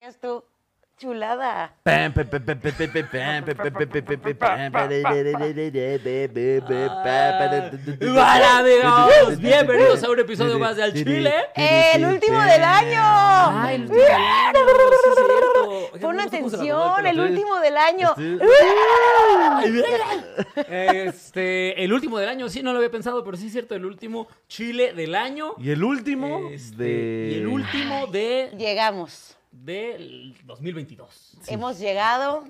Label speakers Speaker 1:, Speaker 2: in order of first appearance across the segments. Speaker 1: Es tu chulada.
Speaker 2: Pam, pam, pam, pam, pam, pam, pam, pam, pam, pam, pam, pam, pam, pam, pam,
Speaker 3: Hola
Speaker 4: Ah,
Speaker 3: amigos, bienvenidos a un episodio más de Al Chile.
Speaker 1: ¡El último del año!
Speaker 3: Ay, el último del año, sí es cierto. Oigan,
Speaker 1: Pon
Speaker 3: no sé cómo se la tomó
Speaker 1: atención, el
Speaker 3: pelo.
Speaker 1: último del
Speaker 2: Este
Speaker 1: año.
Speaker 3: Este, el último del año, sí, no lo había pensado, pero sí es cierto, el último Chile del año.
Speaker 2: Y el último
Speaker 3: Este,
Speaker 2: de...
Speaker 3: Y el último de
Speaker 1: Llegamos.
Speaker 3: del 2022.
Speaker 1: Hemos llegado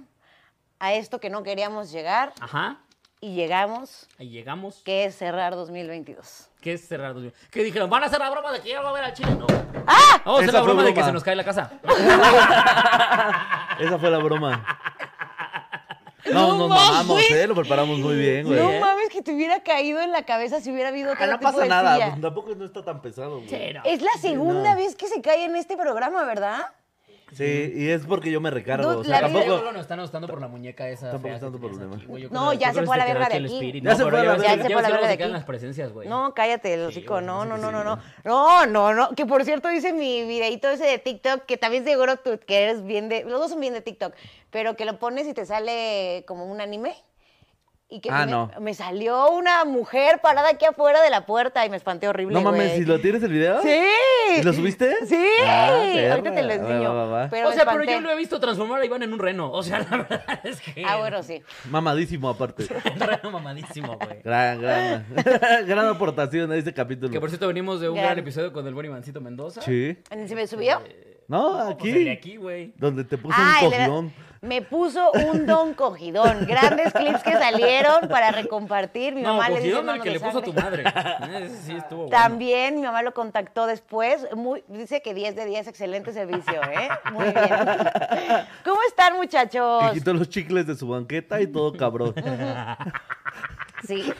Speaker 1: a esto que no queríamos llegar
Speaker 3: Ajá,
Speaker 1: y llegamos,
Speaker 3: ahí llegamos.
Speaker 1: que es cerrar 2022.
Speaker 3: ¿Qué es cerrar? Que dijeron, van a hacer la broma de que ya va a ver al Chile. No, vamos
Speaker 1: ¡Ah!
Speaker 3: a hacer
Speaker 2: Esa
Speaker 3: la
Speaker 2: fue
Speaker 3: broma de que
Speaker 2: broma.
Speaker 3: se nos cae la casa.
Speaker 2: Esa fue la broma. No, nos mamamos, ¿eh? Lo preparamos muy bien, güey.
Speaker 1: No
Speaker 3: ¿eh?
Speaker 1: mames, que te hubiera caído en la cabeza si hubiera habido
Speaker 2: Ah,
Speaker 1: otro
Speaker 2: no
Speaker 1: tipo
Speaker 2: pasa
Speaker 1: de
Speaker 2: nada,
Speaker 1: silla.
Speaker 2: pues, tampoco no está tan pesado, güey.
Speaker 3: Chero.
Speaker 1: Es la segunda
Speaker 2: no.
Speaker 1: vez que se cae en este programa, ¿verdad?
Speaker 2: Sí, y es porque yo me recargo,
Speaker 1: Dude,
Speaker 2: o sea,
Speaker 1: la vida-
Speaker 2: tampoco...
Speaker 3: no están asustando por la muñeca esa.
Speaker 2: Tampoco
Speaker 3: fea
Speaker 2: está
Speaker 3: que
Speaker 2: dando
Speaker 3: tenías
Speaker 2: problema.
Speaker 3: aquí, güey. Yo
Speaker 1: No,
Speaker 3: creo que
Speaker 1: ya
Speaker 3: yo
Speaker 1: se
Speaker 3: creo
Speaker 1: fue a la
Speaker 3: que te
Speaker 1: verga
Speaker 3: quedó
Speaker 1: de
Speaker 3: el
Speaker 1: aquí.
Speaker 3: espíritu.
Speaker 2: Ya
Speaker 3: No,
Speaker 2: se
Speaker 3: pero
Speaker 2: fue a la
Speaker 3: ves que-
Speaker 2: verga.
Speaker 3: ves
Speaker 1: Ya se
Speaker 3: que
Speaker 1: fue a la
Speaker 3: luego
Speaker 1: verga
Speaker 3: se
Speaker 1: de
Speaker 3: quedan
Speaker 1: aquí.
Speaker 3: las presencias, güey.
Speaker 1: No, cállate, el hocico.
Speaker 3: güey,
Speaker 1: No,
Speaker 3: sí,
Speaker 1: no,
Speaker 3: sí,
Speaker 1: no,
Speaker 3: sí,
Speaker 1: no, no.
Speaker 3: no.
Speaker 1: No, no, no. Que por cierto hice mi videito ese de TikTok, que también seguro tú que eres bien de. Los dos son bien de TikTok, pero que lo pones y te sale como un anime. Y que
Speaker 2: Ah,
Speaker 1: me,
Speaker 2: no.
Speaker 1: me salió una mujer parada aquí afuera de la puerta y me espanté horrible.
Speaker 2: No mames,
Speaker 1: güey.
Speaker 2: ¿si lo tienes el video?
Speaker 1: Sí.
Speaker 2: ¿Y lo subiste?
Speaker 1: Sí.
Speaker 2: Ah,
Speaker 1: Ahorita te lo
Speaker 2: perra. Va,
Speaker 1: enseño.
Speaker 2: va, va, va.
Speaker 1: Pero
Speaker 3: o
Speaker 1: me
Speaker 3: sea, pero
Speaker 1: espanté.
Speaker 3: yo lo he visto transformar a Iván en un reno. O sea, la verdad es que.
Speaker 1: Ah, bueno, sí.
Speaker 2: Mamadísimo, aparte.
Speaker 3: Un reno mamadísimo, güey.
Speaker 2: Gran, gran, gran aportación a este capítulo.
Speaker 3: Que por cierto venimos de un
Speaker 1: Gran.
Speaker 3: gran episodio con el buen Ivancito Mendoza.
Speaker 2: Sí.
Speaker 1: ¿Se me subió?
Speaker 2: No,
Speaker 3: No, pues
Speaker 2: aquí.
Speaker 3: el de aquí, güey.
Speaker 2: Donde te puso
Speaker 1: Ay,
Speaker 2: un
Speaker 1: le-
Speaker 2: cojidón.
Speaker 1: Me puso un don cogidón. Grandes clips que salieron para recompartir. Mi
Speaker 3: No,
Speaker 1: mamá le dice,
Speaker 3: cogidón
Speaker 1: "No,
Speaker 3: el
Speaker 1: no
Speaker 3: que
Speaker 1: me
Speaker 3: le puso a
Speaker 1: sangre".
Speaker 3: tu madre. Eh, Ese sí estuvo bueno.
Speaker 1: También mi mamá lo contactó después. Muy, dice que 10 de 10, excelente servicio, ¿eh? Muy bien. ¿Cómo están, muchachos?
Speaker 2: Que quitó los chicles de su banqueta y todo cabrón.
Speaker 1: Sí.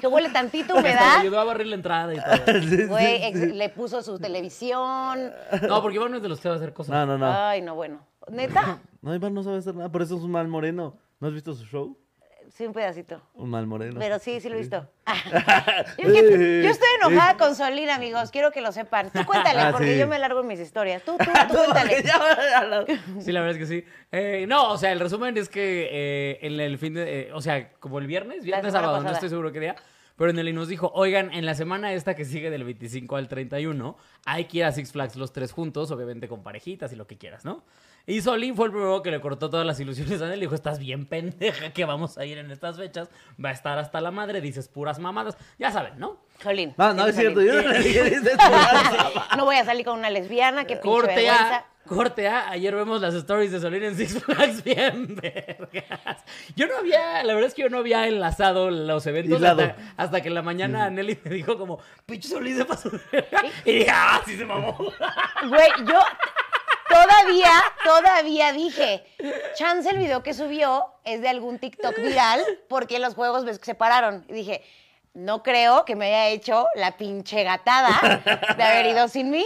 Speaker 1: Que huele tantita
Speaker 3: Hasta me
Speaker 1: humedad.
Speaker 3: ayudó a barrir la entrada y todo.
Speaker 2: Sí, sí,
Speaker 1: Güey, ex-
Speaker 2: sí.
Speaker 1: le puso su televisión.
Speaker 3: No, porque Iván no es de los que va a hacer cosas.
Speaker 2: No, no, no.
Speaker 1: Ay, no, bueno. Neta,
Speaker 2: No, Iván no sabe hacer nada. Por eso es un mal moreno. ¿No has visto su show?
Speaker 1: sí, un pedacito.
Speaker 2: Un mal moreno.
Speaker 1: Pero sí, sí lo he visto. Yo, que- yo estoy enojada con Solín, amigos. Quiero que lo sepan. Tú cuéntale,
Speaker 2: Eh, Ah,
Speaker 1: porque
Speaker 2: sí.
Speaker 1: yo me largo en mis historias. Tú, tú, tú
Speaker 2: No,
Speaker 1: cuéntale.
Speaker 2: porque ya-
Speaker 3: Sí, la verdad es que sí. Eh, no, o sea, el resumen es que eh, en el fin de. eh, o sea, como el viernes, viernes,
Speaker 1: semana
Speaker 3: sábado, no
Speaker 1: pasada.
Speaker 3: estoy seguro qué día. Pero en el y nos dijo, oigan, en la semana esta que sigue del 25 al 31, hay que ir a Six Flags los tres juntos, obviamente con parejitas y lo que quieras, ¿no? Y Solín fue el primero que le cortó todas las ilusiones a él. Le dijo, estás bien pendeja que vamos a ir en estas fechas. Va a estar hasta la madre, dices puras mamadas. Ya saben, ¿no?
Speaker 1: Solín.
Speaker 2: No, no
Speaker 1: sí,
Speaker 2: es
Speaker 1: Solín.
Speaker 2: cierto. Yo no le dije, dice su madre.
Speaker 1: No voy a salir con una lesbiana, que pinche
Speaker 3: Corte
Speaker 1: vergüenza.
Speaker 3: A, corte A. Ayer vemos las stories de Solín en Six Flags bien vergas. Yo no había, la verdad es que yo no había enlazado los eventos
Speaker 2: Hilado.
Speaker 3: hasta, hasta que en la mañana Nelly me dijo como, pinche Solín se pasó de verga". Y dije, ah, sí se mamó.
Speaker 1: Güey, yo todavía, todavía dije, chance el video que subió es de algún TikTok viral porque los juegos me separaron. Y dije, no creo que me haya hecho la pinche gatada de haber ido sin mí.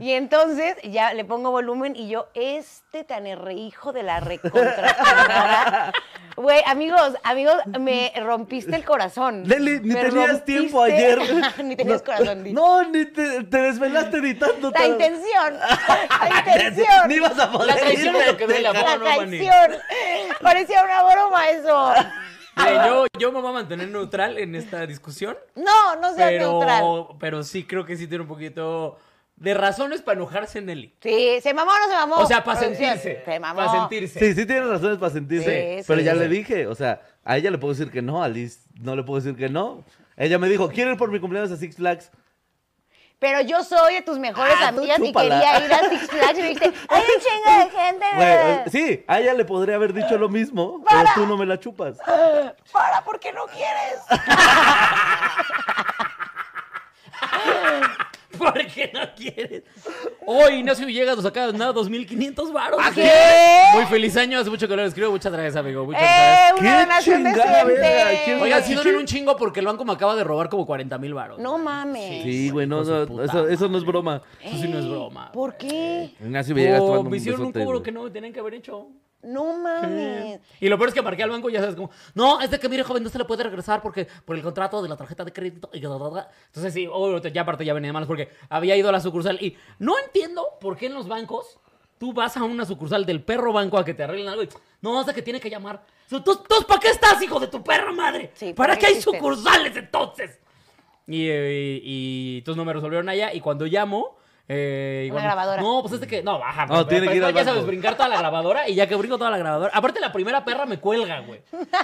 Speaker 1: Y entonces ya le pongo volumen y yo, este tan erre hijo de la recontra. chingada". Güey, amigos, amigos, me rompiste el corazón.
Speaker 2: Leli, ni
Speaker 1: Me
Speaker 2: tenías
Speaker 1: rompiste-
Speaker 2: tiempo ayer.
Speaker 1: ni tenías
Speaker 2: No,
Speaker 1: corazón. di.
Speaker 2: No, ni te, te desvelaste editando.
Speaker 1: La intención. La intención.
Speaker 2: Ah, Ni ibas a poder.
Speaker 3: La traición es lo que duele,
Speaker 2: pendeja.
Speaker 3: amor.
Speaker 1: La
Speaker 3: no, Manny.
Speaker 1: traición. Parecía una broma eso.
Speaker 3: Mira, yo, yo me voy a mantener neutral en esta discusión,
Speaker 1: No, no sea neutral.
Speaker 3: pero, pero sí creo que sí tiene un poquito de razones para enojarse Nelly.
Speaker 1: Sí, ¿se mamó o no se mamó?
Speaker 3: O sea, para
Speaker 1: Producción,
Speaker 3: sentirse.
Speaker 1: Se mamó.
Speaker 3: Para sentirse.
Speaker 2: Sí, sí tiene razones para sentirse.
Speaker 1: Sí,
Speaker 2: pero
Speaker 1: sí,
Speaker 2: ya
Speaker 1: sí.
Speaker 2: le dije, o sea, a ella le puedo decir que no, a Liz no le puedo decir que no. Ella me dijo, ¿quiero ir por mi cumpleaños a Six Flags?
Speaker 1: Pero yo soy de tus mejores
Speaker 2: Ah, tú
Speaker 1: amigas y
Speaker 2: chúpala.
Speaker 1: quería ir a Six Flags y me dijiste, hay un chingo de gente.
Speaker 3: Eh.
Speaker 2: Güey, sí, a ella le podría haber dicho lo mismo,
Speaker 1: Para.
Speaker 2: pero tú no me la chupas. eh,
Speaker 1: Para, porque no quieres.
Speaker 3: ¿Por qué no quieres? Hoy Ignacio Villegas nos acaba de donar 2.500 varos.
Speaker 1: ¿Ah, ¿Qué?
Speaker 3: Muy feliz año, hace mucho que no lo escribo. Muchas gracias, amigo. Muchas
Speaker 1: ¡Eh!
Speaker 3: gracias.
Speaker 1: Una
Speaker 2: ¡Qué
Speaker 1: donación
Speaker 2: chingada, verga!
Speaker 1: decente.
Speaker 2: ¿Quién-
Speaker 3: Oigan, sí donen un chingo porque el banco me acaba de robar como 40 mil varos.
Speaker 1: No mames.
Speaker 2: Sí, güey, no,
Speaker 3: Hijos de
Speaker 2: no,
Speaker 3: puta Eh,
Speaker 2: eso, eso no es broma.
Speaker 3: Eso sí no es broma.
Speaker 1: ¿Por qué?
Speaker 2: Ignacio Villegas
Speaker 3: Oh,
Speaker 2: tomando
Speaker 3: me hicieron un
Speaker 2: besote,
Speaker 3: cobro
Speaker 2: güey.
Speaker 3: que no me tenían que haber hecho.
Speaker 1: No mames.
Speaker 3: Y lo peor es que marqué al banco y ya sabes como, no, es de que mire joven, no se le puede regresar porque por el contrato de la tarjeta de crédito. y da, da, da". Entonces sí, obvio, ya aparte ya venía de malas porque había ido a la sucursal y no entiendo por qué en los bancos tú vas a una sucursal del perro banco a que te arreglen algo y no, hasta que tiene que llamar. ¿Tú, tú para qué estás, hijo de tu perra madre?
Speaker 1: Sí,
Speaker 3: ¿Para
Speaker 1: ¿para
Speaker 3: qué
Speaker 1: qué
Speaker 3: hay
Speaker 1: existen?
Speaker 3: sucursales entonces? Y, eh, y, entonces no me resolvieron allá y cuando llamo... Eh, y
Speaker 1: Una
Speaker 3: cuando-
Speaker 1: grabadora.
Speaker 3: No, pues es de que... No, baja.
Speaker 2: No, tiene que ir al
Speaker 3: ya sabes,
Speaker 2: banco.
Speaker 3: brincar toda la grabadora y ya que brinco toda la grabadora. Aparte, la primera perra me cuelga, güey.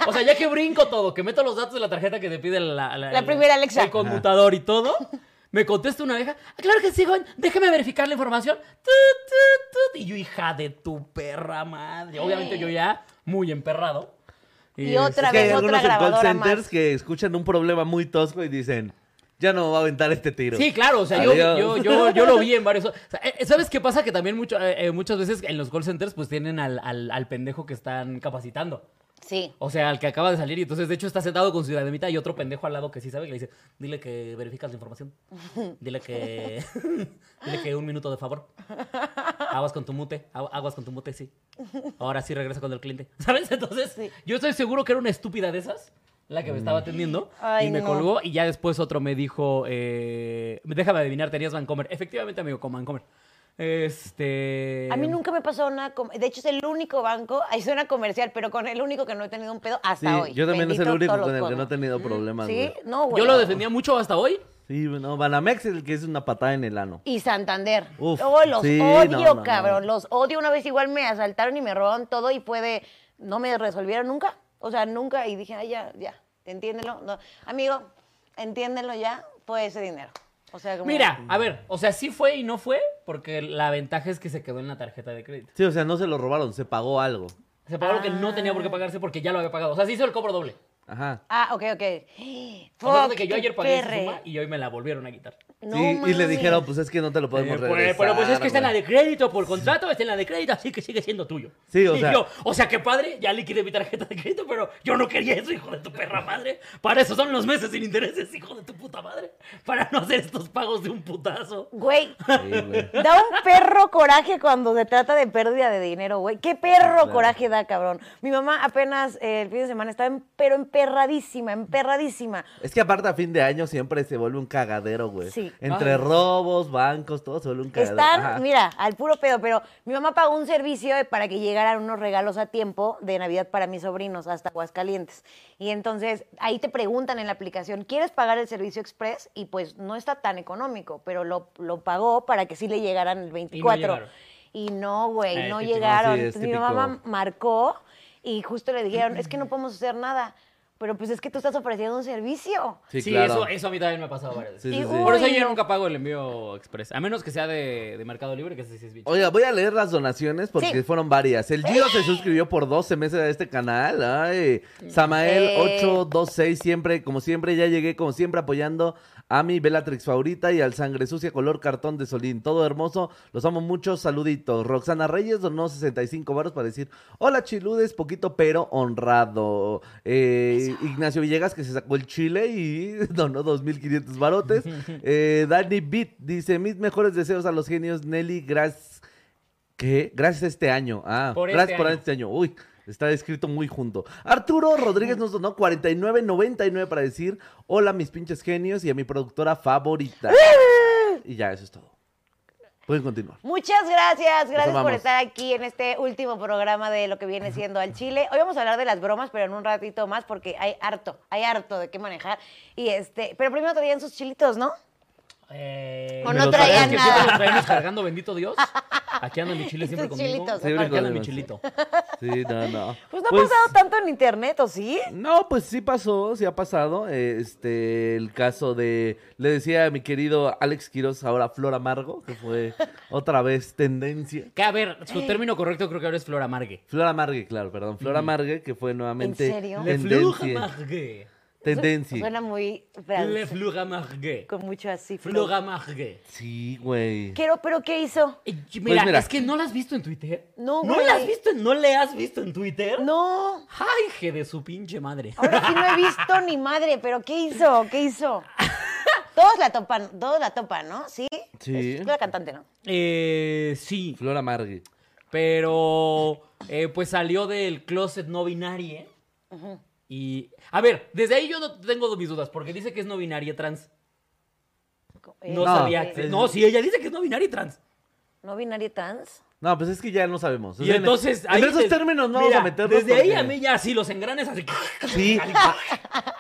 Speaker 3: O sea, ya que brinco todo, que meto los datos de la tarjeta que te pide la,
Speaker 1: La primera Alexa.
Speaker 3: El conmutador y todo. Me contesta una vieja, "Ah, claro que sí, joven, déjeme verificar la información. Tut, tut, tut. Y yo, hija de tu perra madre. Obviamente yo ya muy emperrado. Este,
Speaker 1: Y otra
Speaker 2: Es que hay
Speaker 1: vez otra
Speaker 2: algunos en call
Speaker 1: grabadora
Speaker 2: centers
Speaker 1: más.
Speaker 2: que escuchan un problema muy tosco y dicen, ya no va a aventar este tiro.
Speaker 3: Sí, claro, o sea, yo,
Speaker 2: Adiós.
Speaker 3: yo, yo, yo lo vi en varios. o sea, eh, ¿Sabes qué pasa? Que también mucho, eh, eh, muchas veces en los call centers pues tienen al, al, al pendejo que están capacitando.
Speaker 1: Sí.
Speaker 3: O sea, al que acaba de salir y entonces de hecho está sentado con su dinamita y otro pendejo al lado que sí sabe que le dice, dile que verificas la información. Dile que dile que un minuto de favor. Aguas con tu mute, agu- aguas con tu mute, sí. Ahora sí regresa con el cliente. ¿Sabes? Entonces,
Speaker 1: Sí.
Speaker 3: yo estoy seguro que era una estúpida de esas. La que me estaba atendiendo
Speaker 1: Ay,
Speaker 3: y me
Speaker 1: no.
Speaker 3: colgó y ya después otro me dijo, eh, déjame adivinar, tenías Vancomer. Efectivamente, amigo, con Vancomer. Este...
Speaker 1: A
Speaker 2: Em.
Speaker 1: mí nunca me pasó nada. com- De hecho, es el único banco, ahí suena comercial, pero con el único que no he tenido un pedo
Speaker 2: Sí,
Speaker 1: hasta hoy.
Speaker 2: yo también es el
Speaker 1: Bendito
Speaker 2: único
Speaker 1: todos
Speaker 2: con el
Speaker 1: los
Speaker 2: que no he
Speaker 1: codos.
Speaker 2: tenido problemas.
Speaker 1: Sí,
Speaker 2: güey.
Speaker 1: no, güey.
Speaker 3: Yo lo defendía mucho hasta hoy.
Speaker 2: Sí, no, Banamex es el que es una patada en el ano.
Speaker 1: Y Santander.
Speaker 2: Uf,
Speaker 1: oh, los
Speaker 2: sí, no,
Speaker 1: odio,
Speaker 2: no, no.
Speaker 1: cabrón. Los odio. Una vez igual me asaltaron y me robaron todo y fue de. No me resolvieron nunca. O sea, nunca. Y dije, ay, ya, ya. Entiéndelo. No. Amigo, entiéndelo ya. Fue ese dinero. O sea, como.
Speaker 3: Mira, a ver, o sea, sí fue y no fue, porque la ventaja es que se quedó en la tarjeta de crédito.
Speaker 2: Sí, o sea, no se lo robaron, se pagó algo.
Speaker 3: Se pagó lo que no tenía por qué pagarse porque ya lo había pagado. O sea, se hizo el cobro doble.
Speaker 2: Ajá.
Speaker 1: Ah, ok,
Speaker 3: O
Speaker 1: ok.
Speaker 3: sea,
Speaker 1: Fuck,
Speaker 3: de que
Speaker 1: qué
Speaker 3: yo ayer pagué esa
Speaker 1: perre.
Speaker 3: suma y hoy me la volvieron a quitar.
Speaker 1: No
Speaker 2: Sí, y le
Speaker 1: mames.
Speaker 2: dijeron, pues es que no te lo podemos
Speaker 3: Eh, pues,
Speaker 2: regresar.
Speaker 3: pero pues es que está en la
Speaker 2: güey.
Speaker 3: de crédito, por contrato está en la de crédito, así que sigue siendo tuyo.
Speaker 2: Sí, o
Speaker 3: Y
Speaker 2: sea-
Speaker 3: yo, o sea, que padre, ya liquidé mi tarjeta de crédito, pero yo no quería eso, hijo de tu perra madre. Para eso son los meses sin intereses, hijo de tu puta madre. Para no hacer estos pagos de un putazo.
Speaker 1: Güey,
Speaker 2: Sí, güey.
Speaker 1: Da un perro coraje cuando se trata de pérdida de dinero, güey. ¿Qué perro
Speaker 2: Ah, Claro.
Speaker 1: coraje da, cabrón? Mi mamá apenas eh, el fin de semana estaba, en- pero emperradísima, emperradísima.
Speaker 2: Es que aparte a fin de año siempre se vuelve un cagadero, güey.
Speaker 1: Sí.
Speaker 2: Entre robos, bancos, todo se vuelve un cagadero.
Speaker 1: Están,
Speaker 2: Ajá.
Speaker 1: mira, al puro pedo, pero mi mamá pagó un servicio eh, para que llegaran unos regalos a tiempo de Navidad para mis sobrinos hasta Aguascalientes. Y entonces ahí te preguntan en la aplicación, ¿quieres pagar el servicio express? Y pues no está tan económico, pero lo, lo pagó para que sí le llegaran el 24.
Speaker 3: llegaron.
Speaker 1: Y no, güey,
Speaker 3: Ah,
Speaker 1: no
Speaker 3: es típico.
Speaker 1: llegaron.
Speaker 2: Sí, es
Speaker 1: Entonces mi
Speaker 2: típico.
Speaker 1: mamá marcó y justo le dijeron, es que no podemos hacer nada. Pero pues es que tú estás ofreciendo un servicio.
Speaker 2: Sí, claro.
Speaker 3: eso, eso a mí también me ha pasado varias veces.
Speaker 2: Sí, sí,
Speaker 1: Y,
Speaker 2: sí.
Speaker 1: uy,
Speaker 3: Por eso yo
Speaker 1: no.
Speaker 3: nunca pago el envío express. A menos que sea de, de Mercado Libre, que ese sí es bicho.
Speaker 2: Oiga, voy a leer las donaciones porque
Speaker 1: Sí. ¡Eh!
Speaker 2: fueron varias. El Giro se suscribió por 12 meses a este canal. Ay, Samael826, siempre, como siempre, ya llegué, como siempre, apoyando a mi Bellatrix favorita y al sangre sucia color cartón de Solín. Todo hermoso, los amo mucho, saluditos. Roxana Reyes donó 65 varos para decir, hola chiludes, poquito pero honrado. Eh, Ignacio Villegas que se sacó el chile y donó 2.500 varotes. Eh, Dani Beat dice, mis mejores deseos a los genios Nelly, gracias. ¿Qué? Gracias este año. Ah,
Speaker 3: Por
Speaker 2: gracias
Speaker 3: este
Speaker 2: por
Speaker 3: año.
Speaker 2: este año. Uy, está escrito muy junto. Arturo Rodríguez nos donó 49.99 para decir hola mis pinches genios y a mi productora favorita.
Speaker 1: ¡Eh!
Speaker 2: y ya, eso es todo. Pueden continuar.
Speaker 1: Muchas gracias, gracias por
Speaker 2: amamos.
Speaker 1: estar aquí en este último programa de lo que viene siendo al Chile. Hoy vamos a hablar de las bromas, pero en un ratito más porque hay harto, hay harto de qué manejar. Y este, pero primero traían sus chilitos, ¿no?
Speaker 3: Eh,
Speaker 1: O
Speaker 2: no
Speaker 3: me lo
Speaker 2: traía
Speaker 3: traen, que siempre
Speaker 1: nada.
Speaker 3: lo traemos cargando, bendito Dios. Aquí anda mi chile
Speaker 1: Y
Speaker 3: siempre
Speaker 1: tus
Speaker 3: conmigo.
Speaker 1: chilitos,
Speaker 2: Siempre
Speaker 3: Aquí anda
Speaker 2: con
Speaker 3: mi
Speaker 2: el-
Speaker 3: chilito.
Speaker 2: Sí, no, no.
Speaker 1: Pues no ha pasado tanto en internet, ¿o sí?
Speaker 2: No, pues sí pasó, sí ha pasado. eh, Este, el caso de, le decía a mi querido Alex Quiroz, ahora Flor Amargo, que fue otra vez tendencia.
Speaker 3: Que a ver, su término correcto creo que ahora es flor amargue.
Speaker 2: Flor Amargue, claro, perdón. Flor Amargue, que fue nuevamente
Speaker 1: serio?
Speaker 3: Le
Speaker 2: tendencia.
Speaker 3: flor amargue.
Speaker 2: Tendencia.
Speaker 1: Suena muy
Speaker 3: Le
Speaker 1: francés,
Speaker 3: Flugamargue.
Speaker 1: con mucho así. flow.
Speaker 3: Flugamargue.
Speaker 2: Sí, güey.
Speaker 1: Quiero, pero ¿qué hizo?
Speaker 3: Eh, Mira,
Speaker 2: mira.
Speaker 3: es que no la has visto en Twitter.
Speaker 1: No,
Speaker 3: ¿No
Speaker 1: güey.
Speaker 3: la has visto? ¿No le has visto en Twitter?
Speaker 1: No,
Speaker 3: Ay, je de su pinche madre.
Speaker 1: ahora sí no he visto ni madre, pero ¿qué hizo? ¿Qué hizo? Todos la topan, todos la topan, ¿no? ¿Sí?
Speaker 2: Sí.
Speaker 1: Es la cantante, ¿no?
Speaker 3: Eh, sí,
Speaker 2: Flora Margui.
Speaker 3: pero eh, pues salió del closet no binaria. Y, a ver, desde ahí yo no tengo mis dudas, porque dice que es no binaria trans.
Speaker 1: Eh,
Speaker 3: No,
Speaker 2: No,
Speaker 3: sabía.
Speaker 2: es-
Speaker 3: No, sí, ella dice que es no binaria y trans.
Speaker 1: ¿No binario trans?
Speaker 2: No, pues es que ya no sabemos. O
Speaker 3: Y
Speaker 2: sea, en-
Speaker 3: entonces.
Speaker 2: En,
Speaker 3: ahí
Speaker 2: esos
Speaker 3: des-
Speaker 2: términos no
Speaker 3: Mira,
Speaker 2: vamos a meternos.
Speaker 3: Desde ahí
Speaker 2: porque-
Speaker 3: a mí ya sí, los engranes así.
Speaker 2: Sí.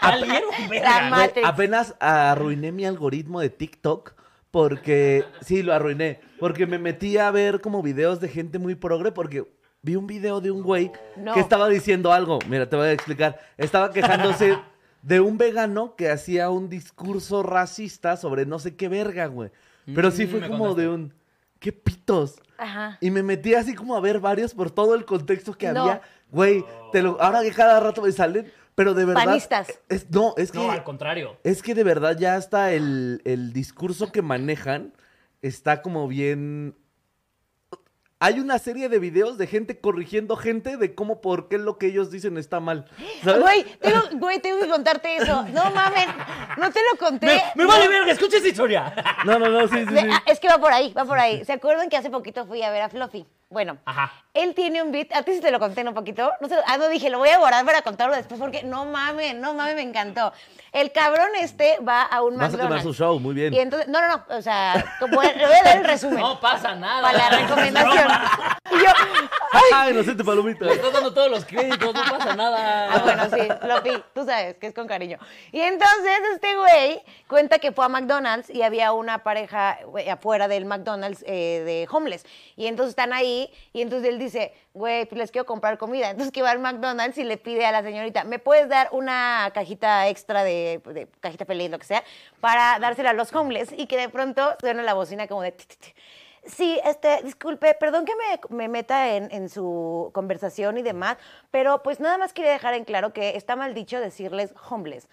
Speaker 3: Salieron, verga,
Speaker 1: madre.
Speaker 3: güey.
Speaker 1: Matrix.
Speaker 2: Apenas arruiné mi algoritmo de TikTok porque sí lo arruiné, porque me metí a ver como videos de gente muy progre porque vi un video de un güey
Speaker 1: No.
Speaker 2: que estaba diciendo algo, mira, te voy a explicar, estaba quejándose de un vegano que hacía un discurso racista sobre no sé qué verga, güey. Pero sí
Speaker 3: Mm,
Speaker 2: fue
Speaker 3: me
Speaker 2: como
Speaker 3: contaste.
Speaker 2: de un qué pitos.
Speaker 1: Ajá.
Speaker 2: Y me metí así como a ver varios por todo el contexto que
Speaker 1: No.
Speaker 2: había. Güey, te lo, ahora que cada rato me salen, pero de verdad.
Speaker 1: Panistas.
Speaker 2: es- no, es que.
Speaker 3: No, al contrario.
Speaker 2: Es que de verdad ya hasta el, el discurso que manejan está como bien... Hay una serie de videos de gente corrigiendo gente de cómo, por qué lo que ellos dicen está mal. ¿sabes?
Speaker 1: Güey, tengo, güey, tengo que contarte eso. No mames, no te lo conté.
Speaker 3: Me, me vale verga, escucha esa historia.
Speaker 2: No, no, no, sí, sí,
Speaker 1: Ve-
Speaker 2: sí.
Speaker 1: ah, Es que va por ahí, va por ahí. ¿Se acuerdan que hace poquito fui a ver a Fluffy? Bueno,
Speaker 3: Ajá.
Speaker 1: él tiene un beat. A ti sí te lo conté, ¿no, poquito? No sé, ah, no dije, lo voy a borrar para contarlo después porque no mames, no mames, me encantó. El cabrón este va a un
Speaker 2: Vas a quemar
Speaker 1: McDonald's.
Speaker 2: su show, muy bien.
Speaker 1: Y entonces, no, no, no, o sea, como- le voy a dar el resumen.
Speaker 3: No pasa nada.
Speaker 1: para la recomendación. Y yo,
Speaker 2: ¡Ay, inocente palomita!
Speaker 3: Le estás dando todos los créditos, no pasa nada.
Speaker 1: Ah, bueno, sí, Floppy, tú sabes que es con cariño. Y entonces este güey cuenta que fue a McDonald's y había una pareja güey, afuera del McDonald's eh, de homeless. Y entonces están ahí y entonces él dice, güey, pues les quiero comprar comida. Entonces que va al McDonald's y le pide a la señorita, ¿me puedes dar una cajita extra de, de cajita feliz, lo que sea, para dársela a los homeless? Y que de pronto suena la bocina como de... tit, tit, tit. Sí, este, disculpe, perdón que me, me meta en, en su conversación y demás, pero pues nada más quería dejar en claro que está mal dicho decirles homeless.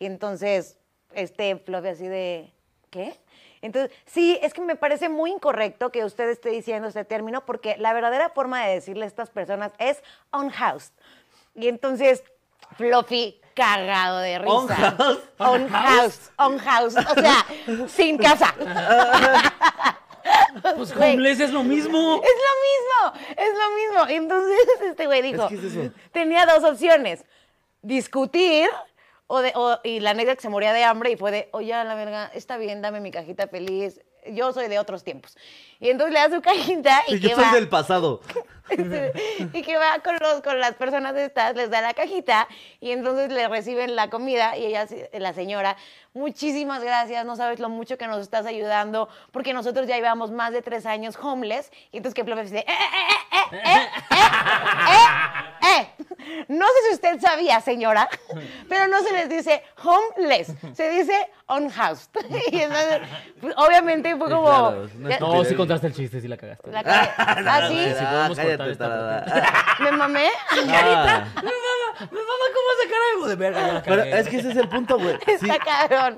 Speaker 1: Y entonces, este Fluffy así de, ¿qué? Entonces, sí, es que me parece muy incorrecto que usted esté diciendo este término porque la verdadera forma de decirle a estas personas es unhoused. Y entonces, Fluffy cagado de risa.
Speaker 2: Unhoused.
Speaker 1: Unhoused, unhoused, o sea, sin casa.
Speaker 3: Pues
Speaker 1: Güey.
Speaker 3: homeless es lo mismo.
Speaker 1: Es lo mismo, es lo mismo. Entonces este güey dijo,
Speaker 2: ¿qué es eso?
Speaker 1: tenía dos opciones, discutir o de- o- y la negra que se moría de hambre y fue de, oye, a la verga, está bien, dame mi cajita feliz, yo soy de otros tiempos. Y entonces le da su cajita y,
Speaker 2: Sí,
Speaker 1: que
Speaker 2: yo
Speaker 1: va,
Speaker 2: soy del pasado.
Speaker 1: Este, y que va con, los, con las personas estas, les da la cajita y entonces le reciben la comida y ella, así- la señora, muchísimas gracias, no sabes lo mucho que nos estás ayudando, porque nosotros ya llevamos más de tres años homeless y entonces que Plover dice, "Eh, eh, eh, eh, eh, eh, eh, eh". No sé si usted sabía, señora, pero no se les dice homeless, se dice unhoused. Y entonces, pues, obviamente fue
Speaker 2: Sí,
Speaker 1: como...
Speaker 2: claro, es una
Speaker 1: ya-
Speaker 3: No, sí contaste el chiste, sí la cagaste.
Speaker 1: la cagué. Ah, sí,
Speaker 3: Si podemos cortar
Speaker 2: cállate,
Speaker 3: esta
Speaker 2: tarada.
Speaker 1: me mamé.
Speaker 2: Ah,
Speaker 3: Me mama, me mama cómo sacar algo de verga. ya la
Speaker 2: pero
Speaker 3: cagué.
Speaker 2: es que ese es el punto, güey. Sí,
Speaker 1: Está cabrón.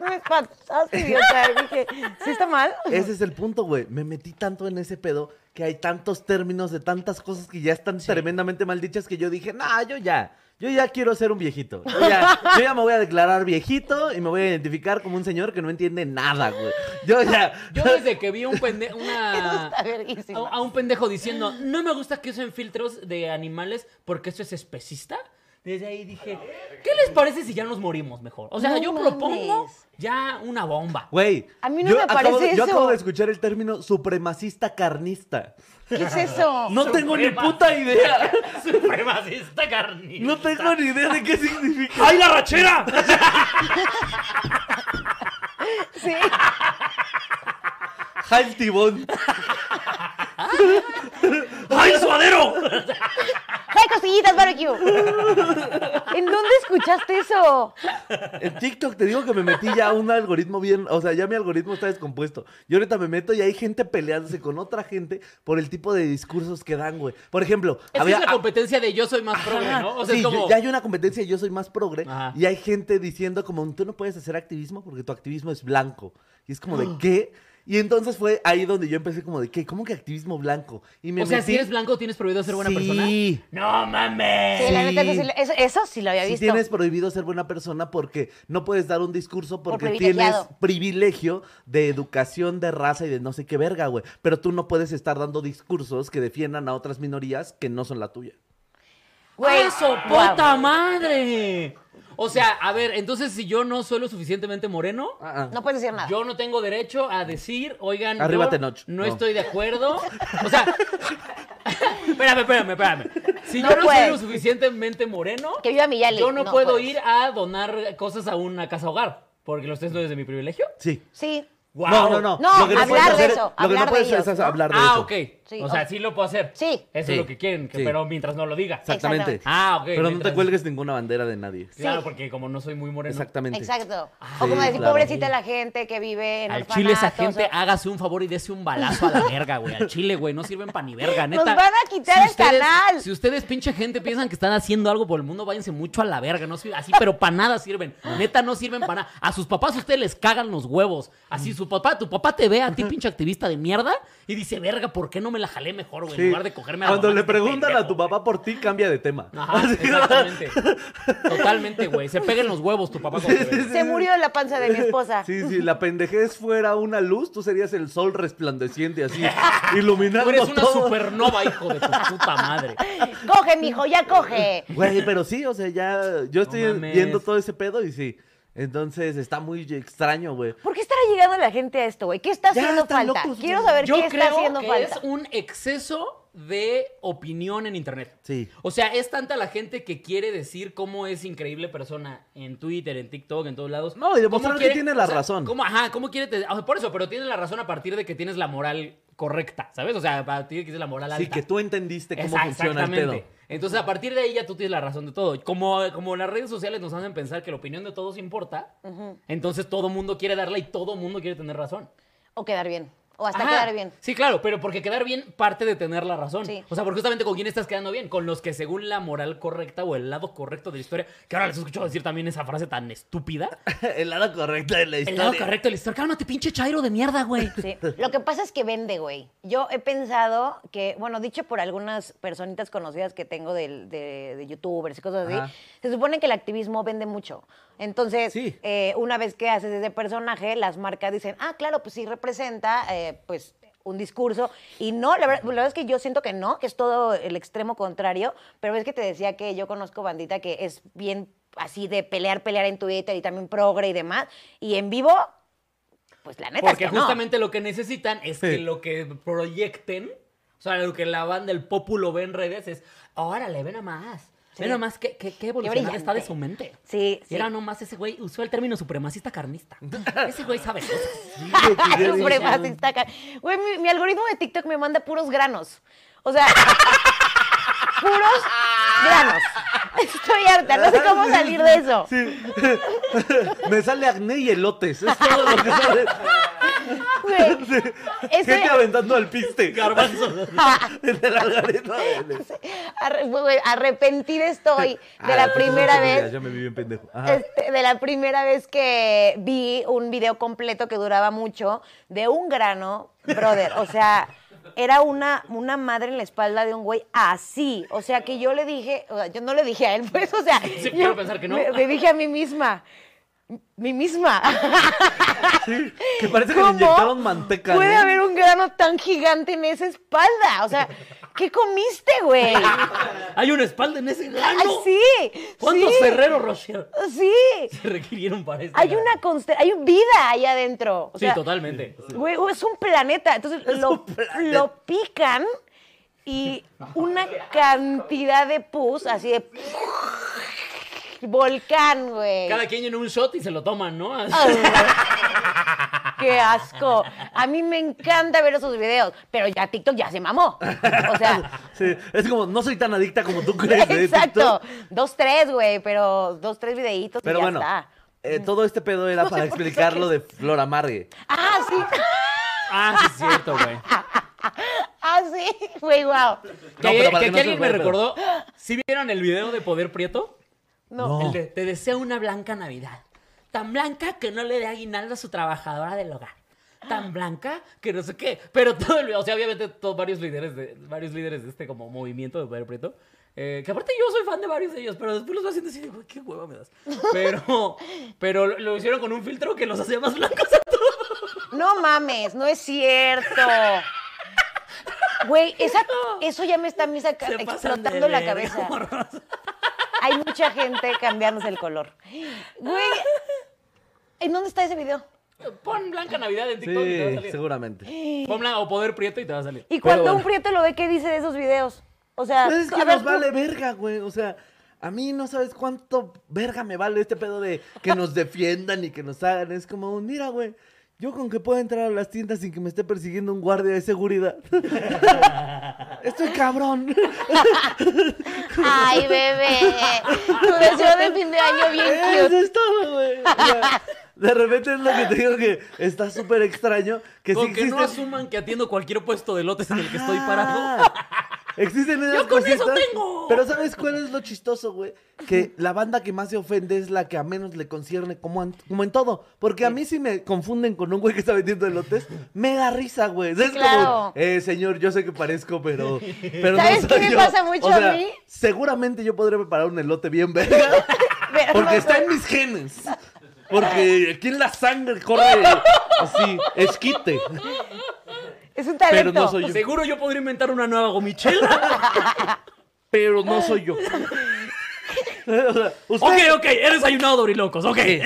Speaker 1: Me espantaste, idiota. Dije, ¿sí está mal?
Speaker 2: Ese es el punto, güey. Me metí tanto en ese pedo que hay tantos términos de tantas cosas que ya están tremendamente mal dichas que yo dije, nah, yo ya. Yo ya quiero ser un viejito. Yo ya, yo ya me voy a declarar viejito y me voy a identificar como un señor que no entiende nada, güey. Yo ya.
Speaker 3: Yo desde que vi un pende-
Speaker 1: Eso
Speaker 3: una...
Speaker 1: está
Speaker 3: a,
Speaker 1: verguísima.
Speaker 3: a un pendejo diciendo, no me gusta que usen filtros de animales porque eso es especista. Desde ahí dije, ¿qué les parece si ya nos morimos mejor? O sea,
Speaker 1: No
Speaker 3: yo propongo
Speaker 1: mames.
Speaker 3: ya una bomba.
Speaker 2: Güey.
Speaker 1: A mí no
Speaker 2: yo
Speaker 1: me
Speaker 2: acabo
Speaker 1: parece
Speaker 2: de- Yo
Speaker 1: eso.
Speaker 2: acabo de escuchar el término supremacista carnista.
Speaker 1: ¿Qué es eso?
Speaker 2: No tengo ni
Speaker 3: Suprema-
Speaker 2: puta idea.
Speaker 3: Supremacista carnívoro.
Speaker 2: No tengo ni idea de qué significa.
Speaker 3: ¡Ay, la rachera!
Speaker 1: Sí.
Speaker 2: Jaime Tibón.
Speaker 3: ¡Ay, suadero!
Speaker 1: ¡Hay costillitas barbecue! ¿En dónde escuchaste eso?
Speaker 2: En TikTok te digo que me metí ya a un algoritmo bien, o sea, ya mi algoritmo está descompuesto. Yo ahorita me meto y hay gente peleándose con otra gente por el tipo de discursos que dan, güey. Por ejemplo,
Speaker 3: Esa
Speaker 2: había, ah,
Speaker 3: es la competencia de yo soy más progre, ¿no? O sea,
Speaker 2: sí,
Speaker 3: es como...
Speaker 2: ya hay una competencia y yo soy más progre
Speaker 3: Ajá.
Speaker 2: y hay gente diciendo como tú no puedes hacer activismo porque tu activismo es blanco. Y es como de qué? Y entonces fue ahí donde yo empecé como de qué, ¿cómo que activismo blanco? Y me
Speaker 3: o sea,
Speaker 2: metí-
Speaker 3: si eres blanco, ¿tienes prohibido ser buena
Speaker 2: Sí.
Speaker 3: persona? ¡No mames!
Speaker 1: Sí, la neta,
Speaker 2: Sí.
Speaker 1: eso sí, lo- eso, eso sí lo había
Speaker 2: Si
Speaker 1: visto.
Speaker 2: tienes prohibido ser buena persona porque no puedes dar un discurso
Speaker 1: Por
Speaker 2: porque tienes
Speaker 1: privilegiado.
Speaker 2: privilegio de educación, de raza y de no sé qué verga, güey. Pero tú no puedes estar dando discursos que defiendan a otras minorías que no son la tuya.
Speaker 1: Güey,
Speaker 3: ¡Eso,
Speaker 1: guau.
Speaker 3: puta ¡Ah, madre! O sea, a ver, entonces si yo no soy lo suficientemente moreno,
Speaker 2: Ah, ah.
Speaker 1: No puedes decir nada.
Speaker 3: yo no tengo derecho a decir, oigan,
Speaker 2: Arriba
Speaker 3: yo
Speaker 2: Tenoch.
Speaker 3: no,
Speaker 2: No.
Speaker 3: estoy de acuerdo. O sea, espérame, espérame, espérame. Si
Speaker 1: No
Speaker 3: yo no soy
Speaker 1: puedes.
Speaker 3: lo suficientemente moreno,
Speaker 1: que viva mi Yali.
Speaker 3: yo no, puedo
Speaker 1: puedes.
Speaker 3: ir a donar cosas a una casa hogar, porque lo estoy haciendo desde mi privilegio.
Speaker 2: Sí.
Speaker 1: Sí.
Speaker 3: Wow.
Speaker 2: No, no, no.
Speaker 1: No,
Speaker 2: Lo que no
Speaker 1: hablar
Speaker 2: puedes
Speaker 1: de
Speaker 2: hacer-
Speaker 1: eso,
Speaker 2: Lo que
Speaker 1: hablar
Speaker 2: no
Speaker 1: de
Speaker 2: puedes hacer
Speaker 1: ellos,
Speaker 2: es
Speaker 1: ¿no?
Speaker 2: hablar de eso.
Speaker 3: Ah, ok.
Speaker 1: Sí,
Speaker 3: o
Speaker 1: o-
Speaker 3: sea, sí lo puedo hacer.
Speaker 1: Sí.
Speaker 3: Eso
Speaker 2: Sí.
Speaker 3: es lo que quieren, que-
Speaker 2: Sí.
Speaker 3: pero mientras no lo diga.
Speaker 2: Exactamente.
Speaker 1: Exactamente.
Speaker 3: Ah, ok.
Speaker 2: Pero no te
Speaker 3: mientras-
Speaker 2: cuelgues ninguna bandera de nadie.
Speaker 3: Claro,
Speaker 1: Sí.
Speaker 3: porque como no soy muy moreno.
Speaker 2: Exactamente.
Speaker 1: Exacto.
Speaker 2: Ah,
Speaker 1: o como
Speaker 2: sí,
Speaker 1: decir,
Speaker 2: claro.
Speaker 1: pobrecita la gente que vive en
Speaker 3: Al
Speaker 1: orfanatos.
Speaker 3: chile esa gente,
Speaker 1: o-
Speaker 3: hágase un favor y dese un balazo a la verga, güey. Al chile, güey, no sirven para ni verga, neta.
Speaker 1: Nos van a quitar el canal.
Speaker 3: Si ustedes, pinche gente, piensan que están haciendo algo por el mundo, váyanse mucho a la verga. No sir- así, pero para nada sirven. Neta, no sirven para nada. A sus papás ustedes les cagan los huevos. Así, su papá, tu papá te ve a ti, pinche activista de mierda, y dice, verga, ¿por qué no me la jalé mejor, güey?
Speaker 2: Sí.
Speaker 3: En lugar de cogerme a la
Speaker 2: Cuando
Speaker 3: mamá
Speaker 2: le
Speaker 3: de este
Speaker 2: preguntan a
Speaker 3: pendejo,
Speaker 2: tu
Speaker 3: güey".
Speaker 2: papá por ti, cambia de tema.
Speaker 3: Ajá, exactamente. Totalmente, güey. Se peguen los huevos tu papá. cuando te ve.
Speaker 1: Se murió en la panza de mi esposa.
Speaker 2: Sí, sí, la pendejez fuera una luz, tú serías el sol resplandeciente así, iluminando
Speaker 3: Tú eres una
Speaker 2: todo.
Speaker 3: supernova, hijo de tu puta madre.
Speaker 1: Coge, mijo, ya coge.
Speaker 2: Güey, pero sí, o sea, ya yo estoy
Speaker 3: mames.
Speaker 2: viendo todo ese pedo y sí. Entonces está muy extraño, güey.
Speaker 1: ¿Por qué estará llegando la gente a esto, güey? ¿Qué está
Speaker 2: Ya
Speaker 1: haciendo
Speaker 2: están
Speaker 1: falta?
Speaker 2: locos,
Speaker 1: Quiero
Speaker 2: güey.
Speaker 1: saber
Speaker 3: Yo
Speaker 1: qué
Speaker 3: creo
Speaker 1: está haciendo
Speaker 3: que
Speaker 1: falta.
Speaker 3: es un exceso de opinión en internet.
Speaker 2: Sí.
Speaker 3: O sea, es tanta la gente que quiere decir cómo es increíble persona en Twitter, en TikTok, en todos lados.
Speaker 2: No, y demostrar
Speaker 3: ¿Cómo
Speaker 2: que tiene la razón.
Speaker 3: ¿cómo, ajá, ¿cómo quiere? te- o sea, por eso, pero tiene la razón a partir de que tienes la moral correcta, ¿sabes? O sea, a partir de que tienes la moral alta.
Speaker 2: Sí, que tú entendiste cómo
Speaker 3: Esa-
Speaker 2: funciona el pedo.
Speaker 3: exactamente. Entonces, a partir de ahí ya tú tienes la razón de todo. Como, como las redes sociales nos hacen pensar que la opinión de todos importa, entonces todo mundo quiere darla y todo mundo quiere tener razón.
Speaker 1: O quedar bien. O hasta
Speaker 3: Ajá.
Speaker 1: quedar bien.
Speaker 3: Sí, claro, pero porque quedar bien parte de tener la razón.
Speaker 1: Sí.
Speaker 3: O sea, porque justamente con quién estás quedando bien, con los que según la moral correcta o el lado correcto de la historia, que ahora les escucho decir también esa frase tan estúpida.
Speaker 2: el lado correcto de la
Speaker 3: El
Speaker 2: historia.
Speaker 3: lado correcto de la historia. Cálmate, pinche chairo de mierda, güey.
Speaker 1: Sí. Lo que pasa es que vende, güey. Yo he pensado que, bueno, dicho por algunas personitas conocidas que tengo del- de, de youtubers y cosas así,
Speaker 2: Ajá.
Speaker 1: se supone que el activismo vende mucho. Entonces,
Speaker 2: Sí.
Speaker 1: eh, una vez que haces ese personaje, las marcas dicen, ah, claro, pues sí representa, eh, pues un discurso y no, la verdad, la verdad es que yo siento que no, que es todo el extremo contrario, pero es que te decía que yo conozco bandita que es bien así de pelear, pelear en Twitter y también progre y demás, y en vivo, pues la neta
Speaker 3: Porque
Speaker 1: es que no.
Speaker 3: justamente lo que necesitan es que
Speaker 2: Sí.
Speaker 3: lo que proyecten, o sea, lo que la banda, el populo ve en redes es, órale, ve nomás. Ve
Speaker 1: Sí.
Speaker 3: nomás qué, qué, qué evolucionada está de
Speaker 1: brillante.
Speaker 3: su mente.
Speaker 1: Sí,
Speaker 3: Y
Speaker 1: sí.
Speaker 3: era nomás ese güey, usó el término supremacista carnista. Ese güey sabe cosas.
Speaker 2: Sí,
Speaker 1: Es
Speaker 2: sí, sí.
Speaker 1: supremacista acá. Güey, mi, mi algoritmo de TikTok me manda puros granos. O sea, puros granos. Estoy harta, no sé cómo salir de eso.
Speaker 2: Sí. Me sale acné y elotes. Es todo lo que sale.
Speaker 1: Güey,
Speaker 2: Gente
Speaker 1: estoy-
Speaker 2: aventando al piste.
Speaker 3: Garbanzo.
Speaker 2: En el algoritmo de-
Speaker 1: arre- güey, arrepentida estoy de
Speaker 2: Ah,
Speaker 1: la
Speaker 2: pues,
Speaker 1: primera
Speaker 2: no, mira,
Speaker 1: vez.
Speaker 2: Ya me vi bien pendejo. Ajá.
Speaker 1: este, de la primera vez que vi un video completo que duraba mucho de un grano, brother. O sea, era una, una madre en la espalda de un güey así. O sea, que yo le dije, o sea, yo no le dije a él, pues, o sea.
Speaker 3: Sí,
Speaker 1: yo
Speaker 3: quiero pensar que no.
Speaker 1: Me, me dije a mí misma. Mi misma.
Speaker 2: Sí, que parece que le
Speaker 1: ¿Cómo
Speaker 2: inyectaron manteca.
Speaker 1: Puede
Speaker 2: ¿no?
Speaker 1: haber un grano tan gigante en esa espalda. O sea, ¿qué comiste, güey?
Speaker 3: Hay una espalda en ese grano.
Speaker 1: Ay, sí.
Speaker 3: ¿Cuántos
Speaker 1: sí,
Speaker 3: Ferrero Rocher
Speaker 1: Sí.
Speaker 3: se requirieron para esto?
Speaker 1: Hay una conste- hay un vida ahí adentro. O
Speaker 3: Sí,
Speaker 1: sea,
Speaker 3: totalmente.
Speaker 1: Güey, es un planeta. Entonces lo, lo pican y una cantidad de pus, así de. Volcán, güey.
Speaker 3: Cada quien en un shot y se lo toman, ¿no?
Speaker 1: Ah, güey. qué asco. A mí me encanta ver esos videos, pero ya TikTok ya se mamó. O sea,
Speaker 2: Sí, es como, no soy tan adicta como tú crees. ¿eh,
Speaker 1: exacto.
Speaker 2: TikTok?
Speaker 1: Dos, tres, güey, pero dos, tres videitos
Speaker 2: Pero
Speaker 1: y ya
Speaker 2: bueno,
Speaker 1: está.
Speaker 2: eh, todo este pedo era
Speaker 1: No sé
Speaker 2: para
Speaker 1: por qué
Speaker 2: explicar lo de
Speaker 1: saqué.
Speaker 2: Flor Amargue.
Speaker 1: Ah, sí.
Speaker 3: Ah, sí, es cierto, güey.
Speaker 1: Ah, sí, güey, wow.
Speaker 3: Que,
Speaker 2: No,
Speaker 3: que
Speaker 2: pero para que no
Speaker 3: aquí
Speaker 2: se
Speaker 3: alguien me
Speaker 2: vuelva.
Speaker 3: recordó. ¿Sí vieron el video de Poder Prieto?
Speaker 1: No.
Speaker 2: No.
Speaker 3: El de, te desea una blanca Navidad. Tan blanca que no le dé aguinaldo a su trabajadora del hogar.
Speaker 2: Ah.
Speaker 3: Tan blanca que no sé qué. Pero todo el. O sea, obviamente, todos varios líderes de, varios líderes de este como movimiento de Poder Prieto. eh, que aparte yo soy fan de varios de ellos, pero después los vas haciendo así, güey, qué hueva me das. Pero, pero lo, lo hicieron con un filtro que los hacía más blancos a todos.
Speaker 1: No mames, no es cierto. Güey, esa- eso ya me está a mí saca-
Speaker 3: Se pasan de
Speaker 1: explotando la
Speaker 3: verga,
Speaker 1: cabeza.
Speaker 3: morros.
Speaker 1: Hay mucha gente cambiándose el color. Güey, ¿en dónde está ese video?
Speaker 3: Pon blanca Navidad en
Speaker 2: Sí,
Speaker 3: TikTok y te va a salir.
Speaker 2: seguramente.
Speaker 1: Eh,
Speaker 3: Pon blanca o Poder Prieto y te va a salir.
Speaker 1: Y cuando
Speaker 2: bueno.
Speaker 1: un prieto lo ve, ¿qué dice de esos videos? O sea,
Speaker 2: Pues es
Speaker 1: a
Speaker 2: que
Speaker 1: ver,
Speaker 2: nos vale verga, güey. O sea, a mí no sabes cuánto verga me vale este pedo de que nos defiendan y que nos hagan. Es como, un, mira, güey, yo con que puedo entrar a las tiendas sin que me esté persiguiendo un guardia de seguridad. Estoy cabrón.
Speaker 1: Ay, bebé. Tu deseo de fin de año bien
Speaker 2: Eso
Speaker 1: cute.
Speaker 2: es todo, güey. O sea, de repente es lo que te digo que está súper extraño. Que sí
Speaker 3: Con que no
Speaker 2: existen-
Speaker 3: asuman que atiendo cualquier puesto de lotes en el que estoy parado.
Speaker 2: Ah, Existen esas
Speaker 3: Yo con eso
Speaker 2: cositas,
Speaker 3: tengo.
Speaker 2: Pero ¿sabes cuál es lo chistoso, güey? Que la banda que más se ofende es la que a menos le concierne, como, an- como en todo. Porque a mí si me confunden con un güey que está vendiendo elotes, me da risa, güey. es
Speaker 1: claro.
Speaker 2: como, eh, señor, yo sé que parezco, pero, pero no
Speaker 1: ¿Sabes qué
Speaker 2: soy
Speaker 1: me
Speaker 2: yo".
Speaker 1: pasa mucho
Speaker 2: O sea,
Speaker 1: a mí?
Speaker 2: Seguramente yo podré preparar un elote bien verga.
Speaker 1: Pero no
Speaker 2: Porque está
Speaker 1: sé.
Speaker 2: en mis genes. Porque aquí en la sangre corre así, esquite.
Speaker 1: Es un talento.
Speaker 2: no soy yo.
Speaker 3: Seguro yo podría inventar una nueva gomichela.
Speaker 2: Pero no soy yo. O sea, usted-
Speaker 3: ok, ok, he desayunado dorilocos, ok.
Speaker 1: Hoy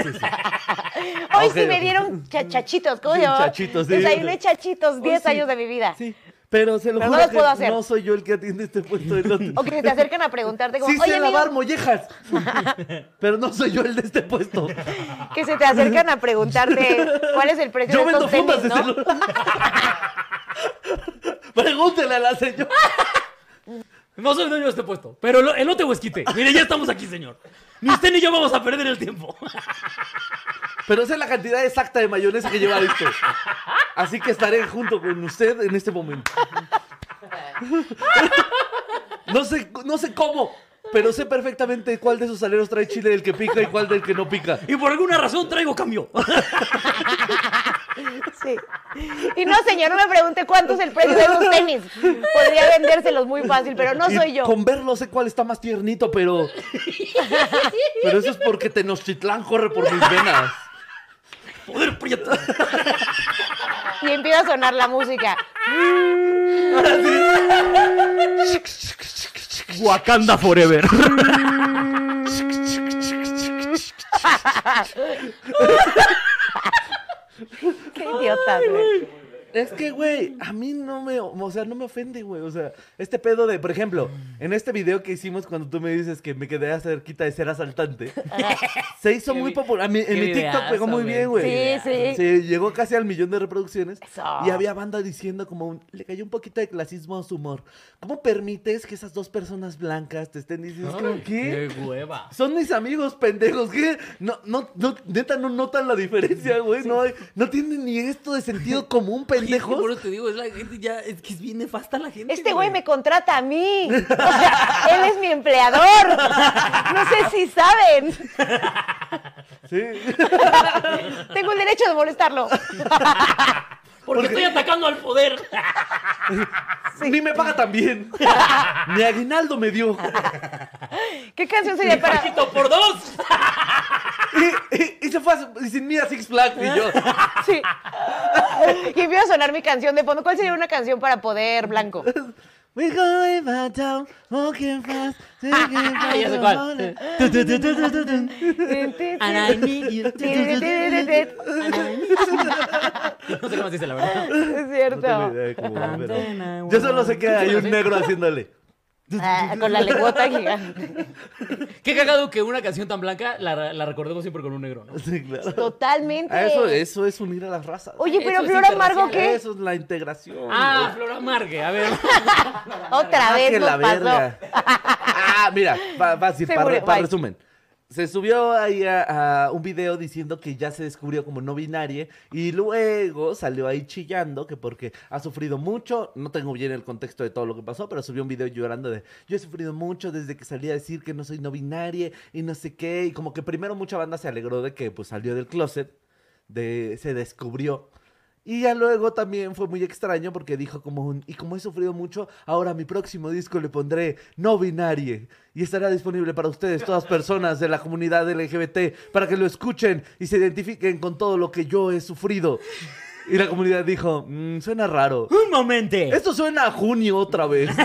Speaker 2: Ok,
Speaker 1: sí me
Speaker 2: ok.
Speaker 1: dieron cha- chachitos, ¿cómo
Speaker 2: Sí,
Speaker 1: se llamaba?
Speaker 2: chachitos, sí.
Speaker 1: Desayuné chachitos,
Speaker 2: Hoy
Speaker 1: 10
Speaker 2: sí.
Speaker 1: años de mi vida.
Speaker 2: Sí, pero se lo
Speaker 1: Pero no
Speaker 2: juro
Speaker 1: los
Speaker 2: que
Speaker 1: puedo hacer.
Speaker 2: no soy yo el que atiende este puesto de lotes.
Speaker 1: O que se te acerquen a preguntarte como,
Speaker 2: Sí sé
Speaker 1: oye, amigo",
Speaker 2: lavar mollejas, pero no soy yo el de este puesto.
Speaker 1: que se te acercan a preguntarte cuál es el precio
Speaker 2: Yo
Speaker 1: de
Speaker 2: vendo
Speaker 1: estos tenis,
Speaker 2: fundas de
Speaker 1: ¿no?
Speaker 2: celular. Pregúntele a la señora.
Speaker 3: No soy dueño de este puesto, pero el elote o esquite. Mire, ya estamos aquí, señor. Ni usted ni yo vamos a perder el tiempo.
Speaker 2: Pero esa es la cantidad exacta de mayonesa que lleva esto. Así que estaré junto con usted en este momento. No sé, no sé cómo, pero sé perfectamente cuál de esos saleros trae chile del que pica y cuál del que no pica.
Speaker 3: Y por alguna razón traigo cambio.
Speaker 1: Sí. Y no, señor, no me pregunte cuánto es el precio de esos tenis. Podría vendérselos muy fácil, pero no
Speaker 2: Y
Speaker 1: soy yo.
Speaker 2: Con verlo sé cuál está más tiernito, pero. Pero eso es porque Tenochtitlán corre por mis venas.
Speaker 3: Poder prieto.
Speaker 1: Y empieza a sonar la música.
Speaker 3: Wakanda forever.
Speaker 1: Qué idiotas, güey.
Speaker 2: Es que, güey, a mí no me, o sea, no me ofende, güey. O sea, este pedo de, por ejemplo, en este video que hicimos cuando tú me dices que me quedé cerquita de ser asaltante, se hizo
Speaker 3: Qué
Speaker 2: muy
Speaker 3: vi-
Speaker 2: popular. A mí-
Speaker 3: qué
Speaker 2: En mi TikTok
Speaker 3: videazo,
Speaker 2: pegó muy
Speaker 3: güey.
Speaker 2: bien, güey.
Speaker 1: Sí, sí.
Speaker 2: Se llegó casi al millón de reproducciones.
Speaker 1: Eso.
Speaker 2: Y había banda diciendo como, un- le cayó un poquito de clasismo a su humor. ¿Cómo permites que esas dos personas blancas te estén diciendo, como, ¿qué?
Speaker 3: Qué hueva.
Speaker 2: Son mis amigos pendejos, ¿qué? No, no, no, neta, no notan la diferencia, güey. No, hay- no tienen ni esto de sentido común, pendejos.
Speaker 3: Por eso te digo, es la gente ya, es que es bien nefasta la gente.
Speaker 1: Este güey me contrata a mí. O sea, él es mi empleador. No sé si saben.
Speaker 2: Sí.
Speaker 1: Tengo el derecho de molestarlo.
Speaker 3: Porque estoy atacando al poder.
Speaker 2: Ni me paga tan bien. Ni aguinaldo me dio.
Speaker 1: ¿Qué canción sería para.?
Speaker 3: Paquito por dos.
Speaker 2: Y, y- y se fue a- y sin mí a Six Flags y yo.
Speaker 1: Sí. Y empieza a sonar mi canción de fondo. ¿Cuál sería una canción para poder blanco?
Speaker 2: We're going back down, walking fast, taking back
Speaker 3: Ya sé
Speaker 2: the
Speaker 3: cuál.
Speaker 2: morning.
Speaker 3: I need you. No sé cómo se dice la verdad.
Speaker 1: Es
Speaker 2: No tengo
Speaker 1: cierto.
Speaker 2: idea de cómo va, pero Yo solo sé que hay un negro haciéndole.
Speaker 1: Ah, con la lengüota gigante.
Speaker 3: Qué cagado que una canción tan blanca la, la recordemos siempre con un negro, ¿no?
Speaker 2: Sí, claro.
Speaker 1: Totalmente.
Speaker 2: Ah, Eso, eso es unir a las razas.
Speaker 1: Oye, pero
Speaker 3: Eso es
Speaker 1: Flor Amargo, ¿qué?
Speaker 2: Eso es la integración.
Speaker 3: Ah, Flor Amargue, a ver.
Speaker 1: Otra
Speaker 2: Ah, que
Speaker 1: vez nos
Speaker 2: la
Speaker 1: pasó.
Speaker 2: verga. Ah, mira, fa- fácil,
Speaker 1: Se
Speaker 2: para,
Speaker 1: murió,
Speaker 2: para
Speaker 1: bye.
Speaker 2: resumen. Se subió ahí a, a un video diciendo que ya se descubrió como no binaria y luego salió ahí chillando que porque ha sufrido mucho, no tengo bien el contexto de todo lo que pasó, pero subió un video llorando de yo he sufrido mucho desde que salí a decir que no soy no binaria y no sé qué y como que primero mucha banda se alegró de que pues salió del closet, de se descubrió y ya luego también fue muy extraño porque dijo como un, y como he sufrido mucho, ahora a mi próximo disco le pondré no binarie y estará disponible para ustedes, todas personas de la comunidad LGBT, para que lo escuchen y se identifiquen con todo lo que yo he sufrido. Y la comunidad dijo, "Mm, suena raro.
Speaker 3: ¡Un momento!
Speaker 2: Esto suena a junio otra vez.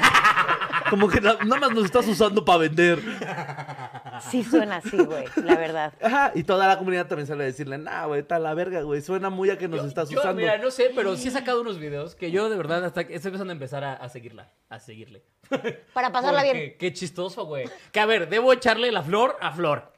Speaker 2: Como que na- nada más nos estás usando para vender.
Speaker 1: Sí suena así, güey, la verdad.
Speaker 2: Ajá, y toda la comunidad también sale a decirle, nah, güey, está la verga, güey, suena muy a que nos estás
Speaker 3: Yo,
Speaker 2: usando.
Speaker 3: mira, no sé, pero sí he sacado unos videos que yo de verdad hasta que estoy empezando a empezar a, a seguirla, a seguirle.
Speaker 1: Para pasarla
Speaker 3: Porque
Speaker 1: bien.
Speaker 3: Qué chistoso, güey. Que a ver, debo echarle la flor a flor.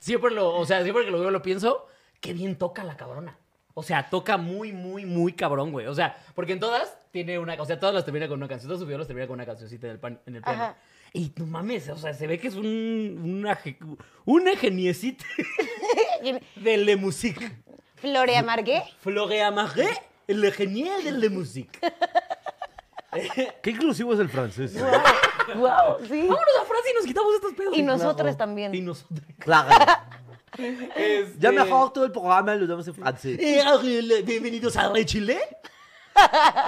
Speaker 3: Siempre lo, o sea, siempre que lo veo lo pienso, qué bien toca la cabrona. O sea, toca muy, muy, muy cabrón, güey. O sea, porque en todas tiene una, o sea, todas las termina con una canción. Todos sus videos las termina con una cancioncita del pan, en el piano.
Speaker 1: Ajá.
Speaker 3: Y no mames, o sea, se ve que es un, una, ge- una geniecita de la musique.
Speaker 1: Florea Amargué.
Speaker 3: Flore Amaré, le genial de la musique.
Speaker 2: Qué inclusivo es el francés. güey.
Speaker 1: Wow, sí.
Speaker 3: Vámonos a Francia y nos quitamos estos pedos.
Speaker 1: Y nosotras también.
Speaker 3: Y nosotras.
Speaker 2: Claro.
Speaker 3: Este-
Speaker 2: Ya mejor todo el programa lo damos en francés.
Speaker 3: Eh, Ariel, bienvenidos a Re Chile.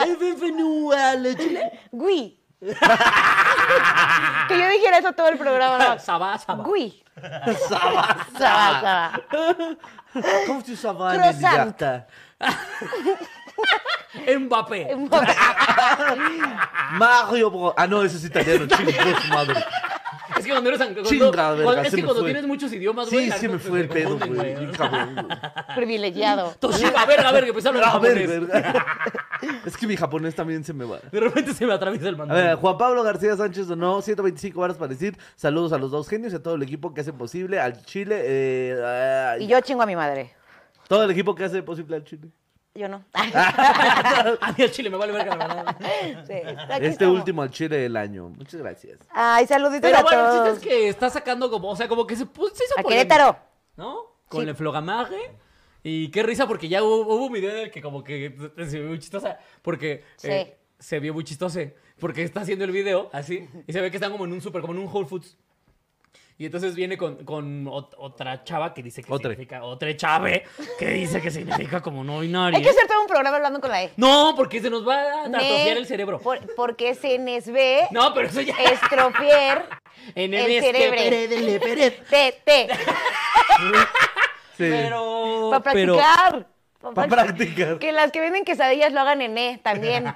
Speaker 3: Eh, Bienvenido a Re Chile.
Speaker 1: Gui. que yo dijera eso todo el programa.
Speaker 3: Ah, Sabá,
Speaker 1: No.
Speaker 3: sabá.
Speaker 1: Gui.
Speaker 2: Saba,
Speaker 1: Saba, saba.
Speaker 2: ¿Cómo tu sabas,
Speaker 1: Croissant.
Speaker 2: Liliata?
Speaker 3: Mbappé.
Speaker 2: Mario Bro. Ah, no, ese es italiano, chingo su madre.
Speaker 3: Es que cuando eres anglo-
Speaker 2: Chinga,
Speaker 3: cuando-
Speaker 2: verga,
Speaker 3: es
Speaker 2: se
Speaker 3: que
Speaker 2: me
Speaker 3: cuando
Speaker 2: fue.
Speaker 3: tienes muchos idiomas, güey.
Speaker 2: Sí,
Speaker 3: las
Speaker 2: se me
Speaker 3: cosas
Speaker 2: fue
Speaker 3: se
Speaker 2: el pedo,
Speaker 3: confunden,
Speaker 2: güey. bien cabrón, güey.
Speaker 1: Privilegiado.
Speaker 3: Toshiba, a ver, a ver, que empezaron
Speaker 2: A
Speaker 3: a
Speaker 2: ver,
Speaker 3: ver.
Speaker 2: verga. Es que mi japonés también se me va.
Speaker 3: De repente se me atraviesa el
Speaker 2: A
Speaker 3: mandado.
Speaker 2: ver, Juan Pablo García Sánchez donó 125 horas para decir saludos a los dos genios y a todo el equipo que hace posible al Chile. eh, ay,
Speaker 1: Y yo chingo a mi madre.
Speaker 2: todo el equipo que hace posible al Chile.
Speaker 1: Yo no.
Speaker 3: A mí al chile me vale verga la verdad.
Speaker 1: Sí, aquí
Speaker 2: Este
Speaker 1: estamos.
Speaker 2: último al Chile del año. Muchas gracias.
Speaker 1: Ay, saluditos
Speaker 3: Pero
Speaker 1: a
Speaker 3: bueno, el
Speaker 1: todos.
Speaker 3: chiste es que está sacando como, o sea, como que se puso. se hizo
Speaker 1: A
Speaker 3: polémica,
Speaker 1: Querétaro.
Speaker 3: ¿No? Con
Speaker 1: Sí.
Speaker 3: el flogamarre. Y qué risa, porque ya hubo, hubo un video en el que como que se vio muy chistosa. Porque
Speaker 1: Sí.
Speaker 3: eh, se vio muy chistoso. Porque está haciendo el video así. Y se ve que están como en un super, como en un Whole Foods. Y entonces viene con, con ot- otra chava que dice que
Speaker 2: Otra.
Speaker 3: significa. Otra chave que dice que significa como no binaria.
Speaker 1: Hay que hacer todo un programa hablando con la E.
Speaker 3: No, porque se nos va a atrofiar
Speaker 1: Ne-
Speaker 3: el cerebro.
Speaker 1: por- porque se nos ve
Speaker 3: No, pero eso ya.
Speaker 1: estropear
Speaker 3: En este
Speaker 1: el
Speaker 3: es que-
Speaker 1: cerebro.
Speaker 3: pere- dele, pere.
Speaker 1: te, te,
Speaker 2: Sí.
Speaker 3: Pero.
Speaker 1: para
Speaker 3: pero-
Speaker 1: practicar.
Speaker 2: Para practicar.
Speaker 1: Que las que venden quesadillas lo hagan en E también.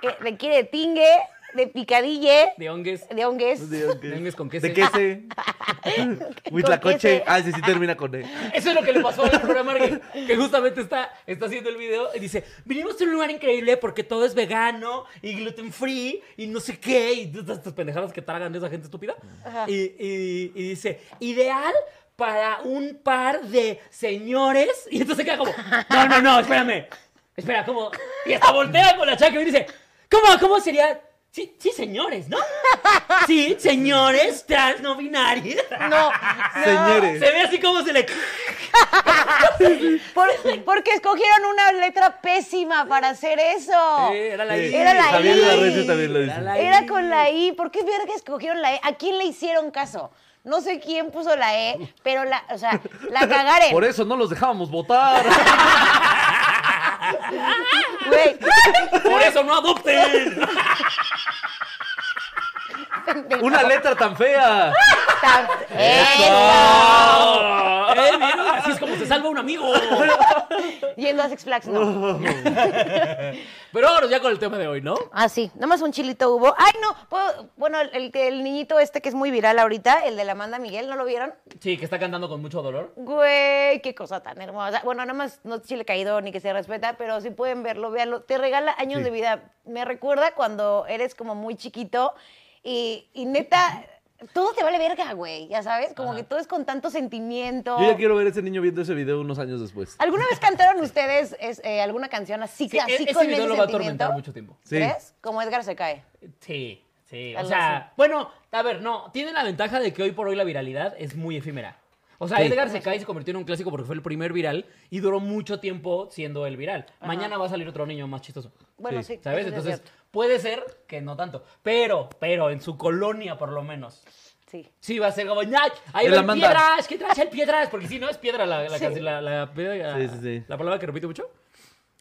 Speaker 1: Que de que de tingue, de picadille,
Speaker 3: De hongues.
Speaker 1: de hongues.
Speaker 3: Vengas con queso.
Speaker 2: ¿De qué se?
Speaker 1: queso.
Speaker 2: Huitlacoche. Ah, sí, sí termina con E.
Speaker 3: Eso es lo que le pasó al programa que, que justamente está, está haciendo el video y dice, vinimos a un lugar increíble porque todo es vegano y gluten free y no sé qué, y todas estas pendejadas que tragan esa gente estúpida. Y, y- y dice, ideal para un par de señores. Y entonces queda como, no, no, no, espérame. Espera, como, y hasta voltea con la chaca y dice, ¿cómo, cómo sería? Sí, sí, señores, ¿no? Sí, señores trans no binarios.
Speaker 1: No,
Speaker 2: Señores.
Speaker 3: Se ve así como se le...
Speaker 1: por- porque escogieron una letra pésima para hacer eso.
Speaker 3: Sí, era la
Speaker 2: Sí.
Speaker 3: I.
Speaker 1: Oh. Era la
Speaker 2: Javier
Speaker 1: I.
Speaker 2: Larrete también lo
Speaker 3: Era
Speaker 2: dice.
Speaker 3: la
Speaker 1: Era
Speaker 3: I.
Speaker 1: con la I. ¿Por qué verga escogieron la E? ¿A quién le hicieron caso? No sé quién puso la E, pero la, o sea, la cagaren.
Speaker 2: Por e- eso no los dejábamos votar.
Speaker 1: Güey,
Speaker 3: Por eso no adopten.
Speaker 2: Una letra tan fea.
Speaker 1: tan-
Speaker 2: Eso.
Speaker 3: Eh, ¿vieron? Así es como se salva un amigo.
Speaker 1: Eso. Yendo a Six Flags, no.
Speaker 3: Pero vámonos ya con el tema de hoy, ¿no?
Speaker 1: Ah, sí. Nomás un chilito hubo. Ay, no. puedo- Bueno, el, el que- el niñito este que es muy viral ahorita, el de la Amanda Miguel, ¿no lo vieron?
Speaker 3: Sí, que está cantando con mucho dolor.
Speaker 1: Güey, qué cosa tan hermosa. Bueno, nada más no chile caído ni que se respeta, pero si pueden verlo, véanlo. Te regala años
Speaker 2: Sí.
Speaker 1: de vida. Me recuerda cuando eres como muy chiquito Y, y neta, todo te vale verga, güey, ya sabes, como
Speaker 3: Ajá.
Speaker 1: que todo es con tanto sentimiento.
Speaker 2: Yo ya quiero ver a ese niño viendo ese video unos años después.
Speaker 1: ¿Alguna vez cantaron ustedes es, eh, alguna canción así,
Speaker 3: Sí,
Speaker 1: así
Speaker 3: e- ese
Speaker 1: con
Speaker 3: video
Speaker 1: ese
Speaker 3: lo va a
Speaker 1: sentimiento?
Speaker 3: atormentar mucho tiempo.
Speaker 2: Sí.
Speaker 1: ¿Crees? Como Edgar se cae.
Speaker 3: Sí, sí. O
Speaker 1: Algo
Speaker 3: sea,
Speaker 1: así.
Speaker 3: bueno, a ver, no, tiene la ventaja de que hoy por hoy la viralidad es muy efímera. O sea,
Speaker 2: Sí.
Speaker 3: Edgar se cae y se convirtió en un clásico porque fue el primer viral y duró mucho tiempo siendo el viral. Mañana va a salir otro niño más chistoso.
Speaker 1: Bueno,
Speaker 2: Sí.
Speaker 1: sí.
Speaker 3: ¿Sabes?
Speaker 1: eso sí es
Speaker 3: Entonces,
Speaker 1: cierto.
Speaker 3: puede ser que no tanto. Pero, pero, en su colonia por lo menos.
Speaker 1: Sí.
Speaker 3: Sí, va a ser como, ¡Ay! ¡Ahí
Speaker 2: El
Speaker 3: va el
Speaker 2: Amanda.
Speaker 3: piedras! ¿Qué traes el piedras? Porque si no es piedra la, la,
Speaker 1: Sí.
Speaker 3: canción, la, la piedra-
Speaker 2: Sí, sí, sí.
Speaker 3: la palabra que repito mucho.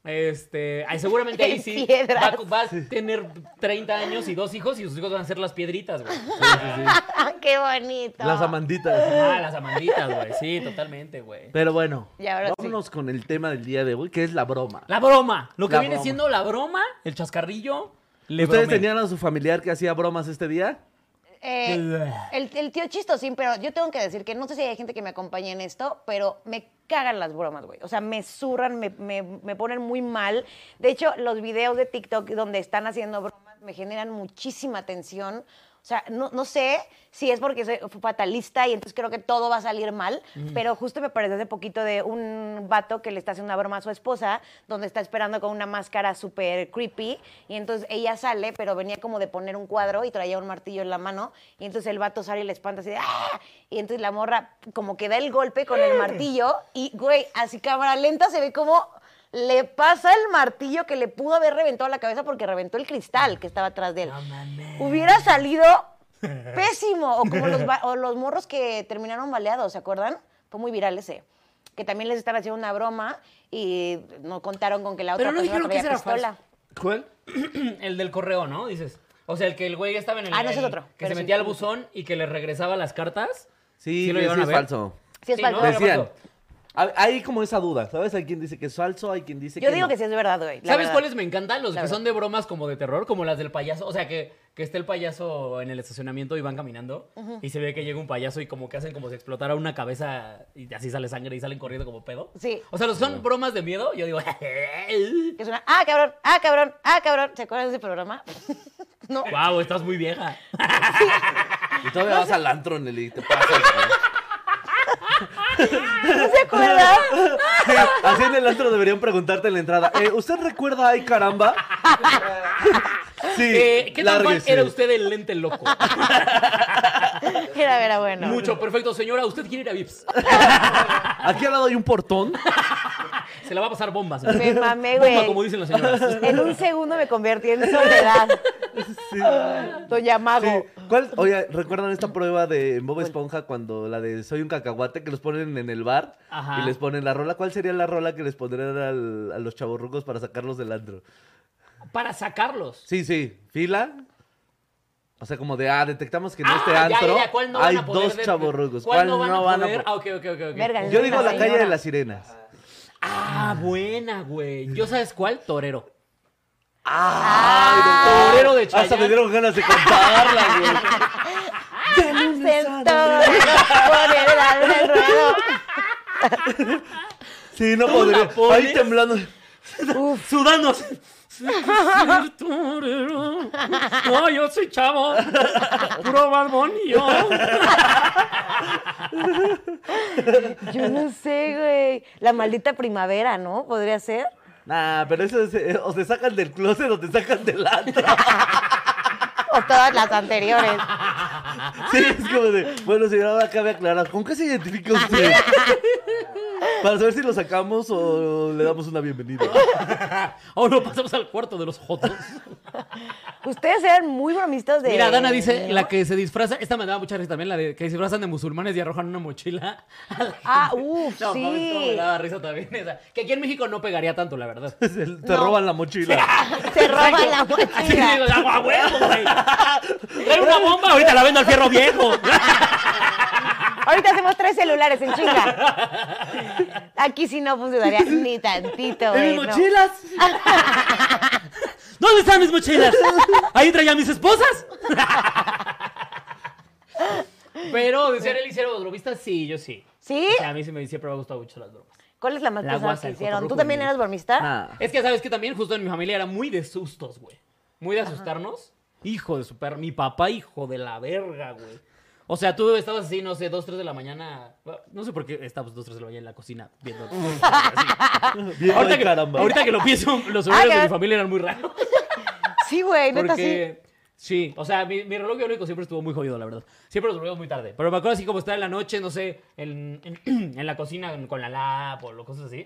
Speaker 3: Este, ay, seguramente ahí
Speaker 1: El
Speaker 3: sí
Speaker 1: piedras.
Speaker 3: va, a- va a tener 30 años y dos hijos y sus hijos van a ser las piedritas, güey.
Speaker 1: Ah, ¡Qué bonito!
Speaker 2: Las amanditas.
Speaker 3: Ah, las amanditas, güey. Sí, totalmente, güey.
Speaker 2: Pero bueno,
Speaker 1: Y ahora sí.
Speaker 2: vámonos con el tema del día de hoy, que es la broma.
Speaker 3: La broma. Lo que
Speaker 2: La
Speaker 3: viene
Speaker 2: broma.
Speaker 3: siendo la broma, el chascarrillo. Le
Speaker 2: ¿Ustedes
Speaker 3: bromé.
Speaker 2: tenían a su familiar que hacía bromas este día?
Speaker 1: Eh, el, el tío chistosín, pero yo tengo que decir que no sé si hay gente que me acompañe en esto, pero me cagan las bromas, güey. O sea, me zurran, me, me- me ponen muy mal. De hecho, los videos de TikTok donde están haciendo bromas me generan muchísima tensión. O sea, no, no sé si es porque soy fatalista y entonces creo que todo va a salir mal, pero justo me pareció hace poquito de un vato que le está haciendo una broma a su esposa, donde está esperando con una máscara súper creepy, y entonces ella sale, pero venía como de poner un cuadro y traía un martillo en la mano, y entonces el vato sale y le espanta así de ¡ah! Y entonces la morra como que da el golpe con el martillo, y güey, así cámara lenta se ve como le pasa el martillo que le pudo haber reventado la cabeza porque reventó el cristal que estaba atrás de él.
Speaker 3: No mames.
Speaker 1: Hubiera salido pésimo. O como los, ba- o los morros que terminaron baleados, ¿se acuerdan? Fue muy viral ese. Que también les estaban haciendo una broma y no contaron con que la otra
Speaker 3: Pero no
Speaker 1: persona
Speaker 3: dijeron que
Speaker 1: traía
Speaker 3: ese era
Speaker 1: pistola.
Speaker 3: falso. ¿Cuál? el del correo, ¿no? Dices. O sea, el que el güey estaba en el.
Speaker 1: Ah, no, ese es
Speaker 3: el-
Speaker 1: otro,
Speaker 3: Que
Speaker 1: pero
Speaker 3: se
Speaker 1: sí.
Speaker 3: metía al buzón y que le regresaba las cartas.
Speaker 2: Sí,
Speaker 3: lo
Speaker 2: ese
Speaker 3: llegaron a
Speaker 2: es
Speaker 3: ver?
Speaker 2: falso.
Speaker 1: Sí, es
Speaker 3: Sí,
Speaker 1: falso.
Speaker 3: ¿no? Era
Speaker 2: Decían.
Speaker 3: falso.
Speaker 2: Hay- Hay como esa duda, ¿sabes? Hay quien dice que es falso, hay quien dice
Speaker 1: Yo
Speaker 2: que
Speaker 1: digo
Speaker 2: no.
Speaker 1: que sí es verdad, güey. la
Speaker 3: ¿Sabes
Speaker 1: verdad.
Speaker 3: cuáles me encantan? Los
Speaker 1: La
Speaker 3: que
Speaker 1: verdad.
Speaker 3: son de bromas como de terror, como las del payaso. O sea, que, que está el payaso en el estacionamiento y van caminando y se ve que llega un payaso y como que hacen como si explotara una cabeza y así sale sangre y salen corriendo como pedo.
Speaker 1: Sí.
Speaker 3: O sea, los son bromas de miedo. Yo digo,
Speaker 1: Que es una, ah, cabrón, ah, cabrón, ah, cabrón. ¿Se acuerdan de ese programa? no.
Speaker 3: wow, estás muy vieja.
Speaker 2: Y todavía vas al antro, Nelly, y te pasas. güey.
Speaker 1: ¿No se acuerdan?
Speaker 2: Sí, así en el antro deberían preguntarte en la entrada. eh, ¿Usted recuerda ay caramba? sí,
Speaker 3: Eh, ¿Qué tan fan
Speaker 2: lárguese.
Speaker 3: era usted el lente loco?
Speaker 1: Era, era bueno.
Speaker 3: Mucho, perfecto, señora. Usted quiere ir a Vips.
Speaker 2: Aquí al lado hay un portón.
Speaker 3: Se la va a pasar bombas.
Speaker 1: Me mamé, güey.
Speaker 3: como dicen las señoras.
Speaker 1: En un segundo me convertí en soledad.
Speaker 2: Sí.
Speaker 1: Doña
Speaker 2: Sí.
Speaker 1: Mago.
Speaker 2: ¿Cuál- Oye, ¿recuerdan esta prueba de en Bob Esponja cuando la de Soy un cacahuate que los ponen en el bar
Speaker 3: Ajá.
Speaker 2: y les ponen la rola? ¿Cuál sería la rola que les pondrían al- a los chavorrucos para sacarlos del antro?
Speaker 3: Para sacarlos.
Speaker 2: Sí, sí, fila. O sea, como de, ah, detectamos que en este
Speaker 3: Ah, ya,
Speaker 2: antro
Speaker 3: ya, ¿cuál no van
Speaker 2: hay
Speaker 3: a poder
Speaker 2: dos
Speaker 3: de-
Speaker 2: chavorrucos.
Speaker 3: ¿Cuál, no van a poder? Ah, ok, ok, ok. ok.
Speaker 1: Verga,
Speaker 2: Yo digo la
Speaker 1: Señora.
Speaker 2: calle de las sirenas.
Speaker 3: Ah, buena, güey. ¿Yo sabes cuál? Torero.
Speaker 1: Ah,
Speaker 3: Torero de Chayanne.
Speaker 2: Hasta me dieron ganas de contarla, güey.
Speaker 1: Sentó por el alrededor.
Speaker 2: Sí, no
Speaker 3: ¿Tú la
Speaker 2: podría.
Speaker 3: pones?
Speaker 2: Ahí temblando.
Speaker 1: Uf,
Speaker 3: Sudando. torero. No, yo soy chavo. Puro barbón y yo.
Speaker 1: yo no sé, güey. La maldita primavera, ¿no? Podría ser.
Speaker 2: Nah, pero eso es, eh, o te sacan del closet o te sacan del antro.
Speaker 1: O todas las anteriores.
Speaker 2: Sí, es como de, bueno, señora, ahora cabe aclarar, ¿con qué se identifica usted? Para saber si lo sacamos o le damos una bienvenida.
Speaker 3: O no, pasamos al cuarto de los jotos.
Speaker 1: Ustedes eran muy bromistas de.
Speaker 3: Mira, Dana dice, la que se disfraza, esta me daba mucha risa también, la de que se disfrazan de musulmanes y arrojan una mochila.
Speaker 1: Ah, uff,
Speaker 3: No, mames, cómo me
Speaker 1: sí.
Speaker 3: daba risa también esa. Que aquí en México no pegaría tanto, la verdad.
Speaker 2: Se- Te
Speaker 1: No.
Speaker 2: roban la mochila.
Speaker 1: Se roba la
Speaker 3: Así digo,
Speaker 1: mochila.
Speaker 3: "Ah, huevo, güey. Trae una bomba, ahorita la vendo al fierro viejo.
Speaker 1: Ahorita hacemos tres celulares en chinga. Aquí sí no funcionaría ni tantito,
Speaker 2: ¡En
Speaker 1: güey.
Speaker 2: mis
Speaker 1: no.
Speaker 2: mochilas!
Speaker 3: ¿Dónde están mis mochilas? Ahí traía a mis esposas. Pero de ser el hicieron los bromistas, sí, yo sí.
Speaker 1: ¿Sí?
Speaker 3: O sea, a mí sí me, siempre me han gustado mucho las bromas.
Speaker 1: ¿Cuál es la más
Speaker 3: La
Speaker 1: pesada
Speaker 3: guasa,
Speaker 1: que
Speaker 3: el
Speaker 1: hicieron? ¿Tú
Speaker 3: cotorrujo,
Speaker 1: también
Speaker 3: güey.
Speaker 1: eras bromista?
Speaker 2: Ah.
Speaker 3: Es que sabes que también justo en mi familia era muy de sustos, güey. Muy de asustarnos. Hijo de su perro. Mi papá, hijo de la verga, güey. O sea, tú estabas así, no sé, 2, 3 de la mañana. No sé por qué estabas 2, 3 de la mañana en la cocina viendo.
Speaker 2: Bien,
Speaker 3: ahorita,
Speaker 2: ay,
Speaker 3: que,
Speaker 2: caramba.
Speaker 3: ahorita que lo pienso, los horarios de
Speaker 1: caray.
Speaker 3: mi familia eran muy raros.
Speaker 1: Sí, güey, neta sí.
Speaker 3: Porque. Sí, o sea, mi, mi reloj biológico siempre estuvo muy jodido, la verdad. Siempre los dormíamos muy tarde. Pero me acuerdo así como estar en la noche, no sé, en, en- en la cocina con- con la lap o lo- cosas así.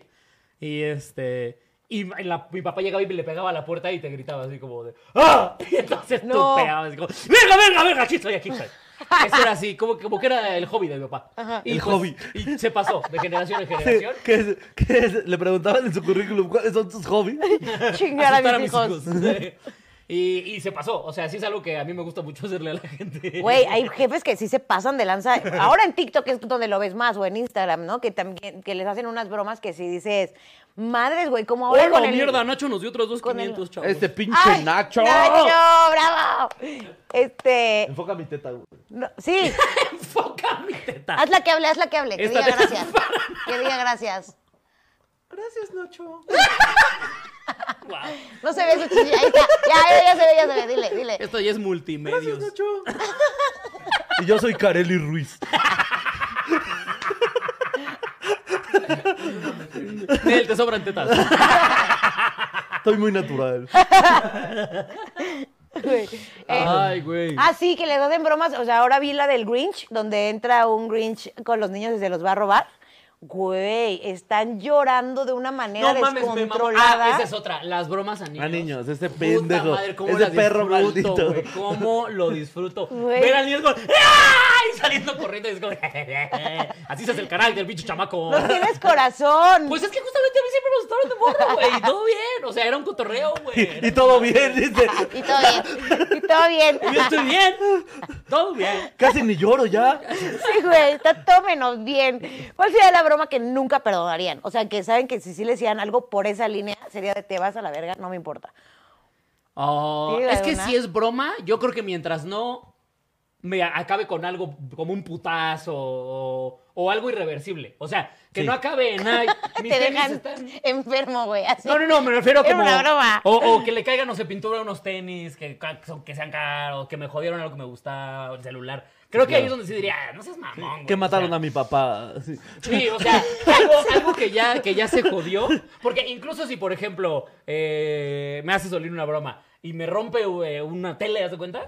Speaker 3: Y este. Y la- mi papá llegaba y le pegaba a la puerta y te gritaba así como de ¡Ah! Y entonces
Speaker 1: No.
Speaker 3: tú pegabas así como ¡Venga, venga, venga! ¡Aquí estoy, aquí estoy! Eso era así, como, que- como que era el hobby de mi papá. Y
Speaker 2: El
Speaker 3: pues,
Speaker 2: hobby.
Speaker 3: Y se pasó de generación en
Speaker 2: ¿Qué,
Speaker 3: generación.
Speaker 2: qué es- qué es? Le preguntaban en su currículum cuáles son tus hobbies.
Speaker 1: Chingar a
Speaker 3: asustar
Speaker 1: mis hijos.
Speaker 3: y, y se pasó. O sea, sí es algo que a mí me gusta mucho hacerle a la gente.
Speaker 1: Güey, hay jefes que sí se pasan de lanza. Ahora en TikTok es donde lo ves más, o en Instagram, ¿no? Que también, que les hacen unas bromas que sí dices, madres, güey, como ahora
Speaker 3: ¡Hola,
Speaker 1: con el-
Speaker 3: mierda! Nacho nos dio otros dos
Speaker 1: con el-
Speaker 3: 500, chavos.
Speaker 2: Este pinche
Speaker 1: ¡Ay,
Speaker 2: Nacho.
Speaker 1: ¡Nacho, bravo! Este,
Speaker 2: Enfoca mi teta, güey.
Speaker 1: no, sí,
Speaker 3: ¡Enfoca mi teta!
Speaker 1: haz la que hable, haz la que hable, que
Speaker 3: Esta
Speaker 1: diga
Speaker 3: te-
Speaker 1: gracias, que diga gracias.
Speaker 2: Gracias, Nacho.
Speaker 3: Guau.
Speaker 1: No se ve su chichi, ahí está, ya, ya, ya se ve, ya se ve, dile, dile.
Speaker 3: Esto ya es multimedios.
Speaker 2: Y yo soy Kareli Ruiz.
Speaker 3: Nel, te sobran tetas.
Speaker 2: Estoy muy natural.
Speaker 1: Güey. Eh,
Speaker 3: Ay, güey.
Speaker 1: Ah, sí, que le hacen bromas. O sea, ahora vi la del Grinch, donde entra un Grinch con los niños y se los va a robar. Güey, están llorando de una manera
Speaker 3: me mamó.
Speaker 1: descontrolada.
Speaker 3: Ah, esa es otra. Las bromas a niños.
Speaker 2: A Ah, niños, ese
Speaker 3: Puta
Speaker 2: pendejo,
Speaker 3: cómo
Speaker 2: ese
Speaker 3: las
Speaker 2: perro
Speaker 3: disfruto,
Speaker 2: maldito.
Speaker 3: güey, Cómo lo disfruto.
Speaker 1: Güey.
Speaker 3: Ver al niño con... ¡Ah! Y saliendo corriendo. y es como... Así se hace el carácter, pinche chamaco.
Speaker 1: No tienes corazón.
Speaker 3: Pues es que justamente a mí siempre me gustaron de morro, güey. y Todo bien. O sea, era un cotorreo, güey.
Speaker 2: Y, y todo bien, dice.
Speaker 1: Y todo bien. Y todo bien.
Speaker 3: Yo estoy bien. Todo bien.
Speaker 2: Casi ni lloro ya.
Speaker 1: Sí, güey, está todo menos bien. ¿Cuál sería la broma que nunca perdonarían? O sea, que saben que si sí le decían algo por esa línea, sería de te vas a la verga, no me importa.
Speaker 3: Oh,
Speaker 1: Sí,
Speaker 3: es que
Speaker 1: ¿verdad?
Speaker 3: si es broma, yo creo que mientras no me a- acabe con algo como un putazo o, o algo irreversible. O sea, que
Speaker 2: Sí.
Speaker 3: no acabe en ay, mis
Speaker 1: te
Speaker 3: tenis
Speaker 1: dejan
Speaker 3: están-".
Speaker 1: enfermo, güey. así.
Speaker 3: No, no, no, me refiero
Speaker 1: Era
Speaker 3: como...
Speaker 1: una broma.
Speaker 3: O, o que le caigan, no sé, pintura a unos tenis, que, ca- que sean caros, que me jodieron algo que me gustaba, el celular. Creo que ahí es donde sí diría, "Ah, no seas mamón, güey".
Speaker 2: Que
Speaker 3: O
Speaker 2: mataron
Speaker 3: sea,
Speaker 2: a mi papá. Sí.
Speaker 3: Sí, o sea, algo, algo que, ya, que ya se jodió. Porque incluso si, por ejemplo, eh, me hace solir una broma y me rompe eh, una tele, ¿haz de cuenta?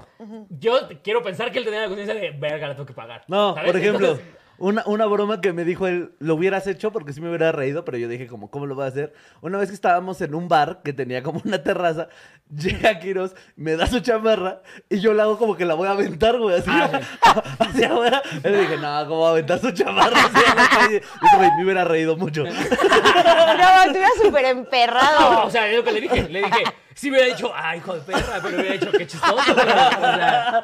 Speaker 3: Yo quiero pensar que él tenía la conciencia de, verga, la tengo que pagar.
Speaker 2: No,
Speaker 3: ¿sabes?
Speaker 2: por ejemplo,
Speaker 3: Entonces,
Speaker 2: una, una broma que me dijo él, lo hubieras hecho porque sí me hubiera reído, pero yo dije como, ¿cómo lo vas a hacer? Una vez que estábamos en un bar que tenía como una terraza, llega Quiroz, me da su chamarra y yo la hago como que la voy a aventar, güey, así,
Speaker 3: Ah,
Speaker 2: hacia afuera. Y le dije, no, ¿cómo va a aventar su chamarra? hacia la calle?". Y dije, "Güey, me hubiera reído mucho.
Speaker 1: No, estuviera súper
Speaker 3: no,
Speaker 1: emperrado.
Speaker 3: o sea, es lo que le dije. Le dije, sí me hubiera dicho, ay, hijo de perra, pero me hubiera dicho, qué chistoso. güey". O sea,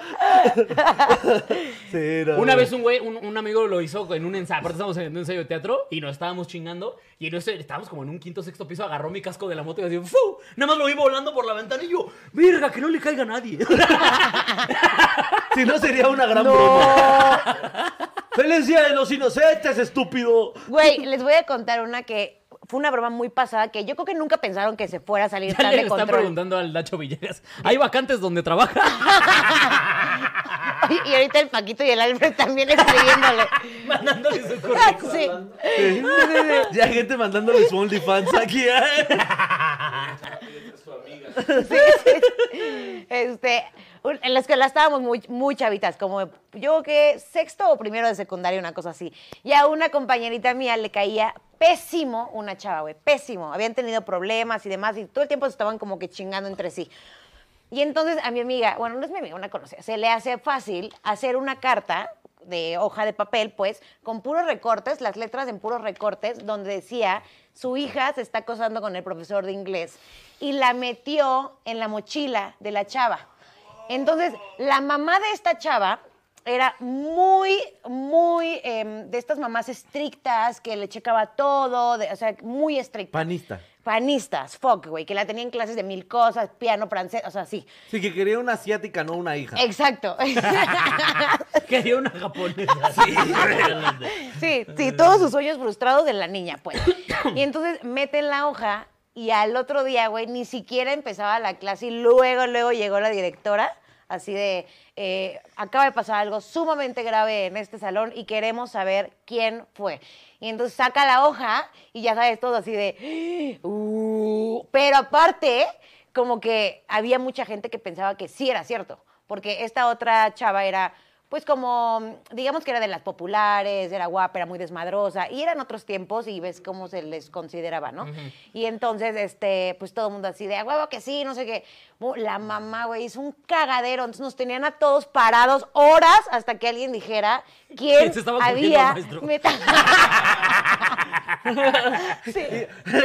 Speaker 2: Sí, no,
Speaker 3: una
Speaker 2: güey.
Speaker 3: vez un güey, un, un amigo lo hizo en un ensayo. Aparte, estábamos en un ensayo de teatro y nos estábamos chingando. Y en eso estábamos como en un quinto sexto piso. Agarró mi casco de la moto y así, ¡fu! Nada más lo vi volando por la ventana y yo, ¡verga, que no le caiga a nadie!
Speaker 2: Si no, sería una gran broma.
Speaker 1: No.
Speaker 2: ¡Feliz Día de los Inocentes, estúpido!
Speaker 1: Güey, les voy a contar una que fue una broma muy pasada que yo creo que nunca pensaron que se fuera a salir
Speaker 3: Ya
Speaker 1: tan
Speaker 3: le
Speaker 1: de
Speaker 3: están
Speaker 1: control.
Speaker 3: preguntando al Nacho Villegas. ¿Hay vacantes donde trabaja?
Speaker 1: Y ahorita el Paquito y el Alfred también escribiéndole.
Speaker 3: Mandándole su
Speaker 1: Ah,
Speaker 3: currículum.
Speaker 1: sí.
Speaker 2: Sí. Ya hay gente mandándole su OnlyFans aquí. ¿eh?
Speaker 1: Este, un- en la escuela estábamos muy, muy chavitas, como yo creo que sexto o primero de secundaria, una cosa así. Y a una compañerita mía le caía pésimo una chava, güey, pésimo. Habían tenido problemas y demás y todo el tiempo se estaban como que chingando entre sí. Y entonces a mi amiga, bueno, no es mi amiga, una conocida, se le hace fácil hacer una carta de hoja de papel, pues, con puros recortes, las letras en puros recortes, donde decía, su hija se está acosando con el profesor de inglés. Y la metió en la mochila de la chava. Entonces, la mamá de esta chava era muy, muy em, de estas mamás estrictas, que le checaba todo, de- o sea, muy estricta.
Speaker 2: Panista.
Speaker 1: Panistas, fuck, güey, que la tenían clases de mil cosas, piano francés, o sea, sí.
Speaker 2: Sí, que quería una asiática, no una hija.
Speaker 1: Exacto.
Speaker 3: Quería una japonesa. Sí,
Speaker 1: sí, sí, todos sus sueños frustrados de la niña, pues. Y entonces meten la hoja y al otro día, güey, ni siquiera empezaba la clase y luego, luego llegó la directora así de, eh, acaba de pasar algo sumamente grave en este salón y queremos saber quién fue. Y entonces saca la hoja y ya sabes todo así de, "Uh", pero aparte, como que había mucha gente que pensaba que sí era cierto, porque esta otra chava era... Pues como, digamos que era de las populares, era guapa, era muy desmadrosa, y eran otros tiempos y ves cómo se les consideraba, ¿no? Y entonces, este, pues todo el mundo así de, a huevo que sí, no sé qué. Bu- La mamá, güey, hizo un cagadero. Entonces nos tenían a todos parados horas hasta que alguien dijera quién
Speaker 3: ¿Quién se estaba cogiendo
Speaker 1: había
Speaker 3: al maestro?
Speaker 1: meta- Sí.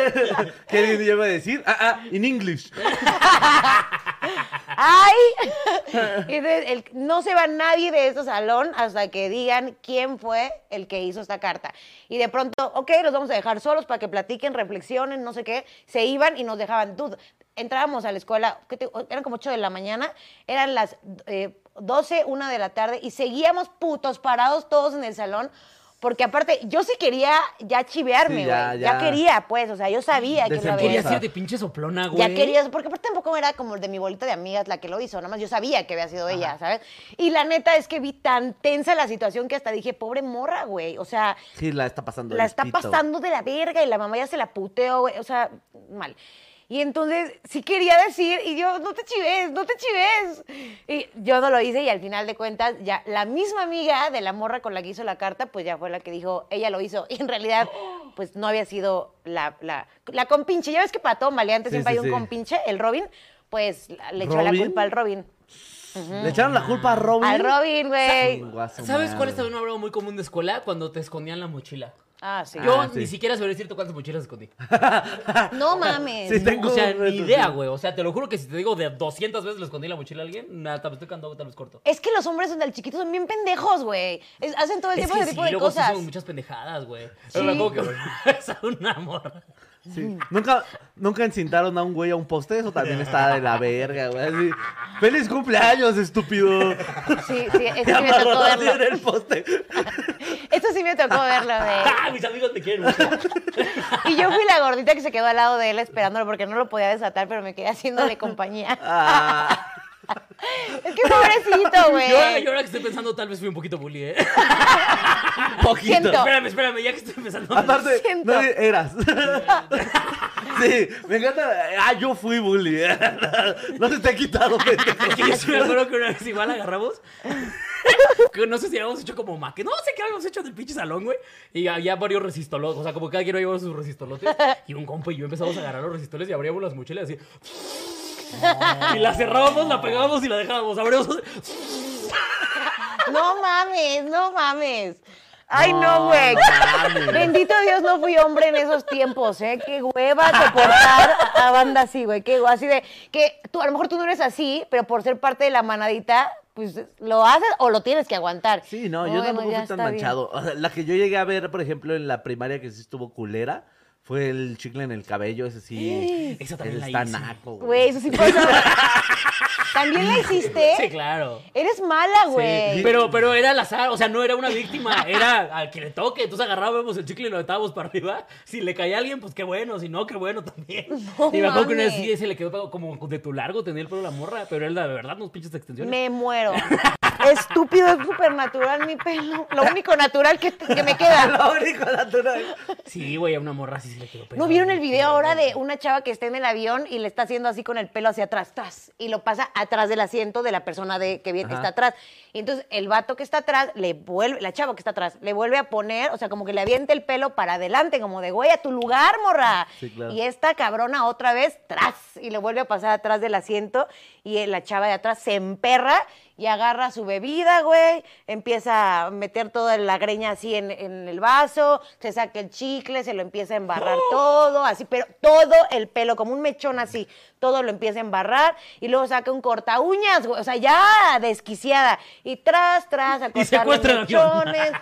Speaker 2: ¿Qué bien yo iba a decir? Ah, ah, in English.
Speaker 1: ¡Ay! Y entonces, el- no se va nadie de este salón hasta que digan quién fue el que hizo esta carta. Y de pronto, ok, los vamos a dejar solos para que platiquen, reflexionen, no sé qué. Se iban y nos dejaban. Dude, entrábamos a la escuela, ¿qué te- eran como 8 de la mañana, eran las eh, 12, 1 de la tarde y seguíamos putos parados todos en el salón. Porque aparte, yo sí quería ya chivearme,
Speaker 2: Sí,
Speaker 1: güey.
Speaker 2: ya,
Speaker 1: ya.
Speaker 2: ya.
Speaker 1: quería, pues. O sea, yo sabía que
Speaker 2: Desembolsa.
Speaker 1: lo había
Speaker 3: Quería
Speaker 2: Esa.
Speaker 3: ser de pinche soplona, güey.
Speaker 1: ya querías, porque aparte tampoco era como de mi bolita de amigas la que lo hizo, nada más yo sabía que había sido ella, ¿sabes? Y la neta es que vi tan tensa la situación que hasta dije, pobre morra, güey, o sea,
Speaker 2: Sí, la está pasando.
Speaker 1: la
Speaker 2: del
Speaker 1: está
Speaker 2: pito.
Speaker 1: pasando de la verga y la mamá ya se la puteó, güey, o sea, mal. Y entonces sí quería decir, y yo, no te chives, no te chives. Y yo no lo hice y al final de cuentas ya la misma amiga de la morra con la que hizo la carta, pues ya fue la que dijo, ella lo hizo. Y en realidad, pues no había sido la, la, la compinche. Ya ves que para todo maleante
Speaker 2: Sí,
Speaker 1: siempre
Speaker 2: sí,
Speaker 1: hay un
Speaker 2: sí.
Speaker 1: compinche, el Robin, pues la- le echó la
Speaker 2: ¿Robin?
Speaker 1: culpa al Robin.
Speaker 2: Le echaron la culpa a Robin.
Speaker 1: Al Robin, güey.
Speaker 2: Chingua su
Speaker 3: ¿Sabes cuál es
Speaker 2: madre.
Speaker 3: también un abrazo muy común de escuela? Cuando te escondían la mochila.
Speaker 1: Ah, sí.
Speaker 3: Yo
Speaker 2: Ah, sí.
Speaker 3: ni siquiera sabría decirte cuántas mochilas escondí.
Speaker 1: Ah, no mames.
Speaker 2: Sí, tengo
Speaker 3: o sea,
Speaker 2: un
Speaker 3: ni
Speaker 2: reto,
Speaker 3: idea,
Speaker 2: sí.
Speaker 3: güey. O sea, te lo juro que si te digo de 200 veces le escondí la mochila a alguien, nada, tal vez estoy cantando, tal vez corto.
Speaker 1: Es que los hombres desde el chiquito son bien pendejos, güey. Es- Hacen todo el
Speaker 3: Es
Speaker 1: tiempo
Speaker 3: que
Speaker 1: ese
Speaker 3: sí,
Speaker 1: tipo de
Speaker 3: luego sí
Speaker 1: cosas.
Speaker 3: son muchas pendejadas, güey.
Speaker 1: Sí. Eh.
Speaker 3: Pero me acuerdo que es un amor.
Speaker 2: Sí. ¿Nunca, nunca encintaron a un güey a un poste, eso también está de la verga, güey. así, ¡Feliz cumpleaños, estúpido!
Speaker 1: Sí, sí,
Speaker 2: Te
Speaker 1: eso sí me
Speaker 2: amarró
Speaker 1: tocó
Speaker 2: así en
Speaker 1: verlo.
Speaker 2: el poste.
Speaker 1: Eso sí me tocó verlo, güey.
Speaker 3: ¡Ah! Mis amigos te quieren mucho.
Speaker 1: Y yo fui la gordita que se quedó al lado de él esperándolo porque no lo podía desatar, pero me quedé haciéndole compañía.
Speaker 2: Ah,
Speaker 1: Es que pobrecito, güey.
Speaker 3: Yo, ahora- yo ahora que estoy pensando, tal vez fui un poquito bully, ¿eh?
Speaker 2: poquito.
Speaker 1: Siento.
Speaker 3: Espérame, espérame, ya que estoy pensando.
Speaker 2: Aparte,
Speaker 1: Siento.
Speaker 2: no eras. Sí, me encanta. Ah, yo fui bully. No se te ha quitado, pendejo.
Speaker 3: Porque yo sí me acuerdo que una vez igual agarramos. Que no sé si habíamos hecho como maque. No sé qué habíamos hecho del pinche salón, güey. Y había varios resistolotes. O sea, como cada quien llevaba sus resistolotes. Y un compa y yo empezamos a agarrar los resistoles y abríamos las mochilas así. Y la cerrábamos, la pegábamos y la dejábamos. Abríamos.
Speaker 1: No mames, no mames. Ay, no,
Speaker 2: No,
Speaker 1: güey.
Speaker 2: mames.
Speaker 1: Bendito Dios, no fui hombre en esos tiempos, ¿eh? Qué hueva soportar a banda así, güey. Qué así de que tú, a lo mejor tú no eres así, pero por ser parte de la manadita, pues lo haces o lo tienes que aguantar.
Speaker 2: Sí, no, yo
Speaker 1: Bueno,
Speaker 2: tampoco
Speaker 1: ya
Speaker 2: fui tan
Speaker 1: está bien.
Speaker 2: manchado. O sea, la que yo llegué a ver, por ejemplo, en la primaria que sí estuvo culera, fue el chicle en el cabello, ese sí.
Speaker 3: Esa también la
Speaker 2: está
Speaker 3: hice.
Speaker 2: naco,
Speaker 1: Güey, eso sí pasa. También la hiciste.
Speaker 3: Sí, claro.
Speaker 1: Eres mala,
Speaker 3: Sí,
Speaker 1: güey.
Speaker 3: pero, pero era al azar, o sea, no era una víctima, era al que le toque. Entonces agarrábamos el chicle y lo atábamos para arriba. Si le caía a alguien, pues qué bueno, si no, qué bueno también.
Speaker 1: No
Speaker 3: y me acuerdo que una vez
Speaker 1: mames.
Speaker 3: sí se le quedó como de tu largo, tenía el pelo la morra, pero él la verdad unos pinches de extensiones.
Speaker 1: Me muero. Estúpido, es supernatural mi pelo. Lo único natural que, que me queda.
Speaker 2: Lo único natural.
Speaker 3: Sí, güey, a una morra sí se le quedó pegado.
Speaker 1: ¿No vieron el video ahora de una chava que está en el avión y le está haciendo así con el pelo hacia atrás, tras, y lo pasa atrás del asiento de la persona de, que, vi- que
Speaker 2: Ajá.
Speaker 1: está atrás? Y entonces el vato que está atrás le vuelve, la chava que está atrás, le vuelve a poner, o sea, como que le avienta el pelo para adelante, como de, güey, a tu lugar, morra.
Speaker 2: Sí, claro.
Speaker 1: Y esta cabrona otra vez, tras, y le vuelve a pasar atrás del asiento y eh, la chava de atrás se emperra y agarra su bebida, güey, empieza a meter toda la greña así en, en el vaso, se saca el chicle, se lo empieza a embarrar todo, así, pero todo el pelo, como un mechón así, todo lo empieza a embarrar y luego saca un corta uñas, güey, o sea, ya desquiciada, y tras, tras, a
Speaker 3: Y
Speaker 1: cortarle
Speaker 3: secuestra el avión.
Speaker 1: mechones,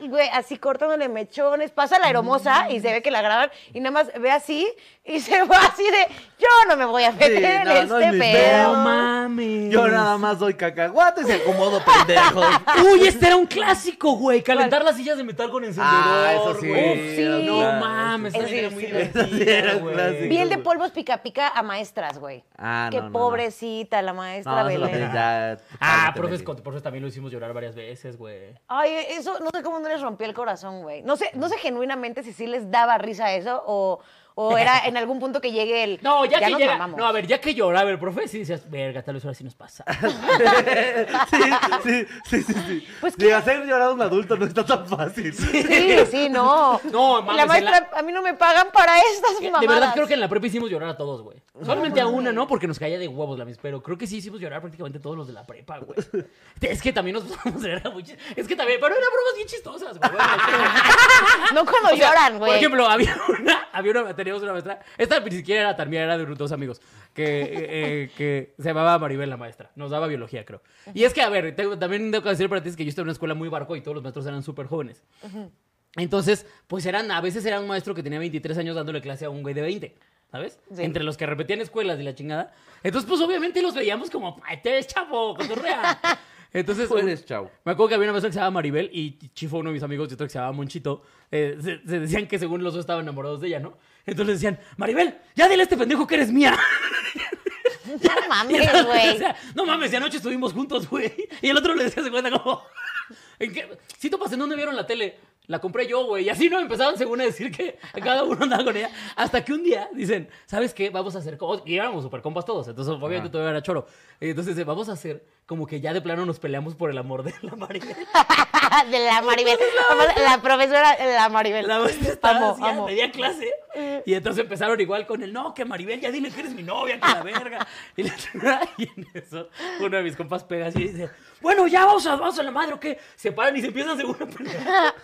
Speaker 1: y, Güey, así cortándole mechones, pasa la hermosa y se ve que la graban y nada más ve así, Y se fue así de, yo no me voy a meter en
Speaker 2: no, no
Speaker 1: este
Speaker 2: es mi
Speaker 1: pedo.
Speaker 3: No mames.
Speaker 2: Yo nada más doy cacahuates y acomodo pendejos.
Speaker 3: Uy, este era un clásico, güey. Calentar las sillas de metal con encendedor.
Speaker 2: Ah, eso sí.
Speaker 3: güey.
Speaker 1: Uf, sí.
Speaker 2: era un
Speaker 3: No
Speaker 2: clásico.
Speaker 3: mames,
Speaker 1: Eso
Speaker 3: eso era
Speaker 1: sí,
Speaker 3: muy
Speaker 1: sí.
Speaker 3: divertido.
Speaker 2: Eso sí era un
Speaker 3: güey.
Speaker 2: clásico.
Speaker 1: Piel de polvos pica pica a maestras, güey.
Speaker 2: Ah,
Speaker 1: Qué
Speaker 2: no, no, no.
Speaker 1: pobrecita la
Speaker 2: No,
Speaker 1: maestra
Speaker 2: eso
Speaker 1: Belén.
Speaker 2: también ya.
Speaker 3: Ah,
Speaker 2: totalmente
Speaker 3: profes,
Speaker 2: mentira.
Speaker 3: con profes también lo hicimos llorar varias veces, güey.
Speaker 1: Ay, eso, no sé cómo no les rompió el corazón, güey. No sé, no sé genuinamente si sí les daba risa eso o, o era en algún punto que llegue el.
Speaker 3: No, ya, que
Speaker 1: nos
Speaker 3: llega.
Speaker 1: mamamos".
Speaker 3: No, a ver, ya que lloraba el profe, sí decías, verga, tal vez ahora sí nos pasa.
Speaker 2: sí, sí, sí, sí.
Speaker 1: Pues,
Speaker 2: Ni
Speaker 1: ¿qué?
Speaker 2: hacer llorar a un adulto no está tan fácil.
Speaker 1: Sí, sí, no.
Speaker 3: No, mames,
Speaker 1: La
Speaker 3: en la-
Speaker 1: maestra, a mí no me pagan para estas mamadas.
Speaker 3: De verdad creo que en la prepa hicimos llorar a todos, güey. Solamente a una, ¿no? Porque nos caía de huevos la mis, pero creo que sí hicimos llorar prácticamente a todos los de la prepa, güey. Es que también nos pasamos de verdad muy chis- Es que también, pero eran bromas bien chistosas, güey.
Speaker 1: No cuando
Speaker 3: O sea,
Speaker 1: lloran, güey.
Speaker 3: Por ejemplo, había una, había una, teníamos una maestra, esta ni siquiera era tan mía, era de dos amigos, que, eh, eh, que se llamaba Maribel la maestra, nos daba biología, creo. Y es que, a ver, tengo- también tengo que decir para ti es que yo estaba en una escuela muy barco y todos los maestros eran súper jóvenes. Entonces, pues eran, a veces era un maestro que tenía 23 años dándole clase a un güey de 20, ¿sabes?
Speaker 1: Sí.
Speaker 3: Entre los que repetían escuelas y la chingada. Entonces, pues obviamente los veíamos como, "Ay, te ves chavo, cotorrea. Entonces,
Speaker 2: Tú
Speaker 3: un-
Speaker 2: eres chavo.
Speaker 3: me acuerdo que había una persona que se llamaba Maribel y Chifo, uno de mis amigos, y otro que se llamaba Monchito, eh, se, se decían que según los dos estaban enamorados de ella, ¿no? Entonces decían, Maribel, ya dile a este pendejo que eres mía.
Speaker 1: No
Speaker 3: Y el
Speaker 1: mames,
Speaker 3: otro le
Speaker 1: güey.
Speaker 3: decía, no mames, y anoche estuvimos juntos, güey. Y el otro le decía, se cuenta como, ¿en qué? Si topas, ¿en dónde vieron la tele? La compré yo, güey. Y así no empezaban según a decir que a cada uno andaba con ella. Hasta que un día dicen, ¿sabes qué? Vamos a hacer. co-". Y éramos super compas todos. Entonces, obviamente,
Speaker 2: Ajá.
Speaker 3: todavía era choro. Y entonces, dice, vamos a hacer como que ya de plano nos peleamos por el amor de la Maribel.
Speaker 1: De la Maribel. Vamos, La profesora, eh, la Maribel.
Speaker 3: La maestra estaba
Speaker 1: Amo,
Speaker 3: así, ya
Speaker 1: amo.
Speaker 3: tenía clase. Y entonces empezaron igual con el, no, que Maribel, ya dile que eres mi novia, que la verga. Y, la chingada, y en eso, uno de mis compas pega así y dice, bueno, ya vamos a, vamos a la madre, ¿o qué? Se paran y se empiezan según a pelear.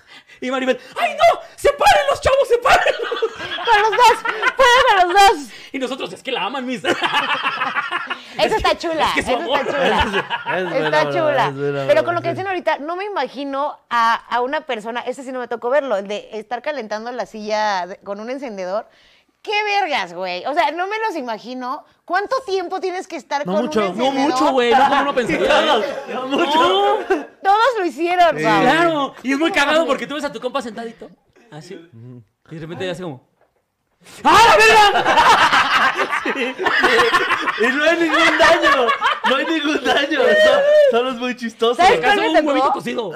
Speaker 3: Y Maribel, ¡ay no! ¡Sepárenlos, chavos, sepárenlos!
Speaker 1: Con los dos, pueden con los dos.
Speaker 3: Y nosotros, es que la aman, mis.
Speaker 1: Eso está chula,
Speaker 3: que su
Speaker 1: eso está
Speaker 3: amor-
Speaker 1: chula.
Speaker 2: Es
Speaker 1: Está
Speaker 2: buena,
Speaker 1: chula.
Speaker 2: es buena,
Speaker 1: Pero con lo
Speaker 2: buena,
Speaker 1: que
Speaker 2: sí.
Speaker 1: dicen ahorita, no me imagino a, a una persona, ese sí no me tocó verlo, el de estar calentando la silla de- con un encendedor. ¡Qué vergas, güey! O sea, no me los imagino. ¿Cuánto tiempo tienes que estar
Speaker 2: No
Speaker 1: con
Speaker 2: mucho.
Speaker 1: un
Speaker 2: No
Speaker 3: No
Speaker 1: encendedor?
Speaker 3: mucho, güey, no como uno pensaría. ¿eh?
Speaker 2: No
Speaker 3: No.
Speaker 2: mucho.
Speaker 1: Todos lo hicieron,
Speaker 2: Sí.
Speaker 1: Raúl.
Speaker 3: Claro, y es muy cagado porque tú ves a tu compa sentadito, así, y de repente ya hace como, ¡ah, la verga!
Speaker 2: Y no hay ningún daño. No hay ningún daño. Son, son los muy chistosos.
Speaker 1: ¿Sabes
Speaker 3: Caso
Speaker 1: ¿Cuál me
Speaker 3: un
Speaker 1: tocó?
Speaker 3: huevito cocido.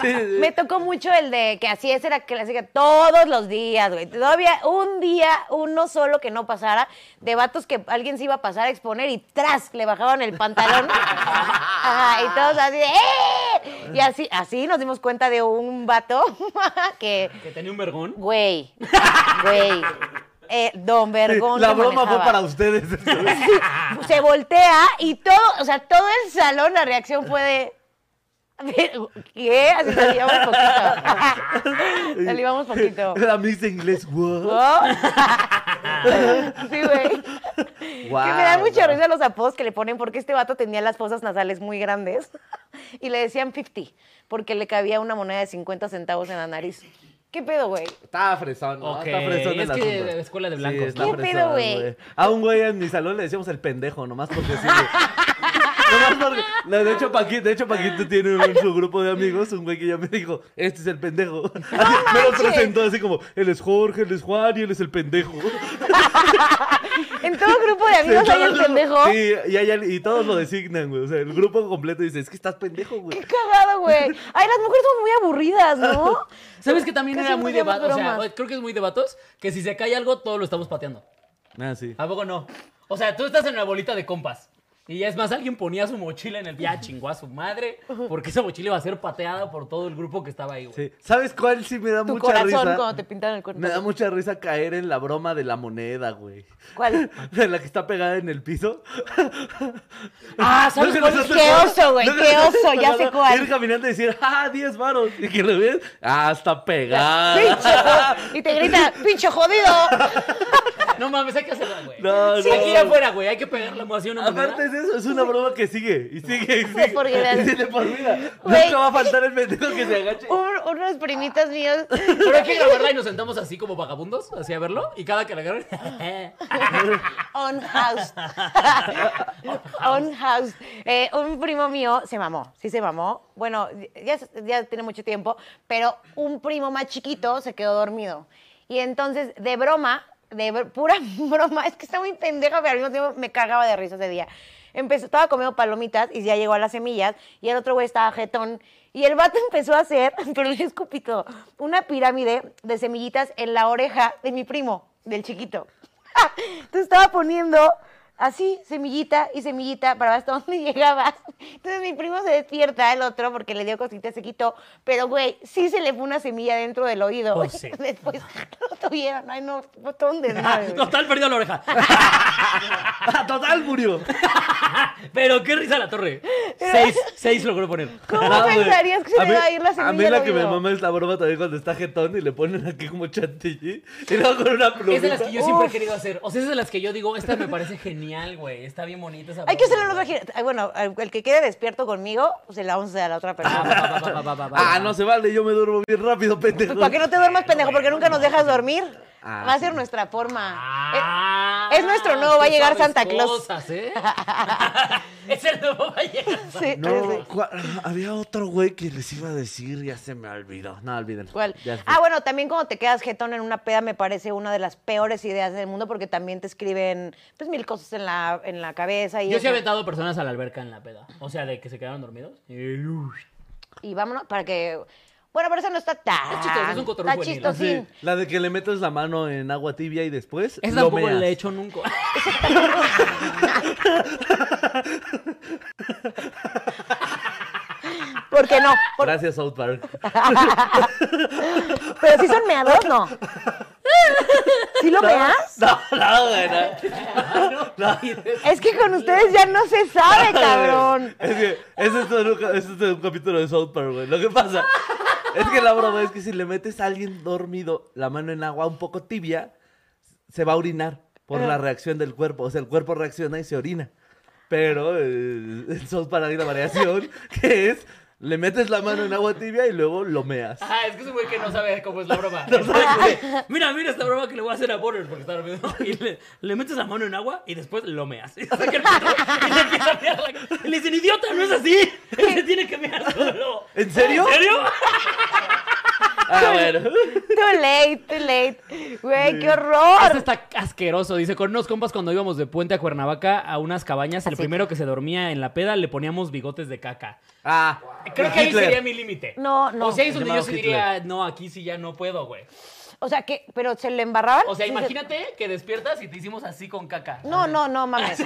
Speaker 2: Sí, sí, sí.
Speaker 1: Me tocó mucho el de que así es, era clásica todos los días, güey. Todavía un día, uno solo que no pasara, de vatos que alguien se iba a pasar a exponer y tras, le bajaban el pantalón. Ajá, y todos así de ¡eh! Y así, así nos dimos cuenta de un vato que,
Speaker 3: Que tenía un vergón.
Speaker 1: güey, güey, eh, don Vergón.
Speaker 2: La
Speaker 1: lo
Speaker 2: broma fue
Speaker 1: manejaba.
Speaker 2: para ustedes.
Speaker 1: Se voltea y todo, o sea, todo el salón, la reacción fue de. ¿Qué? Así salíamos poquito. salíamos poquito.
Speaker 2: La misa inglés. Wow.
Speaker 1: ¿No? sí, güey. que me da mucha risa los apodos que le ponen porque este vato tenía las fosas nasales muy grandes y le decían 50 porque le cabía una moneda de 50 centavos en la nariz. ¿Qué pedo, güey?
Speaker 2: Estaba fresón, ¿no?
Speaker 3: Ok,
Speaker 2: Está fresón
Speaker 3: es
Speaker 2: el
Speaker 3: que
Speaker 2: asunto.
Speaker 3: escuela de
Speaker 2: Sí,
Speaker 3: blancos,
Speaker 2: está
Speaker 1: ¿no? ¿Qué pedo,
Speaker 2: fresón,
Speaker 1: güey?
Speaker 2: A un güey en mi salón le decíamos el pendejo, nomás porque sí. güey. nomás porque... no, de hecho, Paquito, de hecho, Paquito tiene un, su grupo de amigos, un güey que ya me dijo, este es el pendejo. Así, me lo
Speaker 1: manches!
Speaker 2: presentó así como, él es Jorge, él es Juan y él es el pendejo.
Speaker 1: En todo grupo de amigos
Speaker 2: Sí,
Speaker 1: hay el
Speaker 2: todos-
Speaker 1: pendejo.
Speaker 2: Sí, y, hay al- y todos lo designan, güey. O sea, el grupo completo dice, es que estás pendejo, güey.
Speaker 1: Qué cagado, güey. Ay, las mujeres son muy aburridas, ¿no?
Speaker 3: ¿Sabes que también
Speaker 1: Casi
Speaker 3: era
Speaker 1: no
Speaker 3: muy de
Speaker 1: hacíamos
Speaker 3: vatos? O sea,
Speaker 1: bromas.
Speaker 3: creo que es muy de vatos que si se cae algo, todo lo estamos pateando.
Speaker 2: Ah, sí.
Speaker 3: ¿A poco no? O sea, tú estás en una bolita de compas. Y ya es más, alguien ponía su mochila en el viaje, chingó a su madre, porque esa mochila iba a ser pateada por todo el grupo que estaba ahí, güey.
Speaker 2: Sí. ¿Sabes cuál sí me da
Speaker 1: Tu
Speaker 2: mucha
Speaker 1: corazón
Speaker 2: risa?
Speaker 1: cuando te pintan el cuerpo.
Speaker 2: Me da mucha risa caer en la broma de la moneda, güey.
Speaker 1: ¿Cuál?
Speaker 2: De la que está pegada en el piso.
Speaker 3: Ah, ¿sabes
Speaker 2: que
Speaker 3: cuál
Speaker 2: no
Speaker 3: es?
Speaker 2: se
Speaker 1: Qué
Speaker 2: acuerda?
Speaker 1: oso, güey,
Speaker 2: No que
Speaker 1: qué
Speaker 2: no se
Speaker 1: oso, ya
Speaker 2: acuerda.
Speaker 1: sé cuál.
Speaker 2: Ir caminando y decir, ah, 10 varos. Y que lo ves, ah, está
Speaker 1: Pinche
Speaker 2: pegada.
Speaker 1: jo- Y te grita, pinche jodido.
Speaker 3: No mames, hay que hacerla, güey.
Speaker 2: No,
Speaker 3: Sí,
Speaker 2: no.
Speaker 3: Aquí afuera, güey, hay que pegarla más y una moneda.
Speaker 2: Aparte es eso? Es una broma que sigue y sigue y sigue.
Speaker 1: Porque la-
Speaker 2: y se te olvida.
Speaker 1: Güey.
Speaker 2: Nunca va a faltar el pendejo que se agache.
Speaker 1: Un- unos primitos míos.
Speaker 3: Pero hay que grabarla y nos sentamos así como vagabundos, así a verlo. Y cada que la agarren.
Speaker 1: On house. On house. Eh, un primo mío se mamó, sí se mamó. Bueno, ya, ya tiene mucho tiempo, pero un primo más chiquito se quedó dormido. Y entonces, de broma, de br- pura broma, es que está muy pendeja, pero al mismo tiempo me cargaba de risa ese día. Empezó, estaba comiendo palomitas y ya llegó a las semillas y el otro güey estaba jetón. Y el vato empezó a hacer, pero le escupito, una pirámide de semillitas en la oreja de mi primo, del chiquito. Entonces estaba poniendo así, semillita y semillita para ver hasta dónde llegabas. Entonces mi primo se despierta, el otro, porque le dio cosita, se quitó. Pero, güey, sí se le fue una semilla dentro del oído.
Speaker 2: Oh,
Speaker 3: Pues sí.
Speaker 1: Después lo tuvieron. Ay, no, fue todo un desmadre. güey.
Speaker 3: Total, perdió la oreja.
Speaker 2: Ah, total, murió.
Speaker 3: Pero qué risa la torre. Seis, seis logró poner.
Speaker 1: ¿Cómo
Speaker 2: Ah, güey.
Speaker 1: pensarías que se le va a ir la semilla
Speaker 2: A mí
Speaker 1: del
Speaker 2: la que me
Speaker 1: oído?
Speaker 2: mama es la broma también cuando está jetón y le ponen aquí como chantilly y luego con una pluma.
Speaker 3: Es de las que yo siempre he querido hacer. O sea, es de las que yo digo, esta me parece genial, güey. Está bien bonita esa
Speaker 1: Hay que
Speaker 3: broma,
Speaker 1: hacerle otra
Speaker 3: güey.
Speaker 1: gira. Ay, Bueno, al- el que quede despierto conmigo, pues, se la vamos a dar a la otra
Speaker 3: Ah,
Speaker 1: persona.
Speaker 3: va, va, va, va, va, va,
Speaker 2: Ah,
Speaker 3: va.
Speaker 2: no se vale, yo me duermo bien rápido, pendejo.
Speaker 1: Pues, Para que no te duermas, pendejo, porque nunca nos dejas dormir.
Speaker 2: Ah,
Speaker 1: Va a ser nuestra forma.
Speaker 3: Ah,
Speaker 1: Eh, es nuestro nuevo, va a
Speaker 3: tú
Speaker 1: llegar
Speaker 3: sabes
Speaker 1: Santa Claus.
Speaker 3: cosas, ¿eh? es el nuevo, va a llegar.
Speaker 1: Eh, sí,
Speaker 2: No,
Speaker 1: sí.
Speaker 2: ¿cuál? había otro güey que les iba a decir, ya se me olvidó. No, olviden.
Speaker 1: ¿Cuál?
Speaker 2: Ya se-
Speaker 1: Ah, bueno, también cuando te quedas jetón en una peda me parece una de las peores ideas del mundo porque también te escriben pues mil cosas en la, en la cabeza y,
Speaker 3: Yo sí he
Speaker 1: eso.
Speaker 3: aventado personas a la alberca en la peda. O sea, de que se quedaron dormidos. Y, uy.
Speaker 1: y vámonos para que... Bueno, pero eso no está tan...
Speaker 3: Es chistoso, es un cotorreo
Speaker 1: Está
Speaker 3: juvenil.
Speaker 2: Sí,
Speaker 1: chistosín.
Speaker 2: la de que le metes la mano en agua tibia y después
Speaker 3: Esa
Speaker 2: lo
Speaker 3: tampoco
Speaker 2: meas.
Speaker 3: la he hecho nunca.
Speaker 1: ¿Por qué no? Por-
Speaker 2: Gracias, South Park.
Speaker 1: Pero si son meados, no. ¿Sí lo meas?
Speaker 2: No, no, güey, no.
Speaker 3: No, y de-
Speaker 1: Es que con ustedes ya no se sabe, cabrón.
Speaker 2: Es que ese es, todo un, ca- ese es todo un capítulo de South Park, güey. Lo que pasa es que la broma es que si le metes a alguien dormido la mano en agua un poco tibia, se va a orinar por la reacción del cuerpo. O sea, el cuerpo reacciona y se orina. Pero eh, en South Park hay una variación que es le metes la mano en agua tibia y luego lo meas.
Speaker 3: Ah, es que es un güey que no sabe cómo es la broma. Es un güey que, mira, mira esta broma que le voy a hacer a Butters porque está dormido. Y le, le metes la mano en agua y después lo meas. Y, saca el pito y le empieza a mear la- y le dicen, idiota, no es así. Él se tiene que mear solo.
Speaker 2: ¿En serio?
Speaker 3: ¿En serio?
Speaker 2: Ah, bueno.
Speaker 1: Too late, too late. Güey, qué
Speaker 3: Este
Speaker 1: horror.
Speaker 3: está asqueroso. Dice, con unos compas cuando íbamos de Puente a Cuernavaca a unas cabañas, el
Speaker 1: Así.
Speaker 3: primero que se dormía en la peda le poníamos bigotes de caca.
Speaker 2: Ah,
Speaker 3: Creo que ahí
Speaker 2: Hitler.
Speaker 3: sería mi límite.
Speaker 1: No, no.
Speaker 3: O sea, ahí es donde yo
Speaker 2: Llamado
Speaker 3: sí diría, no, aquí sí ya no puedo, güey.
Speaker 1: O sea, que, pero se le embarraban.
Speaker 3: O sea,
Speaker 1: Sí, se-
Speaker 3: imagínate que despiertas y te hicimos así con caca.
Speaker 1: No, no, no, mames.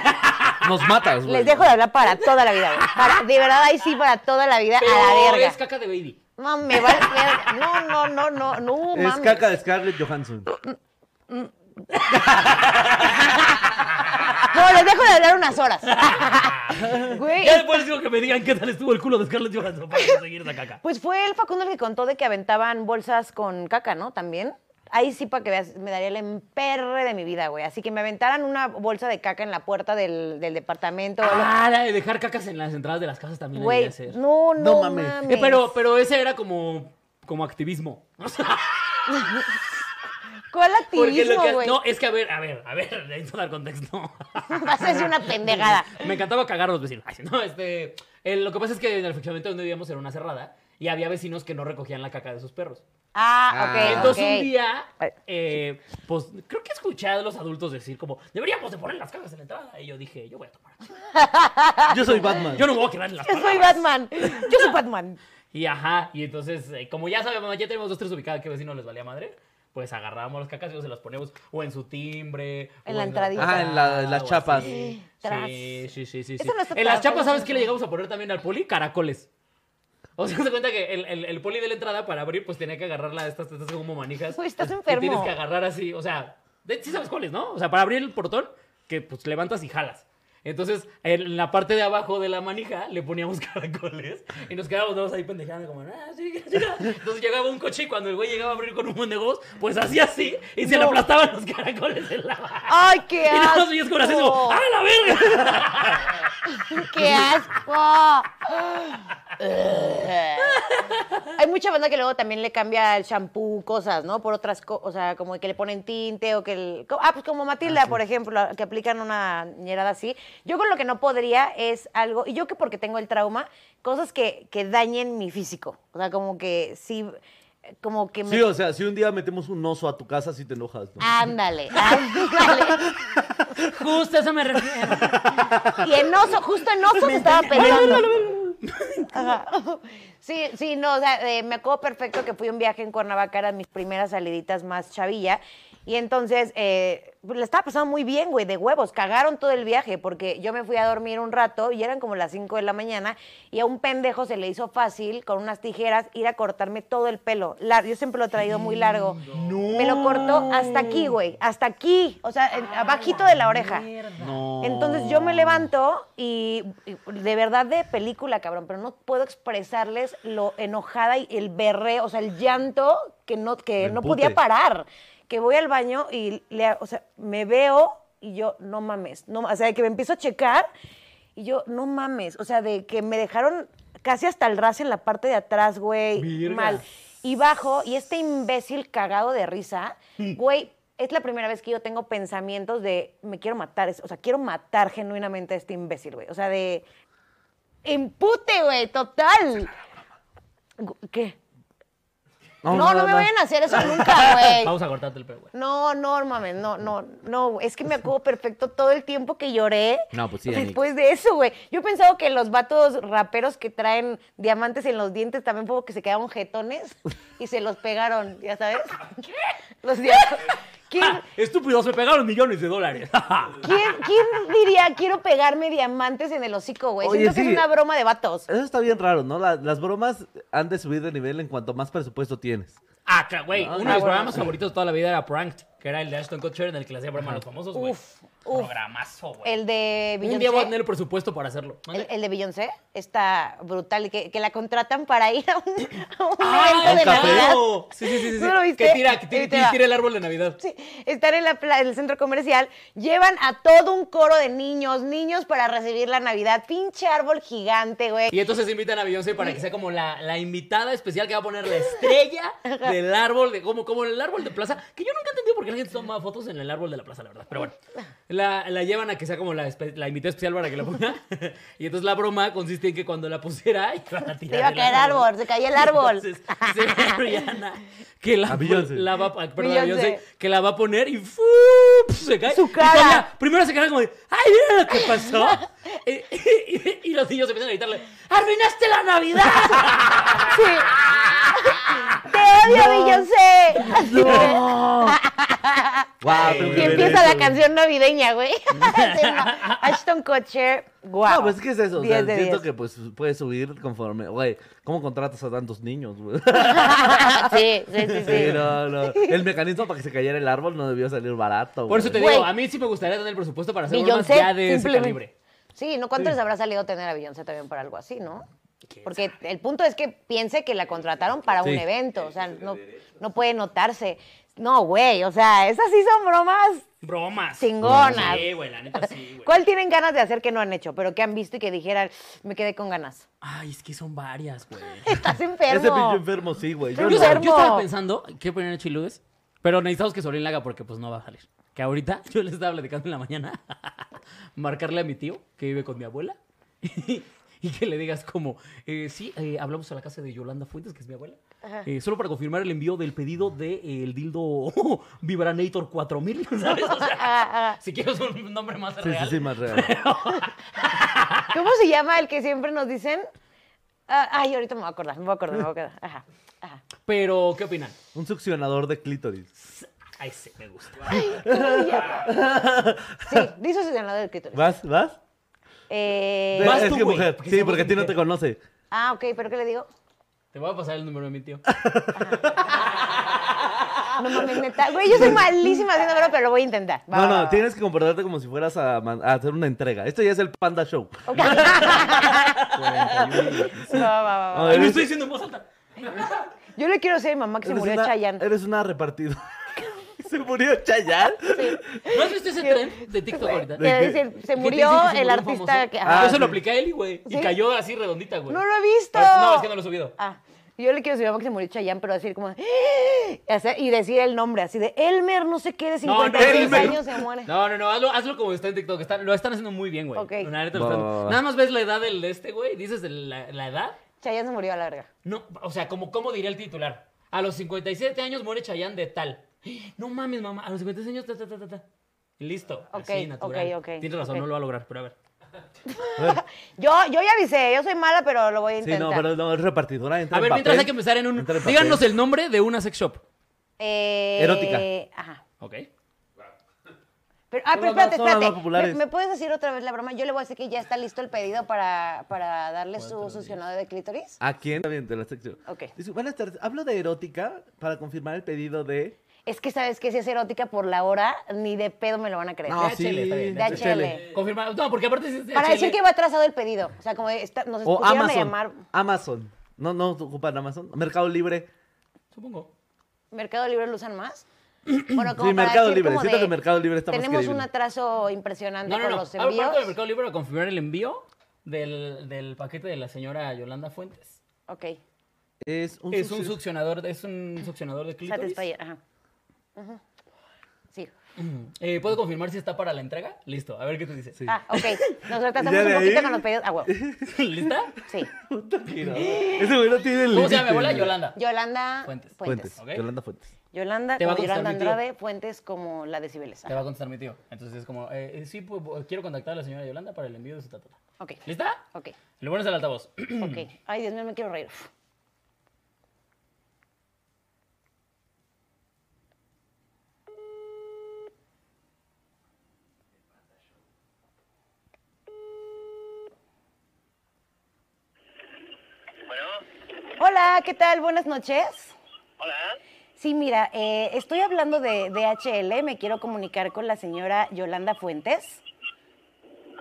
Speaker 2: Nos matas, güey.
Speaker 1: Les dejo de hablar para toda la vida, güey. Para, de verdad, ahí sí, para toda la vida,
Speaker 3: Pero
Speaker 1: a la
Speaker 3: es
Speaker 1: verga.
Speaker 3: caca de baby.
Speaker 1: No, me va a- me- No, no, no, no, no,
Speaker 2: Es
Speaker 1: mames.
Speaker 2: caca de Scarlett Johansson.
Speaker 1: No, les dejo de hablar unas horas. Güey,
Speaker 3: Ya después digo que me digan qué tal estuvo el culo de Scarlett Johansson para conseguir esa caca.
Speaker 1: pues fue el Facundo el que contó de que aventaban bolsas con caca, ¿no? También. Ahí sí, para que veas, me daría el emperre de mi vida, güey. Así que me aventaran una bolsa de caca en la puerta del, del departamento. o algo.
Speaker 3: Ah, la de dejar cacas en las entradas de las casas también hay que
Speaker 1: Güey,
Speaker 3: hacer.
Speaker 1: no, no,
Speaker 2: No mames.
Speaker 1: mames.
Speaker 3: Eh, pero, pero ese era como, como activismo. O sea,
Speaker 1: ¿Cuál
Speaker 3: Porque lo
Speaker 1: activismo,
Speaker 3: que ha-
Speaker 1: güey?
Speaker 3: No, es que a ver, a ver, a ver, necesito dar contexto.
Speaker 1: Vas a decir una pendejada.
Speaker 3: Me encantaba cagar a los vecinos. Ay, No, este, eh, lo que pasa es que en el fraccionamiento donde vivíamos era una cerrada y había vecinos que no recogían la caca de sus perros.
Speaker 1: Ah,
Speaker 2: Ah.
Speaker 1: ok.
Speaker 3: Entonces
Speaker 1: ok.
Speaker 3: un día,
Speaker 1: Ay.
Speaker 3: eh, pues creo que escuché a los adultos decir como, deberíamos de poner las cajas en la entrada. Y yo dije, yo voy a tomar.
Speaker 2: Yo soy Batman.
Speaker 3: Yo no me voy a quedar en las
Speaker 1: Yo soy
Speaker 3: paradas".
Speaker 1: Batman. Yo soy Batman.
Speaker 3: Y ajá, y entonces, eh, como ya sabemos, ya tenemos dos, tres ubicadas que vecino les valía madre, pues agarrábamos las cacas y se las poníamos o en su timbre. o
Speaker 1: En la entradita.
Speaker 2: Ah, en la- en las
Speaker 3: o
Speaker 2: chapas.
Speaker 3: así.
Speaker 1: Tras.
Speaker 3: Sí, sí, sí, sí.
Speaker 1: Eso
Speaker 3: sí.
Speaker 1: no está
Speaker 3: en las
Speaker 1: tan-
Speaker 3: chapas, ¿sabes qué le llegamos a poner también al poli? Caracoles. O sea, se cuenta que el, el, el poli de la entrada para abrir, pues tenía que agarrarla estas, estas como manijas.
Speaker 1: Uy, estás
Speaker 3: que
Speaker 1: enfermo.
Speaker 3: Tienes que agarrar así, o sea, de- sí sabes cuáles, ¿no? O sea, para abrir el portón, que pues levantas y jalas. Entonces, en la parte de abajo de la manija le poníamos caracoles y nos quedábamos todos ahí pendejando como, ah, sí, sí, ah". Entonces llegaba un coche y cuando el güey llegaba a abrir con un buen negocio, pues hacía así y se le aplastaban los caracoles en la barra.
Speaker 1: ¡Ay, qué
Speaker 3: Y nada más
Speaker 1: asco!
Speaker 3: veías con así como, ¡ah, la verga!
Speaker 1: ¡Qué asco! Hay mucha banda que luego también le cambia el shampoo, cosas, ¿no? Por otras cosas, o sea, como que le ponen tinte o que el... co- Ah, pues como Matilda, por ejemplo, que aplican una ñerada así. Yo con lo que no podría es algo, y yo que porque tengo el trauma, cosas que, que dañen mi físico. O sea, como que sí, como que
Speaker 2: Sí, o sea, si un día metemos un oso a tu casa, sí te enojas, ¿no?
Speaker 1: Ah, Ándale, ándale.
Speaker 3: Justo a eso me refiero.
Speaker 1: Y en oso, justo en oso se estaba peleando. Ajá. Sí, sí, no, o sea, eh, me acuerdo perfecto que fui a un viaje en Cuernavaca, eran mis primeras saliditas más chavilla, y entonces eh, pues, la estaba pasando muy bien, güey, de huevos, cagaron todo el viaje, porque yo me fui a dormir un rato y eran como las 5 de la mañana, y a un pendejo se le hizo fácil, con unas tijeras, ir a cortarme todo el pelo, lar- yo siempre lo he traído muy largo, me lo cortó hasta aquí, güey, hasta aquí, o sea, en- abajito de la oreja.
Speaker 2: No.
Speaker 1: Entonces yo me levanto y, y de verdad de película, cabrón, pero no puedo expresarles lo enojada y el berré, o sea, el llanto que no, que
Speaker 2: El
Speaker 1: no
Speaker 2: pute.
Speaker 1: podía parar. Que voy al baño y le, o sea, me veo y yo, no mames, no, o sea, de que me empiezo a checar y yo, no mames, o sea, de que me dejaron casi hasta el ras en la parte de atrás, güey,
Speaker 3: Virga.
Speaker 1: mal. Y bajo, y este imbécil cagado de risa, güey, es la primera vez que yo tengo pensamientos de me quiero matar, es- o sea, quiero matar genuinamente a este imbécil, güey. O sea, de impute, güey, total. Gu- ¿Qué? No, no, me vayan a hacer eso nunca, güey.
Speaker 3: Vamos a cortarte el pelo, güey.
Speaker 1: No, no, no mames, no, no, no, güey. es que me acuerdo perfecto todo el tiempo que lloré.
Speaker 2: No, pues sí, Ani.
Speaker 1: Después de eso, güey. Yo he pensado que los vatos raperos que traen diamantes en los dientes también fue que se quedaron jetones y se los pegaron, ya sabes. ¿Qué? Los diamantes. ¿Quién,
Speaker 3: Ah, estúpidos, me pegaron millones de dólares.
Speaker 1: quién, quién diría quiero pegarme diamantes en el hocico, güey?
Speaker 2: Oye,
Speaker 1: Siento que
Speaker 2: sí.
Speaker 1: es una broma de vatos.
Speaker 2: Eso está bien raro, ¿no? La- las bromas han de subir de nivel en cuanto más presupuesto tienes.
Speaker 3: Ah, ca- güey, uno de
Speaker 1: Ah,
Speaker 3: mis
Speaker 1: bueno.
Speaker 3: programas favoritos de toda la vida era Pranked, que era el de Ashton Kutcher en el que le hacía broma a los famosos, güey.
Speaker 1: Uf, uf.
Speaker 3: Programazo, güey.
Speaker 1: El de
Speaker 3: Un día voy a
Speaker 1: Beyoncé.
Speaker 3: tener el presupuesto para hacerlo.
Speaker 1: El, el de Beyoncé está brutal, y que, que la contratan para ir a un, a un
Speaker 3: ¡Ah,
Speaker 1: evento de
Speaker 2: café!
Speaker 1: Navidad.
Speaker 3: claro! Sí, sí, sí, sí.
Speaker 1: ¿No
Speaker 3: sí.
Speaker 1: lo viste?
Speaker 3: Que tira, que tira,
Speaker 1: Y te va.
Speaker 3: tira el árbol de Navidad.
Speaker 1: Sí, están en, la pla- en el centro comercial, llevan a todo un coro de niños, niños para recibir la Navidad, pinche árbol gigante, güey.
Speaker 3: Y entonces invitan a Beyoncé para que sea como la, la invitada especial que va a poner la estrella del árbol, de, como, como el árbol de plaza, que yo nunca entendí por qué la gente toma fotos en el árbol de la plaza, la verdad. Pero bueno, la, la llevan a que sea como la, espe- la invitada especial para que la ponga. Y entonces la broma consiste en que cuando la pusiera, iban a tirar
Speaker 1: Se iba a
Speaker 3: el
Speaker 1: caer árbol, se cayó el árbol.
Speaker 3: Entonces, se ve a Rihanna que la,
Speaker 2: A Beyoncé.
Speaker 3: la va a, perdón, a
Speaker 1: Beyoncé.
Speaker 3: Beyoncé, que la va a poner y ¡fu! se cae.
Speaker 1: Su
Speaker 3: Y
Speaker 1: cara.
Speaker 3: cuando- primero se queda como de, ¡ay, mira lo que pasó! Eh, y, y los niños empiezan a gritarle, ¡arruinaste la Navidad!
Speaker 1: ¡Te odio, Beyoncé!
Speaker 2: ¡No! ¡Guau! tengo
Speaker 1: Y
Speaker 2: que ver
Speaker 1: empieza la
Speaker 2: eso.
Speaker 1: canción navideña, güey. Sí, no. Ashton Kutcher, guau.
Speaker 2: No, pues es que es eso. O sea,
Speaker 1: 10 de
Speaker 2: siento
Speaker 1: 10.
Speaker 2: que pues puede subir conforme. Güey, ¿cómo contratas a tantos niños, güey?
Speaker 1: sí, sí, sí, sí.
Speaker 2: Sí, no, no. El mecanismo para que se cayera el árbol no debió salir barato.
Speaker 3: Por eso te
Speaker 1: Güey.
Speaker 3: digo, a mí sí me gustaría tener el presupuesto para hacer bromas
Speaker 1: Beyoncé,
Speaker 3: ya de ese
Speaker 1: simplemente.
Speaker 3: calibre.
Speaker 1: Sí, ¿no? ¿Cuánto les habrá salido tener a Beyoncé también para algo así, no? Porque el punto es que piense que la contrataron para un
Speaker 2: Sí.
Speaker 1: evento, o sea, no, no puede notarse. No, güey, o sea, esas sí son bromas
Speaker 3: Bromas.
Speaker 1: Chingonas.
Speaker 3: Sí, güey, la neta sí, güey.
Speaker 1: ¿Cuál tienen ganas de hacer que no han hecho, pero que han visto y que dijeran, me quedé con ganas?
Speaker 3: Ay, es que son varias, güey.
Speaker 1: Estás
Speaker 2: Ese pinche
Speaker 1: enfermo.
Speaker 2: enfermo, sí, güey.
Speaker 1: Yo
Speaker 3: Yo,
Speaker 2: no.
Speaker 1: sé.
Speaker 3: estaba-
Speaker 1: enfermo.
Speaker 3: yo estaba pensando, ¿qué poner Chiludes? Pero necesitamos que Solín la haga porque pues no va a salir. Que ahorita yo le estaba platicando en la mañana, marcarle a mi tío que vive con mi abuela y, y que le digas como, eh, sí, eh, hablamos a la casa de Yolanda Fuentes, que es mi abuela, eh, solo para confirmar el envío del pedido del de, eh, el dildo Vibranator 4000, ¿sabes? O sea,
Speaker 1: Ah,
Speaker 3: si quieres un nombre más
Speaker 2: Sí, sí,
Speaker 3: real.
Speaker 2: sí, más real.
Speaker 1: ah. ¿Cómo se llama el que siempre nos dicen? Ah, ay, ahorita me voy a acordar, me voy a acordar, me voy a acordar. Ajá, ajá.
Speaker 3: Pero, ¿qué opinan?
Speaker 2: Un succionador de clítoris.
Speaker 3: Ay, sí, me gusta.
Speaker 1: Sí, dice su ganador del escritorio.
Speaker 2: ¿Vas? ¿Vas?
Speaker 1: Eh,
Speaker 3: Vas
Speaker 2: es
Speaker 3: tú,
Speaker 2: que
Speaker 3: güey,
Speaker 2: mujer.
Speaker 3: porque
Speaker 2: Sí,
Speaker 3: somos
Speaker 2: porque a ti no te
Speaker 3: mujer.
Speaker 2: conoce.
Speaker 1: ah, ok, pero ¿qué le digo?
Speaker 3: Te voy a pasar el número de mi tío.
Speaker 1: Ah, No mames, neta. Güey, yo soy malísima haciendo broma, pero lo voy a intentar. Va,
Speaker 2: No,
Speaker 1: va,
Speaker 2: no,
Speaker 1: va.
Speaker 2: tienes que comportarte como si fueras a, man- a hacer una entrega. Esto ya es el Panda Show.
Speaker 1: Ok. Va,
Speaker 3: 41.
Speaker 1: va, va, va.
Speaker 2: No,
Speaker 3: Ay, lo
Speaker 2: eres-
Speaker 3: estoy diciendo en voz alta.
Speaker 1: Yo le quiero decir a mi mamá que Ah, se
Speaker 2: eres
Speaker 1: murió
Speaker 2: una-
Speaker 1: Chayanne.
Speaker 2: Eres una repartidora. ¿Se murió Chayanne?
Speaker 3: ¿No has visto ese tren de TikTok ahorita?
Speaker 1: Que
Speaker 2: qué?
Speaker 1: dice, se
Speaker 3: Que
Speaker 1: murió
Speaker 3: te dicen que se murió
Speaker 1: el
Speaker 3: un
Speaker 1: artista
Speaker 3: famoso.
Speaker 1: que...
Speaker 2: Ah,
Speaker 1: Ajá.
Speaker 3: Yo se lo
Speaker 2: sí.
Speaker 3: apliqué a Eli, güey.
Speaker 1: ¿Sí?
Speaker 3: Y cayó así redondita, güey.
Speaker 1: No lo he visto.
Speaker 3: Pero- No, es que no lo he subido.
Speaker 1: Ah, yo le quiero decir a mi mamá que se murió Chayanne, pero decir como... ¡Eh! Y hacer- Y decir el nombre, así de Elmer, no sé qué, de
Speaker 3: No, no,
Speaker 1: 56
Speaker 2: Elmer.
Speaker 1: años se muere.
Speaker 3: No, no, no, hazlo, hazlo como está en TikTok. está- lo están haciendo muy bien, güey.
Speaker 1: Ok.
Speaker 3: La neta lo
Speaker 2: Va,
Speaker 3: están-
Speaker 2: va, va.
Speaker 3: Nada más ves la edad del de este, güey. Dices el- la, la edad.
Speaker 1: Chayanne se murió a la verga.
Speaker 3: No, o sea, como cómo diría el titular. A los 57 años muere Chayanne de tal. No mames, mamá. A los 56 años, ta, ta, ta, ta, ta. Y listo.
Speaker 1: Ok,
Speaker 3: así, natural.
Speaker 1: ok, ok,
Speaker 3: Tienes razón,
Speaker 1: ok.
Speaker 3: no lo va a lograr, pero a ver.
Speaker 1: Yo, yo ya avisé, yo soy mala, pero lo voy a
Speaker 2: Sí,
Speaker 1: intentar.
Speaker 2: no, pero no, es repartidora. Entra
Speaker 3: A
Speaker 2: en
Speaker 3: ver,
Speaker 2: papel,
Speaker 3: mientras hay que empezar en un.
Speaker 2: entra en
Speaker 3: Díganos
Speaker 2: papel.
Speaker 3: el nombre de una sex shop.
Speaker 1: Eh,
Speaker 2: Erótica.
Speaker 1: Ajá.
Speaker 3: Ok.
Speaker 1: Pero, ah, pero
Speaker 2: Son las
Speaker 1: espérate,
Speaker 2: más- son las
Speaker 1: espérate.
Speaker 2: más populares.
Speaker 1: ¿Me, me puedes decir otra vez la broma? Yo le voy a decir que ya está listo el pedido para, para darle su succionado de clítoris.
Speaker 2: ¿A quién? Está bien, te la sección.
Speaker 1: Ok.
Speaker 2: Dice, buenas tardes. Hablo de erótica para confirmar el pedido de.
Speaker 1: Es que sabes que si es erótica por la hora, ni de pedo me lo van a creer.
Speaker 2: No, sí,
Speaker 3: está bien,
Speaker 1: DHL.
Speaker 3: Confirmado. No, porque aparte es
Speaker 1: para
Speaker 3: DHL.
Speaker 1: decir que va atrasado el pedido. O sea, como está- nos
Speaker 2: O
Speaker 1: pusieron a
Speaker 2: Amazon.
Speaker 1: llamar
Speaker 2: Amazon. No, no ocupan Amazon. Mercado Libre.
Speaker 3: Supongo.
Speaker 1: Mercado Libre lo usan más. Bueno, como
Speaker 2: Sí,
Speaker 1: para
Speaker 2: Mercado
Speaker 1: decir
Speaker 2: Libre.
Speaker 1: como
Speaker 2: Siento
Speaker 1: de,
Speaker 2: que Mercado Libre está más
Speaker 1: Tenemos un
Speaker 2: creíble".
Speaker 1: atraso impresionante
Speaker 3: No, no,
Speaker 1: con
Speaker 3: no.
Speaker 1: los
Speaker 3: Abro
Speaker 1: envíos.
Speaker 3: parte del Mercado Libre para confirmar el envío del, del paquete de la señora Yolanda Fuentes.
Speaker 1: Ok,
Speaker 2: Es un.
Speaker 3: Es un
Speaker 2: sucio-
Speaker 3: succionador, es un succionador de clítoris.
Speaker 1: Satisfyer, ajá. Ujú. Sí.
Speaker 3: Eh, ¿Puedo confirmar si está para la entrega? Listo, a ver qué tú dices.
Speaker 2: Sí.
Speaker 1: Ah, ok. Nos retrasamos
Speaker 2: Ya de
Speaker 1: un poquito
Speaker 2: ahí-
Speaker 1: con los pedidos. Ah, huevo.
Speaker 3: ¿Lista?
Speaker 1: Sí.
Speaker 2: Ese güey no tiene el
Speaker 3: ¿Cómo se llama mi
Speaker 2: límite.
Speaker 3: abuela? Yolanda.
Speaker 1: Yolanda
Speaker 3: Fuentes.
Speaker 1: Fuentes.
Speaker 2: Fuentes.
Speaker 3: Ok.
Speaker 2: Yolanda Fuentes.
Speaker 1: Yolanda,
Speaker 3: Te va a
Speaker 1: como
Speaker 3: contestar mi
Speaker 1: Yolanda
Speaker 3: tío.
Speaker 1: Andrade, Fuentes como la de Cibeles.
Speaker 3: Te
Speaker 1: Ah,
Speaker 3: va a contestar mi tío. Entonces es como, eh, eh, sí, pues, bo- quiero contactar a la señora Yolanda para el envío de su tatata.
Speaker 1: ok,
Speaker 3: ¿Lista?
Speaker 1: ok,
Speaker 3: Le pones al altavoz.
Speaker 1: ok. Ay, Dios mío, me quiero reír.
Speaker 4: Bueno,
Speaker 1: Hola, ¿qué tal? Buenas noches.
Speaker 4: hola.
Speaker 1: Sí, mira, eh, estoy hablando de DHL. Me quiero comunicar con la señora Yolanda Fuentes.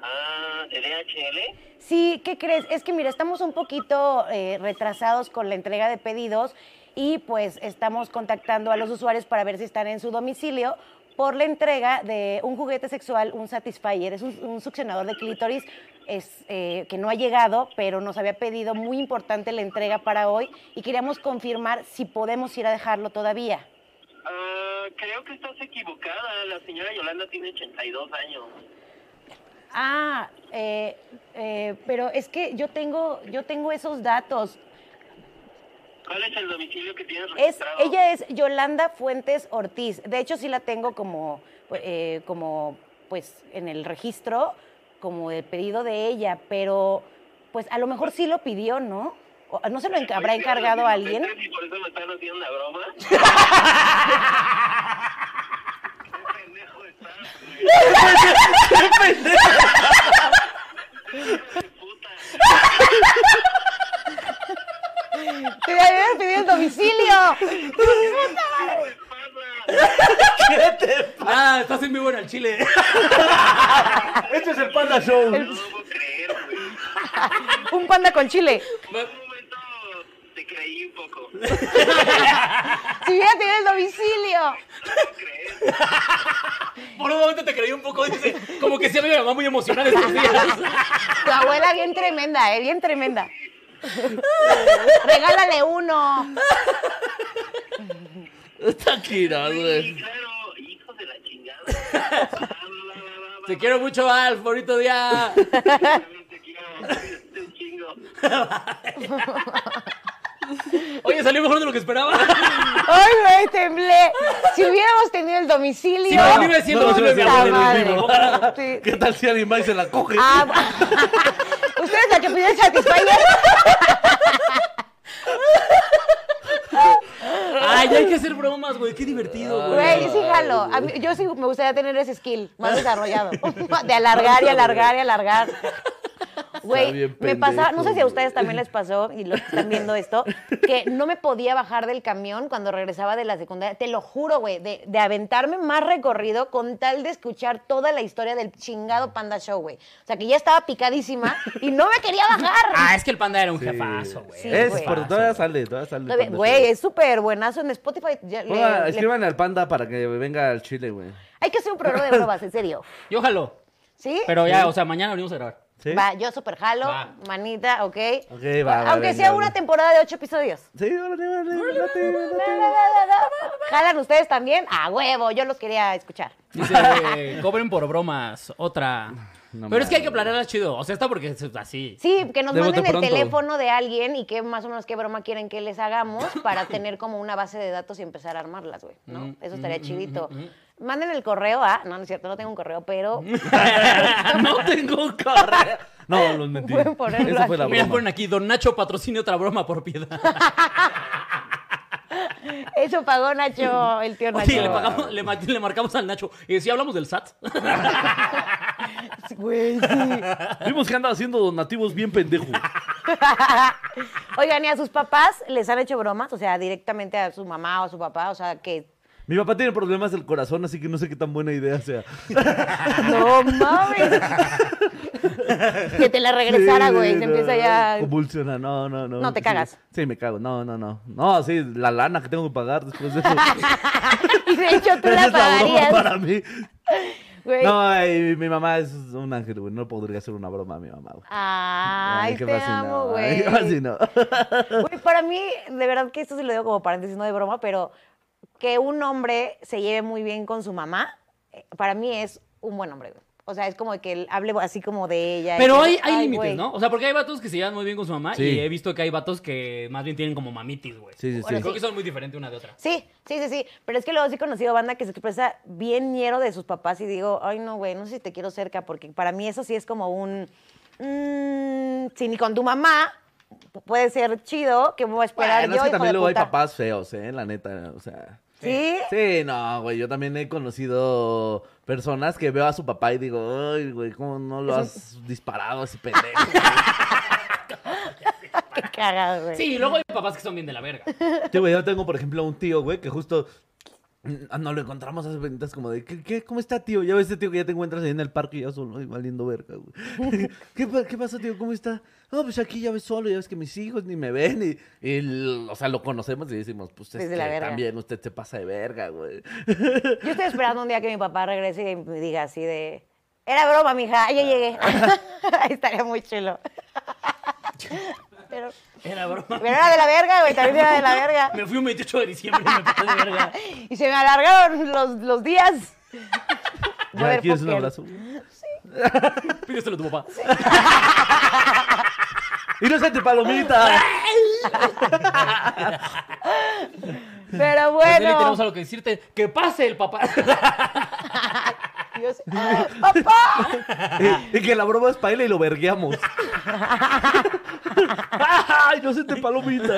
Speaker 4: Ah, ¿de DHL?
Speaker 1: Sí, ¿qué crees? Es que mira, estamos un poquito eh, retrasados con la entrega de pedidos y pues estamos contactando a los usuarios para ver si están en su domicilio por la entrega de un juguete sexual, un Satisfyer, es un, un succionador de clítoris es, eh, que no ha llegado, pero nos había pedido muy importante la entrega para hoy y queríamos confirmar si podemos ir a dejarlo todavía.
Speaker 4: Ah, creo que estás equivocada. La señora Yolanda tiene 82 años.
Speaker 1: Ah, eh, eh, pero es que yo tengo, yo tengo esos datos.
Speaker 4: ¿Cuál es el domicilio que tienes
Speaker 1: Es,
Speaker 4: registrado?
Speaker 1: ella es Yolanda Fuentes Ortiz. De hecho, sí la tengo como, pues, eh, como, pues, en el registro, como el pedido de ella, pero, pues, a lo mejor sí lo pidió, ¿no? O- ¿No se lo enca- habrá
Speaker 4: Oye,
Speaker 1: encargado a alguien?
Speaker 4: ¿Y por eso me están haciendo una broma? Qué pendejo estás, güey. Hijo de puta.
Speaker 1: ¡Te habían pedido el domicilio!
Speaker 4: ¿Qué pasa?
Speaker 3: Ah, estás en vivo en el Chile.
Speaker 2: Este es el Panda Show.
Speaker 4: No lo puedo creer, güey.
Speaker 1: Un panda con chile.
Speaker 4: Por un momento te creí un poco. No
Speaker 1: Si hubiera tenido el domicilio.
Speaker 4: puedo creer.
Speaker 3: Por un momento te creí un poco, dice, como que se me mamá muy emocionada estos días.
Speaker 1: Tu abuela bien tremenda, ¿eh? Bien tremenda. Regálale uno.
Speaker 2: Está girado,
Speaker 4: Sí,
Speaker 2: güey.
Speaker 4: claro, hijo de la chingada. Bla, bla, bla, bla, bla.
Speaker 3: Te quiero mucho, Alf, bonito día.
Speaker 4: Te quiero, te chingo.
Speaker 3: Oye, salió mejor de lo que esperaba.
Speaker 1: Ay, güey, temblé. Si hubiéramos tenido el domicilio.
Speaker 3: Sí, no, iba a decir
Speaker 2: No, no,
Speaker 3: domicilio de mi
Speaker 2: no,
Speaker 3: abuelo,
Speaker 2: no,
Speaker 3: es mi
Speaker 1: no,
Speaker 3: mamá.
Speaker 1: no. Sí.
Speaker 2: ¿Qué tal si alguien va y se la coge?
Speaker 1: Ah, bu- ¿Usted es la que pidió el Satisfyer?
Speaker 3: Ay, hay que hacer bromas, güey. Qué divertido, güey.
Speaker 1: Güey, sí, jalo. A mí- yo sí me gustaría tener ese skill más desarrollado. De alargar y alargar y alargar. Güey,
Speaker 2: bien
Speaker 1: me pasaba, no sé si
Speaker 2: pendejo,
Speaker 1: a
Speaker 2: güey.
Speaker 1: ustedes también les pasó, y los que están viendo esto, que no me podía bajar del camión cuando regresaba de la secundaria. Te lo juro, güey, de, de aventarme más recorrido con tal de escuchar toda la historia del chingado Panda Show, güey. O sea, que ya estaba picadísima y no me quería bajar.
Speaker 3: Ah, es que el panda era un
Speaker 2: Sí.
Speaker 3: jefazo, güey.
Speaker 1: Sí,
Speaker 2: es,
Speaker 1: güey.
Speaker 2: pero
Speaker 3: Jefazo,
Speaker 2: todavía
Speaker 3: güey.
Speaker 2: sale, todavía sale.
Speaker 1: Todavía-
Speaker 2: Panda
Speaker 1: Güey,
Speaker 2: Show.
Speaker 1: es súper buenazo en Spotify. ya le-
Speaker 2: Ponga-
Speaker 1: le-
Speaker 2: escriban al panda para que venga al Chile, güey.
Speaker 1: hay que hacer un programa de bromas, en serio.
Speaker 3: Yo jalo.
Speaker 1: ¿Sí?
Speaker 3: Pero ya, o sea, mañana venimos a grabar.
Speaker 2: ¿Sí?
Speaker 1: Va, yo super jalo,
Speaker 3: Va.
Speaker 1: manita, ok.
Speaker 2: Ok, va, va,
Speaker 1: Aunque
Speaker 2: venga,
Speaker 1: sea
Speaker 2: va.
Speaker 1: una temporada de ocho episodios.
Speaker 2: Sí, órale, órale, date, date.
Speaker 1: ¿Jalan ustedes también? A huevo, yo los quería escuchar.
Speaker 3: Dice, cobren por bromas, otra.
Speaker 2: No
Speaker 3: Pero es que hay que
Speaker 2: mames.
Speaker 3: planearlas chido. O sea, está porque es así.
Speaker 1: Sí, que nos
Speaker 2: De bote
Speaker 1: manden el
Speaker 2: pronto.
Speaker 1: teléfono de alguien y que más o menos qué broma quieren que les hagamos para tener como una base de datos y empezar a armarlas, güey, ¿no?
Speaker 3: Mm,
Speaker 1: Eso estaría
Speaker 3: mm,
Speaker 1: chidito.
Speaker 3: mm, mm,
Speaker 1: Manden el correo a... No, no es cierto, no tengo un correo, pero... Ah,
Speaker 3: no tengo un correo.
Speaker 2: No, los mentí.
Speaker 1: Pueden ponerlo
Speaker 2: Esa fue la
Speaker 1: aquí.
Speaker 3: Mira,
Speaker 2: broma.
Speaker 3: ponen aquí, Don Nacho patrocina otra broma por piedad.
Speaker 1: Eso pagó Nacho, el tío
Speaker 3: Oye, le,
Speaker 1: Nacho.
Speaker 3: pagamos- le ma- le marcamos al Nacho. Y si hablamos del SAT.
Speaker 1: Güey, sí.
Speaker 2: Vimos que anda haciendo donativos bien pendejos.
Speaker 1: Oigan, ¿y a sus papás les han hecho bromas? O sea, directamente a su mamá o a su papá, o sea, que...
Speaker 2: Mi papá tiene problemas del corazón, así que no sé qué tan buena idea sea.
Speaker 1: No mames. que te la regresara,
Speaker 2: Sí,
Speaker 1: güey.
Speaker 2: no,
Speaker 1: Te empieza ya.
Speaker 2: Convulsiona, no, no, no.
Speaker 1: No, te
Speaker 2: Sí,
Speaker 1: cagas.
Speaker 2: Sí, me cago. No, no, no. No, sí, la lana que tengo que pagar después de eso.
Speaker 1: Y de hecho tú
Speaker 2: Esa
Speaker 1: la
Speaker 2: es la broma
Speaker 1: pagarías.
Speaker 2: para mí.
Speaker 1: güey.
Speaker 2: No, y mi mamá es un ángel, güey. No podría hacer una broma a mi mamá, güey.
Speaker 1: Ay,
Speaker 2: qué
Speaker 1: te
Speaker 2: fascinado,
Speaker 1: amo,
Speaker 2: ay,
Speaker 1: güey.
Speaker 2: qué fascinado.
Speaker 1: Güey, Para mí, de verdad que esto se lo digo como paréntesis, no de broma, pero que un hombre se lleve muy bien con su mamá, eh, para mí es un buen hombre, güey. O sea, es como que él hable así como de ella. y
Speaker 3: Pero
Speaker 1: que-
Speaker 3: hay, hay
Speaker 1: ay,
Speaker 3: límites,
Speaker 1: güey.
Speaker 3: ¿no? O sea, porque hay vatos que se llevan muy bien con su mamá
Speaker 2: Sí.
Speaker 3: y he visto que hay vatos que más bien tienen como mamitis, güey.
Speaker 2: Sí, sí, sí.
Speaker 1: Ahora
Speaker 3: Creo
Speaker 1: sí.
Speaker 3: que son muy diferentes una de otra.
Speaker 1: Sí, sí, sí, sí. Pero es que luego sí he conocido banda que se expresa bien ñero de sus papás y digo, ay, no, güey, no sé si te quiero cerca, porque para mí eso sí es como un. mm, si ni con tu mamá p- puede ser chido, que me voy a esperar
Speaker 2: Bueno,
Speaker 1: yo.
Speaker 2: es que
Speaker 1: hijo
Speaker 2: también
Speaker 1: de
Speaker 2: luego hay
Speaker 1: puta?
Speaker 2: papás feos, ¿eh? La neta, o sea.
Speaker 1: ¿Sí?
Speaker 2: Sí, no, güey. Yo también he conocido personas que veo a su papá y digo, ay, güey, ¿cómo no lo has disparado ese pendejo?
Speaker 1: Qué cagado, güey.
Speaker 3: Sí, y luego hay papás que son bien de la verga.
Speaker 2: Sí, güey, yo tengo, por ejemplo, un tío, güey, que justo mm, no lo encontramos hace venitas como de, ¿qué, qué, cómo está, tío? Ya ves este tío que ya te encuentras ahí en el parque y ya solo, ay, valiendo verga, güey. ¿Qué, pa- ¿Qué pasa, tío? ¿Cómo está? No, pues aquí ya ves solo, ya ves que mis hijos ni me ven y, y l- o sea, lo conocemos y decimos, pues es
Speaker 1: Desde
Speaker 2: que
Speaker 1: la verga.
Speaker 2: también usted se pasa de verga, güey.
Speaker 1: Yo estoy esperando un día que mi papá regrese y me diga así de. Era broma, mija,
Speaker 2: Ah.
Speaker 1: ya llegué. Estaría muy chulo. Pero,
Speaker 3: Era broma.
Speaker 1: pero era de la verga, güey, también era de la verga.
Speaker 3: Me fui un 28 de diciembre y me pasé de verga.
Speaker 1: Y se me alargaron los, los días. Voy a
Speaker 2: Ya,
Speaker 1: ver
Speaker 2: ¿quieres un
Speaker 1: póker.
Speaker 2: abrazo?
Speaker 3: Pídeselo a tu papá.
Speaker 2: ¡Inocente palomita!
Speaker 1: Pero
Speaker 3: Pues, Nelly, tenemos
Speaker 1: bueno.
Speaker 3: algo que decirte. ¡Que pase el papá!
Speaker 1: Dios- Ah, ¡Papá!
Speaker 2: y, y que la broma es pa' él y lo vergueamos. ¡Ah, inocente palomita!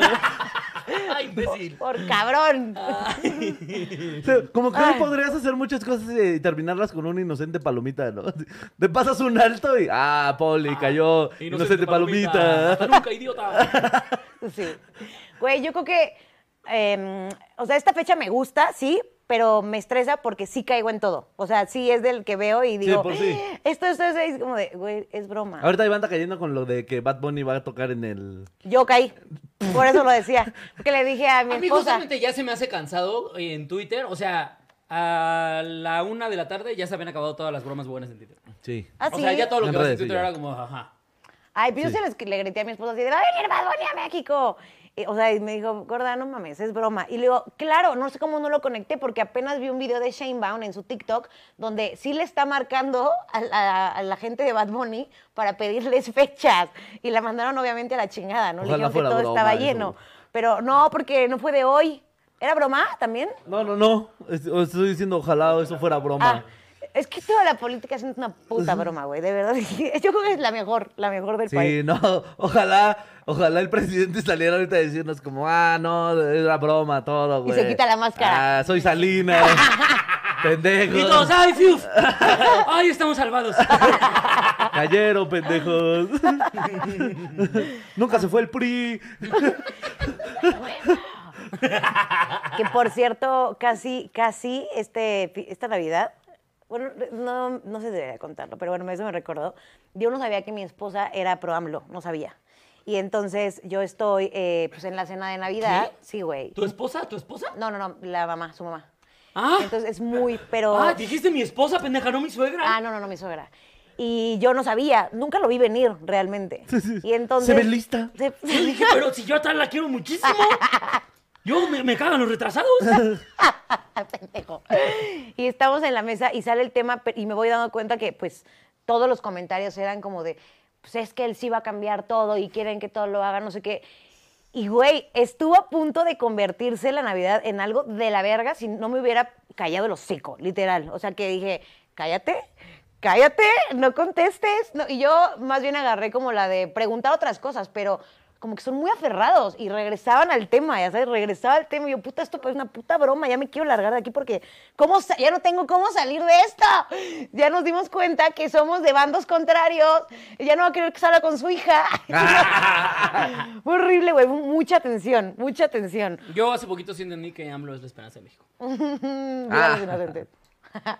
Speaker 3: ¡Ay, imbécil!
Speaker 1: Por cabrón.
Speaker 2: O sea, Como que hoy
Speaker 1: Ay.
Speaker 2: podrías hacer muchas cosas y terminarlas con una inocente palomita, ¿no? Te pasas un alto y. ¡Ah, Poli, cayó! inocente, palomita.
Speaker 3: Hasta nunca, idiota!
Speaker 1: Sí. Güey, yo creo que. em, o sea, esta fecha me gusta, sí, pero me estresa porque sí caigo en todo. O sea, sí es del que veo y digo. "Ah,
Speaker 2: por sí.
Speaker 1: Esto, esto, esto", es como de, güey, es broma.
Speaker 2: Ahorita Iván está cayendo con lo de que Bad Bunny va a tocar en el.
Speaker 1: Yo caí. Por eso lo decía. Porque le dije a mi
Speaker 3: A mí
Speaker 1: esposa.
Speaker 3: justamente ya se me hace cansado en Twitter. O sea, a la una de la tarde ya se habían acabado todas las bromas buenas en Twitter.
Speaker 2: Sí.
Speaker 1: ¿Ah,
Speaker 3: O
Speaker 1: sí?
Speaker 3: sea, ya todo lo
Speaker 2: En
Speaker 3: que vas en
Speaker 2: redes, sí,
Speaker 3: Twitter
Speaker 2: ya.
Speaker 3: era como, ajá.
Speaker 1: Ay, pero
Speaker 2: Sí.
Speaker 1: yo se les- le grité a mi esposo así de, ¡va a venir Bad Bunny a México! Y, o sea, y me dijo, gorda, no mames, es broma. Y le digo, claro, no sé cómo no lo conecté, porque apenas vi un video de Shane Baum en su TikTok, donde sí le está marcando a la, a la gente de Bad Bunny para pedirles fechas. Y la mandaron, obviamente, a la chingada, ¿no?
Speaker 2: Ojalá
Speaker 1: le dijeron que
Speaker 2: fuera
Speaker 1: todo
Speaker 2: broma
Speaker 1: estaba
Speaker 2: eso.
Speaker 1: lleno. Pero no, porque no fue de hoy. ¿Era broma también?
Speaker 2: No, no, no. Es- os Estoy diciendo, ojalá eso fuera
Speaker 1: Ah,
Speaker 2: broma.
Speaker 1: es que toda la política es una puta broma, güey, de verdad. Yo creo que es la mejor, la mejor del país.
Speaker 2: Pues Sí, no, ojalá, ojalá el presidente saliera ahorita a decirnos como, ah, no, era broma, todo,
Speaker 1: Y
Speaker 2: güey.
Speaker 1: se quita la máscara.
Speaker 2: Ah, soy Salinas. pendejo.
Speaker 3: Y todos, ¡ay, fiuf! ¡Ay, estamos salvados!
Speaker 2: cayeron, pendejos. Nunca se fue el PRI.
Speaker 1: Que por cierto, casi, casi este, fi- esta Navidad, bueno, no, no sé si debería contarlo, pero bueno, eso me recordó. Yo no sabía que mi esposa era pro AMLO, no sabía. Y entonces yo estoy eh, pues en la cena de Navidad.
Speaker 3: ¿Qué?
Speaker 1: Sí, güey.
Speaker 3: ¿Tu esposa? ¿Tu esposa?
Speaker 1: No, no, no, la mamá, su mamá.
Speaker 3: Ah.
Speaker 1: Entonces es muy, pero...
Speaker 3: Ah, dijiste mi esposa, pendeja, no mi suegra.
Speaker 1: Ah, no, no, no, mi suegra. Y yo no sabía, nunca lo vi venir realmente. Y entonces...
Speaker 2: Se ve lista.
Speaker 1: Se-
Speaker 3: Yo dije, pero si yo a tal la quiero muchísimo. Yo me, me cagan los retrasados.
Speaker 1: pendejo. Y estamos en la mesa y sale el tema pe- y me voy dando cuenta que pues todos los comentarios eran como de, pues es que él sí va a cambiar todo y quieren que todo lo haga, no sé qué. Y güey, estuvo a punto de convertirse la Navidad en algo de la verga si no me hubiera callado el hocico, literal. O sea que dije, cállate. Cállate, no contestes. No, y yo más bien agarré como la de preguntar otras cosas, pero como que son muy aferrados y regresaban al tema, ya sabes, regresaba al tema y yo, puta, esto es una puta broma, ya me quiero largar de aquí porque ¿cómo sa- ya no tengo cómo salir de esto. Ya nos dimos cuenta que somos de bandos contrarios, ya no va a querer que salga con su hija. Fue horrible, güey, mu- mucha tensión, mucha tensión.
Speaker 3: Yo hace poquito sí entendí que AMLO es la esperanza de México.
Speaker 1: Mm,
Speaker 2: Ah.
Speaker 1: viva los inocentes.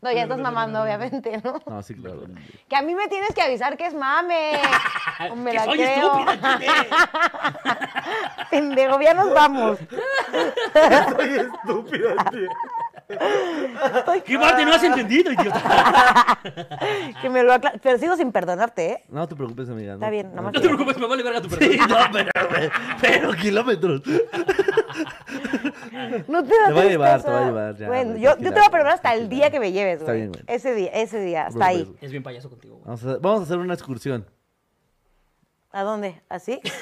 Speaker 1: No, ya estás mamando, obviamente, ¿no?
Speaker 2: No, sí, claro.
Speaker 1: Que a mí me tienes que avisar que es mame. O Ah, Me
Speaker 3: que
Speaker 1: la
Speaker 3: soy
Speaker 1: creo.
Speaker 3: estúpida, ¿entiendes?
Speaker 1: Pendejo, ya nos vamos.
Speaker 2: Soy estúpida, tío.
Speaker 3: ¿Qué parte no has entendido, idiota?
Speaker 1: Que me lo acla- Pero sigo sin perdonarte, ¿eh?
Speaker 2: No te preocupes, amiga.
Speaker 1: Está bien, nomás
Speaker 3: No te preocupes, me vale verga tu perdón.
Speaker 2: Sí, no, pero, pero kilómetros.
Speaker 1: No te, da
Speaker 2: Te va a llevar,
Speaker 1: tristeza.
Speaker 2: te va a llevar, ya,
Speaker 1: Bueno,
Speaker 2: güey,
Speaker 1: yo, yo
Speaker 2: tranquila,
Speaker 1: te voy a perdonar hasta el
Speaker 2: tranquila.
Speaker 1: día que me lleves,
Speaker 2: Está
Speaker 1: güey.
Speaker 2: bien, güey.
Speaker 1: Ese día, ese día,
Speaker 2: No te
Speaker 1: hasta ahí.
Speaker 2: preocupes.
Speaker 3: Es bien payaso contigo, güey.
Speaker 2: Vamos a, vamos a hacer una excursión.
Speaker 1: ¿A dónde? ¿Así?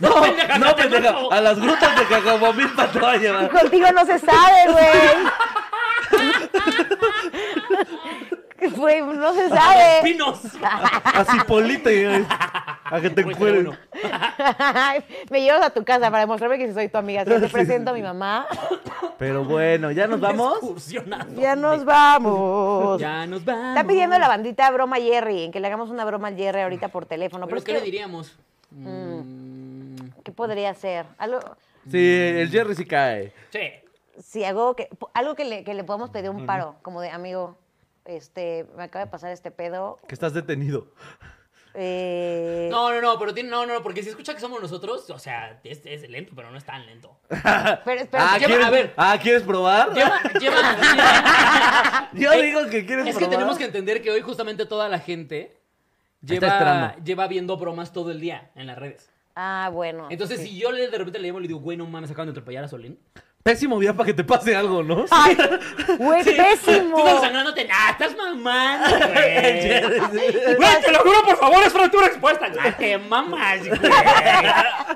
Speaker 3: No, pendeja,
Speaker 2: No,
Speaker 3: no te
Speaker 2: pendeja,
Speaker 3: mato.
Speaker 2: a las grutas de Cacamamilpa te va a llevar.
Speaker 1: Contigo no se sabe, güey. Güey, no se sabe.
Speaker 3: Pinos.
Speaker 2: A Cipolite, güey. a que te
Speaker 3: Fuiste
Speaker 2: encueren.
Speaker 3: uno.
Speaker 1: me llevas a tu casa para mostrarme que soy tu amiga. Así te
Speaker 2: Sí,
Speaker 1: presento a
Speaker 2: sí,
Speaker 1: mi mamá.
Speaker 2: Pero bueno, ¿ya nos vamos?
Speaker 3: Excursionando.
Speaker 1: Ya nos vamos.
Speaker 3: Ya nos vamos.
Speaker 1: Está pidiendo la bandita broma a Jerry, en que le hagamos una broma al Jerry ahorita por teléfono.
Speaker 3: ¿Pero
Speaker 1: Pero,
Speaker 3: qué
Speaker 1: es
Speaker 3: le
Speaker 1: que-
Speaker 3: diríamos? Mm,
Speaker 1: ¿Qué podría ser? Algo,
Speaker 2: Sí, el Jerry sí cae.
Speaker 3: Sí.
Speaker 1: sí, algo que, algo que le, que le podamos pedir un paro, como de amigo, este, me acaba de pasar este pedo.
Speaker 2: Que estás detenido.
Speaker 1: eh,
Speaker 3: No, no, no, pero tiene, no, no, no, porque si escucha que somos nosotros, o sea, es, es lento, pero no es tan lento.
Speaker 1: pero espera,
Speaker 2: Ah,
Speaker 3: lleva-
Speaker 2: ¿quieres,
Speaker 3: a ver.
Speaker 2: ah, ¿quieres probar?
Speaker 3: Lleva, lleva.
Speaker 2: Yo
Speaker 3: Eh,
Speaker 2: digo que quieres
Speaker 3: Es que
Speaker 2: probar.
Speaker 3: tenemos que entender que hoy justamente toda la gente lleva,
Speaker 2: esperando.
Speaker 3: lleva viendo bromas todo el día en las redes.
Speaker 1: Ah, bueno.
Speaker 3: Entonces,
Speaker 1: sí.
Speaker 3: si yo le, de repente le llamo y le digo, güey, no mames, acaban de atropellar a Solín.
Speaker 2: Pésimo día para que te pase algo, ¿no?
Speaker 1: ¡Ay! ¡Güey, pésimo!
Speaker 3: Tú estás sangrándote. Ah, estás mamando,
Speaker 2: El
Speaker 3: güey.
Speaker 2: Jerry, sí.
Speaker 3: Güey, te lo juro, por favor, es fractura expuesta. Ah, te mamas, güey.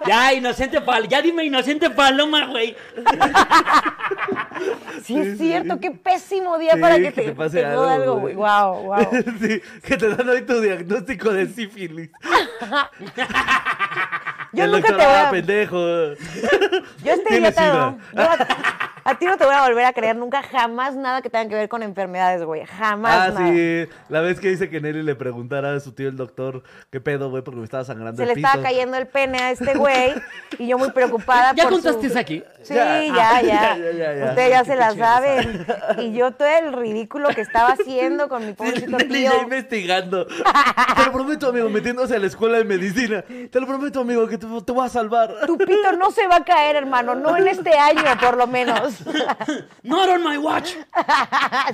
Speaker 3: Ya, inocente paloma. Ya dime inocente paloma, güey.
Speaker 1: Sí, es
Speaker 2: Sí,
Speaker 1: cierto,
Speaker 2: sí.
Speaker 1: qué pésimo día
Speaker 2: Sí,
Speaker 1: para que, te,
Speaker 2: pase
Speaker 1: te joda algo, güey. Wow, wow.
Speaker 2: Sí, que te dan hoy tu diagnóstico de sífilis.
Speaker 1: Yo
Speaker 2: El
Speaker 1: Ah, nunca te
Speaker 2: doctor,
Speaker 1: voy
Speaker 2: "Ah,
Speaker 1: a.
Speaker 2: pendejo.
Speaker 1: Yo estoy
Speaker 2: Tienes
Speaker 1: idiota.
Speaker 2: sida.
Speaker 1: ¿no? Yo a, a ti no te voy a volver a creer nunca, jamás nada que tenga que ver con enfermedades, güey. Jamás
Speaker 2: Ah,
Speaker 1: nada.
Speaker 2: sí. La vez que dice que Nelly le preguntara a su tío el doctor qué pedo, güey, porque me estaba sangrando
Speaker 1: Se
Speaker 2: el
Speaker 1: le
Speaker 2: pito.
Speaker 1: estaba cayendo el pene a este güey y yo muy preocupada.
Speaker 3: ¿Ya
Speaker 1: por
Speaker 3: contaste
Speaker 1: su-
Speaker 3: esa aquí?
Speaker 1: Sí,
Speaker 2: Ya.
Speaker 1: ya,
Speaker 2: Ah,
Speaker 1: ya.
Speaker 2: ya, ya, ya, ya.
Speaker 1: Ustedes ya se la
Speaker 3: Qué chido.
Speaker 1: saben. Y yo todo el ridículo que estaba haciendo con mi
Speaker 2: Sí,
Speaker 1: pobrecito
Speaker 2: Nelly
Speaker 1: tío.
Speaker 2: ya investigando. Te lo prometo, amigo, metiéndose a la escuela de medicina. Te lo prometo, amigo, que te, te voy a salvar.
Speaker 1: Tu pito no se va a caer, hermano. No en este año, por lo menos.
Speaker 3: Not on my watch.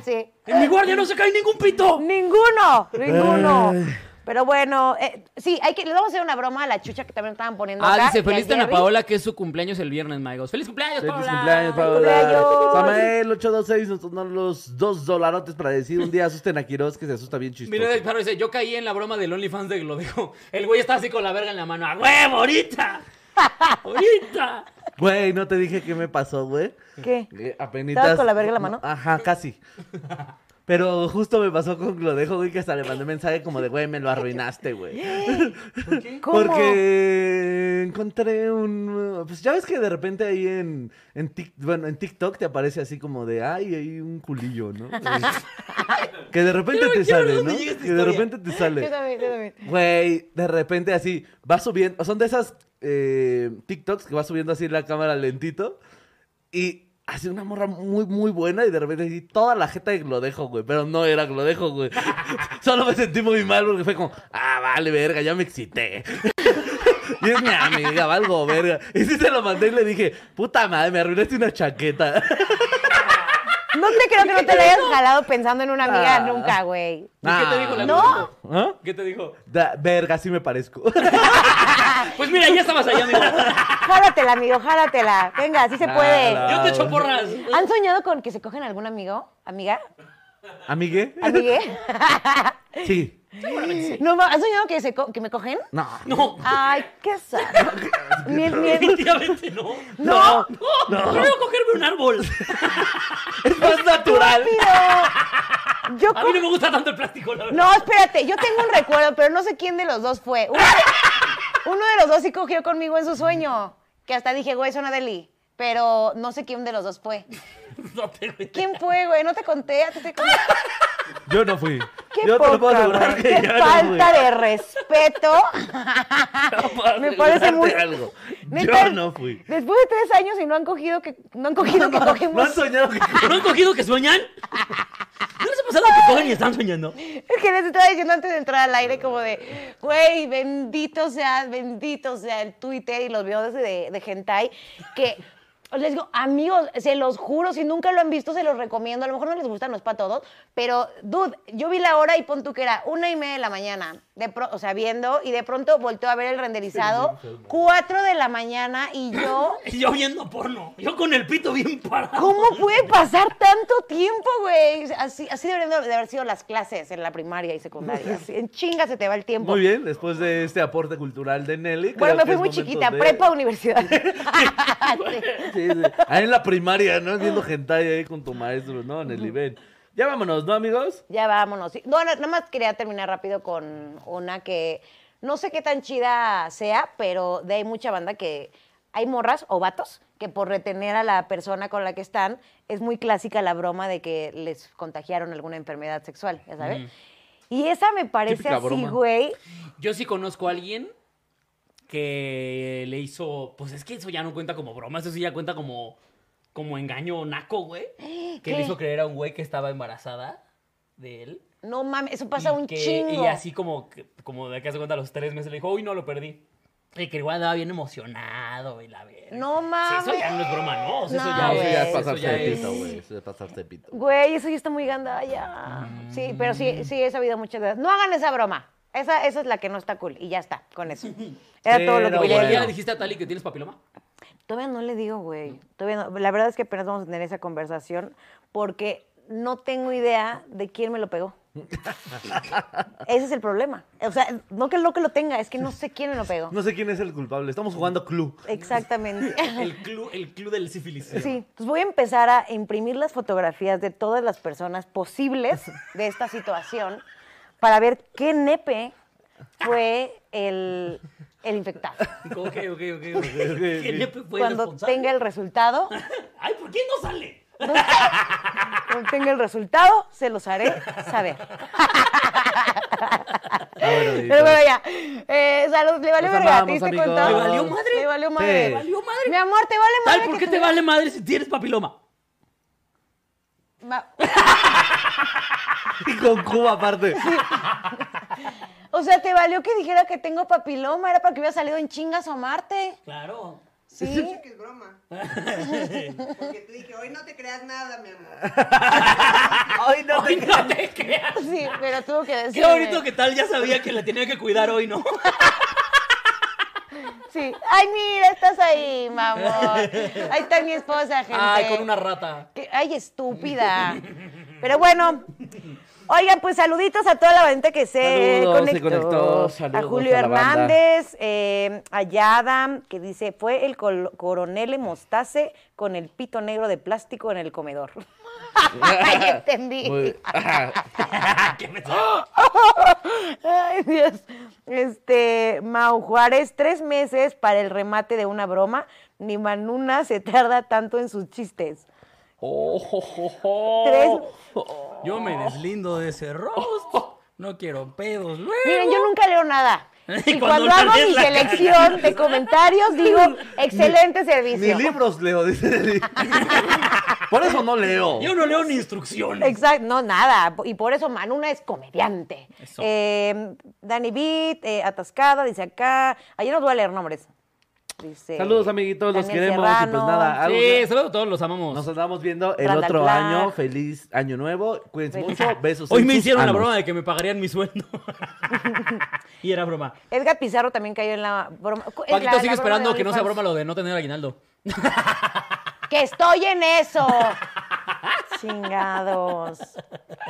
Speaker 1: sí.
Speaker 3: En mi guardia no se cae ningún pito.
Speaker 1: Ninguno, ninguno.
Speaker 2: Ay.
Speaker 1: Pero bueno, eh, sí, hay que, le vamos a hacer una broma a la chucha que también estaban poniendo
Speaker 3: Ah,
Speaker 1: acá.
Speaker 3: dice,
Speaker 1: y a
Speaker 3: feliz a
Speaker 1: Jerry.
Speaker 3: Paola que es su cumpleaños el viernes, Maigos. ¡Feliz cumpleaños,
Speaker 2: Feliz
Speaker 3: Paola!
Speaker 2: cumpleaños, Paola.
Speaker 1: ¡Cumpleaños!
Speaker 2: Samael 826 nos donó los dos dolarotes para decir un día asusten a Quiroz que se asusta bien chistoso.
Speaker 3: Mira, el dice, yo caí en la broma del OnlyFans de Glodejo. El güey está así con la verga en la mano. ¡A huevo, ahorita! ¡Ahorita!
Speaker 2: Güey, no te dije qué me pasó, güey.
Speaker 1: ¿Qué?
Speaker 2: Eh, Apenitas.
Speaker 1: ¿Estabas con la verga en la mano?
Speaker 2: Ajá, casi. Pero justo me pasó con Clodejo, güey, que hasta le mandé mensaje como de, güey, me lo arruinaste, güey.
Speaker 1: ¿Cómo?
Speaker 2: Porque encontré un... Pues ya ves que de repente ahí en, en, Tik- bueno, en TikTok te aparece así como de, ay, hay un culillo, ¿no? que de repente te sale, ¿no? Que de repente te
Speaker 1: Yo
Speaker 2: sale.
Speaker 1: también, yo también.
Speaker 2: Güey, de repente así, va subiendo. Son de esas eh, TikToks que va subiendo así la cámara lentito. Y hace una morra muy, muy buena. Y de repente así, toda la jeta de Glodejo, güey. Pero no era Glodejo, güey. Solo me sentí muy mal porque fue como, ah, vale, verga, ya me excité. Y es mi amiga, valgo verga. Y sí se lo mandé y le dije, puta madre, me arruinaste una chaqueta.
Speaker 1: No te creo que no te la hayas jalado pensando en una amiga
Speaker 2: Ah.
Speaker 1: nunca, güey.
Speaker 3: ¿Y qué te dijo la
Speaker 1: No.
Speaker 3: Glodejo?
Speaker 2: ¿Ah?
Speaker 3: ¿Qué te dijo?
Speaker 2: Da- verga, sí me parezco.
Speaker 3: Pues mira, ya estabas allá, amigo.
Speaker 1: Jálatela, amigo, jálatela. Venga, así se
Speaker 2: Nah,
Speaker 1: puede.
Speaker 2: nah.
Speaker 3: Yo te echo porras.
Speaker 1: ¿Han soñado con que se cogen algún amigo? ¿Amiga?
Speaker 2: ¿Amigue?
Speaker 1: ¿Amigue?
Speaker 2: Sí.
Speaker 1: No, ma- ¿Han soñado que, se co- que me cogen?
Speaker 2: No.
Speaker 3: No,
Speaker 1: Ay, qué sad. Ni el- ni el-
Speaker 3: definitivamente no.
Speaker 2: No.
Speaker 3: No. Quiero cogerme un árbol.
Speaker 2: Es más natural.
Speaker 1: Rápido. Yo
Speaker 3: A
Speaker 1: co-
Speaker 3: mí no me gusta tanto el plástico, la verdad.
Speaker 1: No, espérate, yo tengo un recuerdo, pero no sé quién de los dos fue. Uno de, uno de los dos sí cogió conmigo en su sueño, que hasta dije, güey, suena deli, pero no sé quién de los dos fue.
Speaker 3: No, tengo idea.
Speaker 1: ¿Quién fue, güey? No te conté, a ti te conté.
Speaker 2: Yo no fui.
Speaker 1: Qué
Speaker 2: Yo te
Speaker 1: poca,
Speaker 2: lo puedo asegurar
Speaker 1: güey.
Speaker 2: que
Speaker 1: Qué
Speaker 2: yo no
Speaker 1: falta
Speaker 2: fui.
Speaker 1: de respeto. Me parece muy.
Speaker 2: Algo.
Speaker 1: Neta,
Speaker 2: Yo no fui.
Speaker 1: Después de tres años y no han cogido que no han cogido que
Speaker 2: No han
Speaker 1: cogemos.
Speaker 2: soñado que...
Speaker 3: ¿No han cogido que sueñan? ¿No les ha pasado que cogen y están soñando?
Speaker 1: Es que les estaba diciendo antes de entrar al aire como de, güey, bendito sea, bendito sea el Twitter y los videos de, de hentai, que les digo, amigos, se los juro, si nunca lo han visto, se los recomiendo, a lo mejor no les gusta, no es para todos, pero, dude, yo vi la hora y pon tú que era una y media de la mañana, de pro- o sea, viendo, y de pronto volteo a ver el renderizado, cuatro de la mañana, y yo...
Speaker 3: Y yo viendo porno. Yo con el pito bien parado.
Speaker 1: ¿Cómo puede pasar tanto tiempo, güey? Así, así deberían de haber sido las clases en la primaria y secundaria. Así, en chinga se te va el tiempo.
Speaker 2: Muy bien, después de este aporte cultural de Nelly.
Speaker 1: Bueno,
Speaker 2: creo
Speaker 1: me
Speaker 2: que
Speaker 1: fui
Speaker 2: es
Speaker 1: muy
Speaker 2: momento
Speaker 1: chiquita,
Speaker 2: de-
Speaker 1: prepa, universidad.
Speaker 2: Sí, sí. Ahí en la primaria, ¿no? Viendo hentai ahí con tu maestro, ¿no? Nelly, ven. Ya vámonos, ¿no, amigos?
Speaker 1: Ya vámonos. Sí. No, no, nada más quería terminar rápido con una que no sé qué tan chida sea, pero de hay mucha banda que hay morras o vatos que por retener a la persona con la que están es muy clásica la broma de que les contagiaron alguna enfermedad sexual, ya sabes. Y esa me parece
Speaker 2: Típica
Speaker 1: así,
Speaker 2: broma.
Speaker 1: güey.
Speaker 3: Yo sí conozco a alguien que le hizo. Pues es que eso ya no cuenta como broma, eso sí ya cuenta como. como engaño naco, güey. Que
Speaker 1: ¿Qué?
Speaker 3: le hizo creer a un güey que estaba embarazada de él.
Speaker 1: No mames, eso
Speaker 3: y
Speaker 1: pasa un
Speaker 3: que-
Speaker 1: chingo.
Speaker 3: Y así como, que- como de que hace cuenta a los tres meses le dijo, uy, no lo perdí. Y que igual andaba bien emocionado y la verga.
Speaker 1: No
Speaker 3: Sí, eso ya
Speaker 1: mames.
Speaker 3: no es broma, ¿no? O sea,
Speaker 1: No,
Speaker 3: eso
Speaker 2: No,
Speaker 3: ya
Speaker 2: eso
Speaker 1: güey.
Speaker 2: ya es
Speaker 3: eso
Speaker 2: pasarse
Speaker 3: ya
Speaker 2: de
Speaker 3: es-
Speaker 2: pito, güey. Eso es pasarse de pito.
Speaker 1: Güey, eso ya está muy gandalla. Sí,
Speaker 3: Mm.
Speaker 1: pero sí, sí he sabido muchas veces. No hagan esa broma. Esa, esa es la que no está cool. Y ya está, con eso. Era todo lo que
Speaker 3: Oye,
Speaker 1: quería
Speaker 2: Pero bueno.
Speaker 3: ¿ya
Speaker 1: decir.
Speaker 3: le dijiste a Tali que tienes papiloma?
Speaker 1: Todavía no le digo, güey. Todavía no. La verdad es que apenas vamos a tener esa conversación porque no tengo idea de quién me lo pegó. Ese es el problema. O sea, no que no que lo tenga, es que no sé quién me lo pegó.
Speaker 2: No sé quién es el culpable. Estamos jugando club.
Speaker 1: Exactamente.
Speaker 3: El club, el club del sífilis.
Speaker 1: Sí, pues voy a empezar a imprimir las fotografías de todas las personas posibles de esta situación para ver qué nepe fue el, el infectado.
Speaker 3: Ok, ok, ok. ok. ¿Quién le fue
Speaker 1: Cuando
Speaker 3: responsable?
Speaker 1: tenga el resultado,
Speaker 3: Ay, ¿por qué no sale?
Speaker 1: cuando tenga el resultado, se los haré saber.
Speaker 2: Ah, bueno,
Speaker 1: Pero bueno, ya. Eh, saludos, le valió
Speaker 2: Los
Speaker 1: verga, ¿te
Speaker 2: amamos,
Speaker 1: diste
Speaker 2: amigos.
Speaker 1: cuenta?
Speaker 2: ¿Le
Speaker 3: valió madre?
Speaker 1: Le valió
Speaker 2: Sí.
Speaker 1: madre.
Speaker 2: ¿Le
Speaker 3: valió madre?
Speaker 1: Mi amor, ¿te vale madre?
Speaker 3: Tal, ¿por
Speaker 1: que
Speaker 3: qué te vale madre si tienes papiloma?
Speaker 1: Ma-
Speaker 2: Y con Cuba aparte.
Speaker 1: O sea, ¿te valió que dijera que tengo papiloma? Era para que hubiera salido en chingas a Marte.
Speaker 3: Claro.
Speaker 1: Sí.
Speaker 5: que es broma. Porque te dije, hoy no te creas nada, mi amor.
Speaker 2: Ay, no
Speaker 3: Ay, no te creas.
Speaker 1: Sí, pero tuvo que decir.
Speaker 3: Qué bonito que tal ya sabía que la tenía que cuidar hoy, ¿no?
Speaker 1: Sí. Ay, mira, estás ahí, mamón. Ahí está mi esposa, gente.
Speaker 3: Ay, con una rata.
Speaker 1: Que- Ay, estúpida. Pero bueno, Oigan, pues saluditos a toda la gente que se
Speaker 2: Saludos,
Speaker 1: conectó.
Speaker 2: se conectó.
Speaker 1: a
Speaker 2: Saludos
Speaker 1: Julio
Speaker 2: a la banda.
Speaker 1: Hernández, eh, a Yada, que dice, fue el col- coronel Mostase con el pito negro de plástico en el comedor. Ay, entendí.
Speaker 2: Muy-
Speaker 3: ¿Qué me-
Speaker 1: Ay, Dios. Este, Mau Juárez, tres meses para el remate de una broma. Ni Manuna se tarda tanto en sus chistes.
Speaker 3: Oh, jo, jo, jo.
Speaker 1: Tres-
Speaker 3: Yo me deslindo de ese rostro. No quiero pedos luego.
Speaker 1: Miren, yo nunca leo nada.
Speaker 3: Y
Speaker 1: Y cuando,
Speaker 3: cuando
Speaker 1: hago
Speaker 3: lees
Speaker 1: mi
Speaker 3: la
Speaker 1: selección de comentarios, digo, excelente
Speaker 2: Ni
Speaker 1: servicio.
Speaker 2: libros leo, dice Nelly. Por eso no leo.
Speaker 3: Yo no leo ni instrucciones.
Speaker 1: Exacto, no, nada. Y por eso Manuna es comediante.
Speaker 3: Eso.
Speaker 1: Eh, Dani Beat, eh, Atascada, dice acá. Ayer no voy a leer nombres. Dice,
Speaker 2: Saludos, amiguitos, los
Speaker 1: Daniel
Speaker 2: queremos. Y pues
Speaker 1: Serrano.
Speaker 2: nada, algo
Speaker 3: Sí, saludos a todos, los amamos.
Speaker 2: Nos andamos viendo el
Speaker 1: Randall
Speaker 2: otro
Speaker 1: Black.
Speaker 2: año. Feliz año nuevo. Cuídense
Speaker 1: Feliz-
Speaker 2: mucho. Besos.
Speaker 3: Hoy
Speaker 2: en
Speaker 3: me
Speaker 2: sus
Speaker 3: hicieron la
Speaker 2: anos.
Speaker 3: broma de que me pagarían mi sueldo. y era broma.
Speaker 1: Edgar Pizarro también cayó en la broma. en la-
Speaker 3: Paquito
Speaker 1: la
Speaker 3: sigue
Speaker 1: broma
Speaker 3: esperando
Speaker 1: de
Speaker 3: que no sea
Speaker 1: OnlyFans.
Speaker 3: broma lo de no tener aguinaldo.
Speaker 1: Que estoy en eso. Chingados.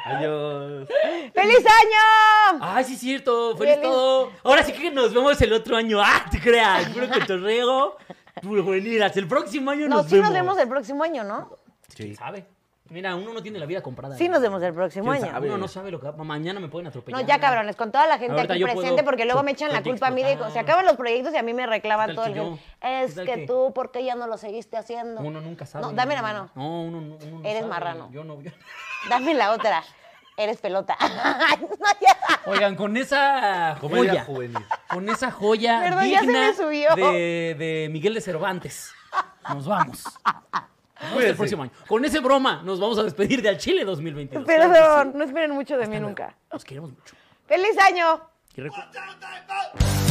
Speaker 2: Adiós.
Speaker 1: ¡Feliz año!
Speaker 3: Ay, sí, es cierto. Feliz
Speaker 1: Feliz-
Speaker 3: todo. Ahora sí que nos vemos el otro año. Ah, te creas. Puro cotorreo. Puro juvenil. Hasta el próximo año
Speaker 1: No,
Speaker 3: nos
Speaker 1: sí
Speaker 3: vemos.
Speaker 1: nos vemos el próximo año, ¿no?
Speaker 2: Sí.
Speaker 3: ¿Sabe? Mira, uno no tiene la vida comprada.
Speaker 1: Sí nos vemos el próximo
Speaker 2: ¿Quién
Speaker 1: año.
Speaker 2: sabe?
Speaker 3: Uno no sabe lo que va- mañana me pueden
Speaker 1: No,
Speaker 3: atropellar.
Speaker 1: ya cabrones, con toda la gente
Speaker 3: Ahorita
Speaker 1: aquí
Speaker 3: yo
Speaker 1: presente,
Speaker 3: puedo
Speaker 1: porque luego me echan la
Speaker 3: explotar.
Speaker 1: culpa a mí de se acaban los proyectos y a mí me
Speaker 3: ¿Qué
Speaker 1: reclaman
Speaker 3: tal
Speaker 1: todo el
Speaker 3: que
Speaker 1: tiempo.
Speaker 3: yo?
Speaker 1: Es
Speaker 3: ¿Qué tal
Speaker 1: que
Speaker 3: que-
Speaker 1: tú, ¿por qué ya no lo seguiste haciendo?
Speaker 3: Uno nunca sabe.
Speaker 1: No, dame la mano,
Speaker 3: No, uno, no- uno no
Speaker 1: Eres
Speaker 3: sabe.
Speaker 1: marrano.
Speaker 3: Yo no. yo-
Speaker 1: dame la otra. Eres pelota. No, ya.
Speaker 3: Oigan, con esa
Speaker 2: Comedia
Speaker 3: joya.
Speaker 2: juvenil.
Speaker 3: Con esa joya
Speaker 1: Perdón, ya se
Speaker 3: digna
Speaker 1: me subió.
Speaker 3: De, de Miguel de Cervantes. Nos vamos. Nos vemos el
Speaker 2: Cuídense.
Speaker 3: próximo año. Con ese broma nos vamos a despedir de Al Chile 2022.
Speaker 1: Perdón, no esperen mucho de mí nunca.
Speaker 3: Nos queremos mucho.
Speaker 1: ¡Feliz año!
Speaker 3: Y recu-